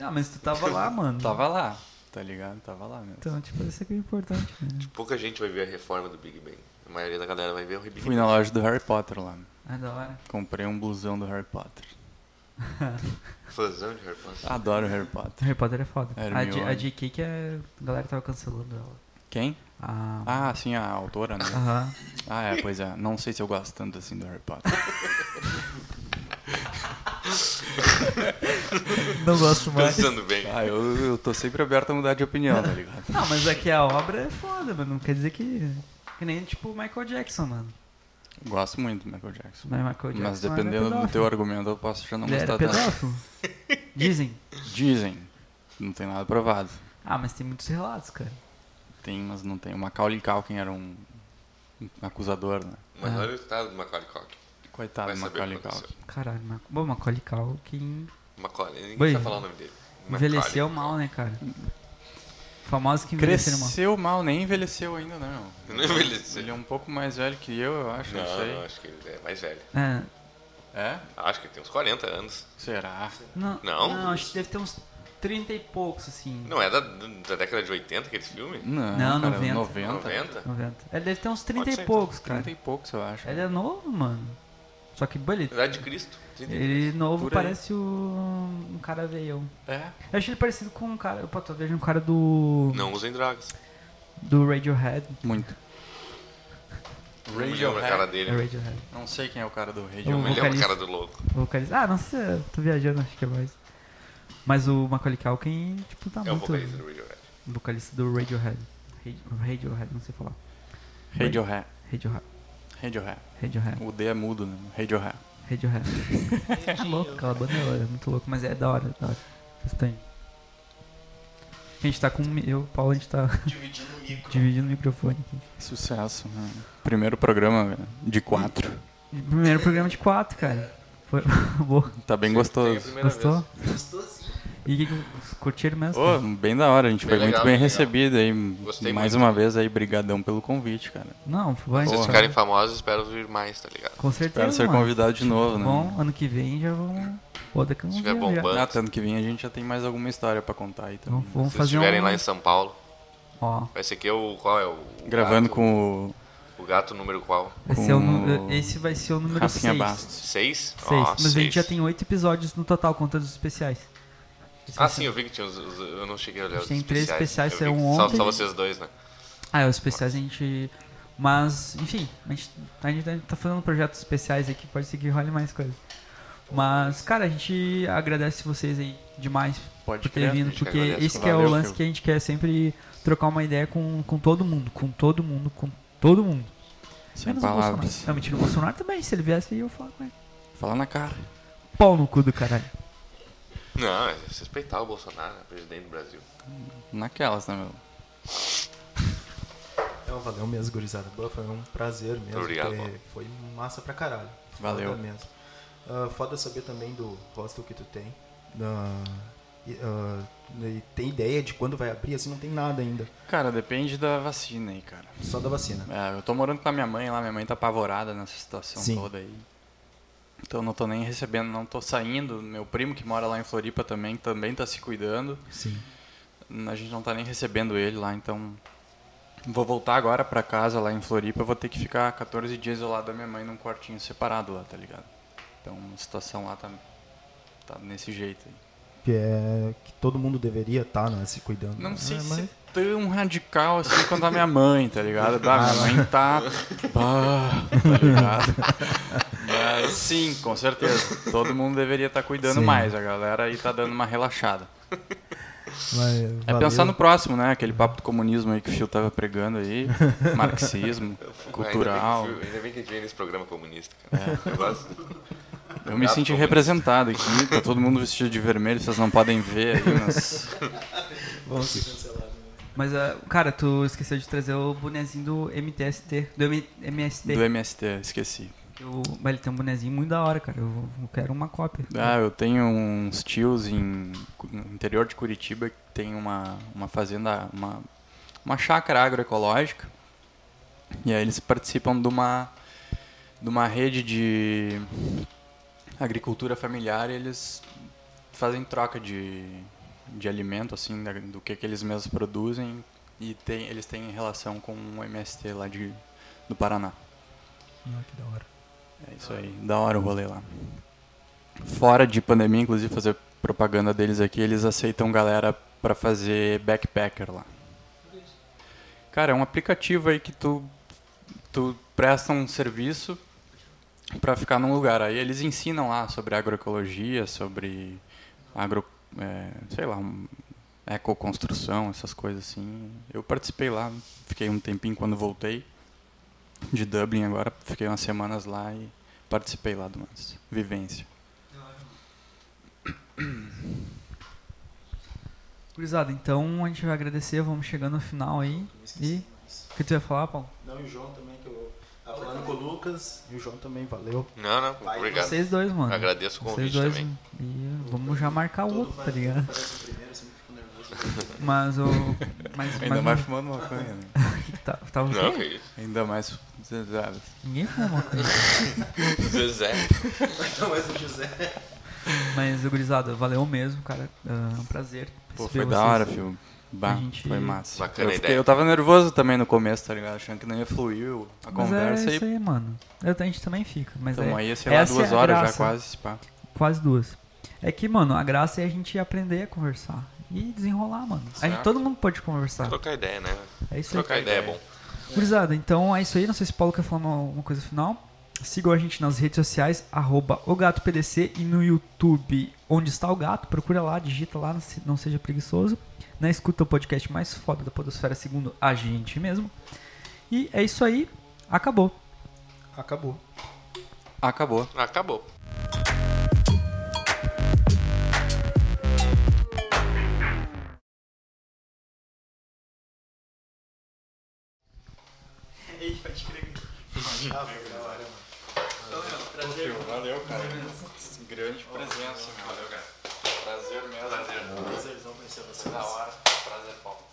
Ah, mas tu tava lá, mano. tava lá, tá ligado? Tava lá mesmo. Então, tipo, isso aqui é importante, né? Pouca gente vai ver a reforma do Big Bang. A maioria da galera vai ver o Big Fui Bang. na loja do Harry Potter lá. Ah, da hora. Comprei um blusão do Harry Potter. Fãzão de Harry Potter. Ah, Adoro Harry Potter. Harry Potter é foda. A, J- Hermione. a JK que é... a galera tava cancelando ela. Quem? Ah. Ah, sim, a autora, né? Aham. Ah, é, pois é. Não sei se eu gosto tanto assim do Harry Potter. Não gosto mais. Pensando bem. Ah, eu, eu tô sempre aberto a mudar de opinião, tá ligado? Não, mas é que a obra é foda, mano. Não quer dizer que. Que nem tipo o Michael Jackson, mano. Eu Gosto muito do Michael Jackson. Mas Michael Jackson. Mas era dependendo do pedófilo. teu argumento, eu posso já não Ele é era gostar tanto. pedófilo. Dizem. Dizem. Não tem nada provado. Ah, mas tem muitos relatos, cara. Tem, mas não tem. O Macaulay Culkin era um um acusador, né? Mas olha o estado do Macaulay Culkin. Coitado Vai do saber Macaulay o que aconteceu. Culkin. Caralho, Mac... Bom, Macaulay Culkin Macaulay, ninguém Bem, sabe falar o nome dele. envelheceu Macaulay. mal, né, cara? Famosos que envelheceram mal. Cresceu mal, nem envelheceu ainda, né, meu? Não envelheceu. Ele é um pouco mais velho que eu, eu né? acho, não, Não, sei. não, acho que ele é mais velho. É, É? Acho que ele tem uns 40 anos. Será? não, Não? não, acho que deve ter uns 30 e poucos, assim. Não é da, da década de 80 aquele filme? Não, Não, cara, 90. 90. 90? 90. Ele deve ter uns 30 ser, e poucos, cara. 30 e poucos, eu acho. Ele é novo, mano. Só que, bom, ele, Idade de Cristo. ele novo Por aí. parece o, um cara veião. É. Eu acho ele parecido com um cara. Opa, tô vendo um cara do. Não usem drogas. Do Radiohead. Muito. Não me lembro a cara É dele. Radiohead. Não sei quem é o cara do Radiohead. Eu O me lembro a vocalista. cara do louco. O vocalista. Ah, não sei, se eu tô viajando, acho que é mais. Mas o Macaulay Culkin, tipo, tá É o muito. vocalista do Radiohead. vocalista do Radiohead. Radio- Radiohead, não sei falar. Radiohead. Radiohead. Radiohead. Radiohead. O D é mudo, né? Radiohead. Radiohead. é louco, aquela banda é hora, é muito louco, mas é da hora, é da hora. Bastante. A gente tá com. Eu, o Paulo, a gente tá Dividindo o micro. dividindo o microfone aqui. Sucesso. né? Primeiro programa de quatro. Primeiro programa de quatro, cara. Foi boa. Tá bem Tem a gostoso. primeira Gostou? vez. Gostou sim. E que que curtiram mesmo? Ô, bem da hora, a gente Bem foi muito legal, bem bem legal. recebido aí. Gostei Mais muito. uma vez aí, brigadão pelo convite, cara. Não, vai. Se vocês cara. ficarem famosos, espero vir mais, tá ligado? Com certeza. Espero ser mano. convidado de novo, né? Bom, ano que vem já vamos. Pô, daqui a Se uns estiver dias já. bombando, Ah, tanto que vem a gente já tem mais alguma história pra contar aí também. Vamos, vamos se vocês fazer estiverem um. lá em São Paulo, Ó, vai ser que eu. Qual é o. o Ah, Gravando gato- com o O gato número qual? esse, é o Com nu- esse vai ser o número 6. Rafinha Seis. Bastos. Seis? Seis. Ó, Mas a gente já tem oito episódios no total, contando os especiais. Esse vai Ah, ser- sim, eu vi que tinha os, os- Eu não cheguei a olhar os Tem três especiais, Eu vi saiu que um só, ontem. Só vocês dois, né? Ah, é, os especiais a gente. Mas, enfim, a gente, a gente tá- tá fazendo projetos especiais aqui, pode ser que role mais coisa. Mas, cara, a gente agradece vocês aí demais Pode por ter crer. vindo, gente porque agradece. esse que é o Valeu, lance Phil. que a gente quer sempre trocar uma ideia com, com todo mundo, com todo mundo, com todo mundo. Sem Menos o palavras. Bolsonaro. Não, mentira, o Bolsonaro também, se ele viesse aí eu falo com ele. Fala na cara. Pau no cu do caralho. Não, é respeitar o Bolsonaro, né? presidente do Brasil. Naquelas, né, meu? Então, valeu mesmo, gurizada. Boa, Foi um prazer mesmo. Obrigado, ter- Paulo. Foi massa pra caralho. Valeu. Foda mesmo. Ah, foda saber também do hostel que tu tem. da- e, ah, e tem ideia de quando vai abrir? Assim, não tem nada ainda. Cara, depende da vacina aí, cara. Só da vacina. É, eu tô morando com a minha mãe lá, minha mãe tá apavorada nessa situação Sim. toda aí. Então não tô nem recebendo, não tô saindo. Meu primo que mora lá em Floripa também, também tá se cuidando. Sim. A gente não tá nem recebendo ele lá, então vou voltar agora pra casa lá em Floripa, eu vou ter que ficar 14 dias isolado da minha mãe num quartinho separado lá, tá ligado? Então a situação lá tá tá nesse jeito aí. Que, é, que todo mundo deveria estar, né? Se cuidando. Não né? sei É, se mas- é tão radical assim quanto a minha mãe, tá ligado? Ah, minha mãe tá. Bah, tá ligado? Mas Sim, com certeza. Todo mundo deveria estar cuidando Sim. mais. A galera aí tá dando uma relaxada. Vai, É valeu. pensar no próximo, né? Aquele papo do comunismo aí que o Fio tava pregando aí. Marxismo, cultural. É. Ainda bem, que, ainda bem que a gente veio nesse programa comunista, cara. Eu gosto. Eu me senti representado aqui. Tá todo mundo vestido de vermelho, vocês não podem ver aí, mas... Mas, ah, cara, tu esqueceu de trazer o bonezinho do MTST. Do M MST. Do MST, esqueci. Eu- mas ele tem um bonezinho muito da hora, cara. Eu, vou- eu quero uma cópia. Ah, eu tenho uns tios em, Cu- no interior de Curitiba que tem uma, uma fazenda, uma, uma chácara agroecológica. E aí eles participam de uma, de uma rede de agricultura familiar e eles fazem troca de, de alimento, assim, da- do que, que eles mesmos produzem. E tem, eles têm relação com o MST lá de, do Paraná. Ah, que da hora. É isso aí, da hora o rolê lá. Fora de pandemia, inclusive, fazer propaganda deles aqui, eles aceitam galera pra fazer backpacker lá. Cara, é um aplicativo aí que tu, tu presta um serviço pra ficar num lugar. Aí eles ensinam lá sobre agroecologia, sobre agro. é, sei lá, um, ecoconstrução, essas coisas assim. Eu participei lá, fiquei um tempinho quando voltei de Dublin agora, fiquei umas semanas lá e participei lá de uma vivência. Gurizada, então a gente vai agradecer, vamos chegando no final aí. E o que tu ia falar, Paulo? Não, e o João também, que eu tava falando com o Lucas. E o João também, valeu. Não, não, obrigado. Vocês dois, mano. Agradeço o Vocês convite dois. também. E vamos já marcar o outro, tá ligado? Parece o primeiro, assim, fico nervoso. Mas o. Mas, Ainda mas mais fumando maconha, né? tá, tava Não, que isso. Ainda mais. sabe? Ninguém fuma maconha. Zezé. Mas o José. Mas, gurizada, valeu mesmo, cara. É um prazer. Pô, receber foi da vocês. hora, filho. Bah, A gente- foi massa. Bacana eu, a fiquei- ideia. eu tava nervoso também no começo, tá ligado? Achando que não ia fluir a Mas conversa é isso e aí, mano. Eu- a gente também fica. Mas tamo é aí, sei lá, essa é duas a horas já graça. quase. se Pá. quase duas. É que, mano, a graça é a gente aprender a conversar. E desenrolar, mano. A gente, Certo. todo mundo pode conversar. Trocar ideia, né? É isso aí. Trocar ideia é bom. Gurizada, então é isso aí. Não sei se o Paulo quer falar uma, uma coisa final. Sigam a gente nas redes sociais, arroba o gato PDC e no YouTube Onde Está o Gato. Procura lá, digita lá, não se- não seja preguiçoso. Na escuta o podcast mais foda da Podosfera, segundo a gente mesmo. E é isso aí. Acabou. Acabou. Acabou. Ah, Acabou. Valeu, cara. Grande presença, Valeu, cara. Prazer mesmo. Prazer. Prazerzão conhecer você. Da hora. Prazer, Paulo.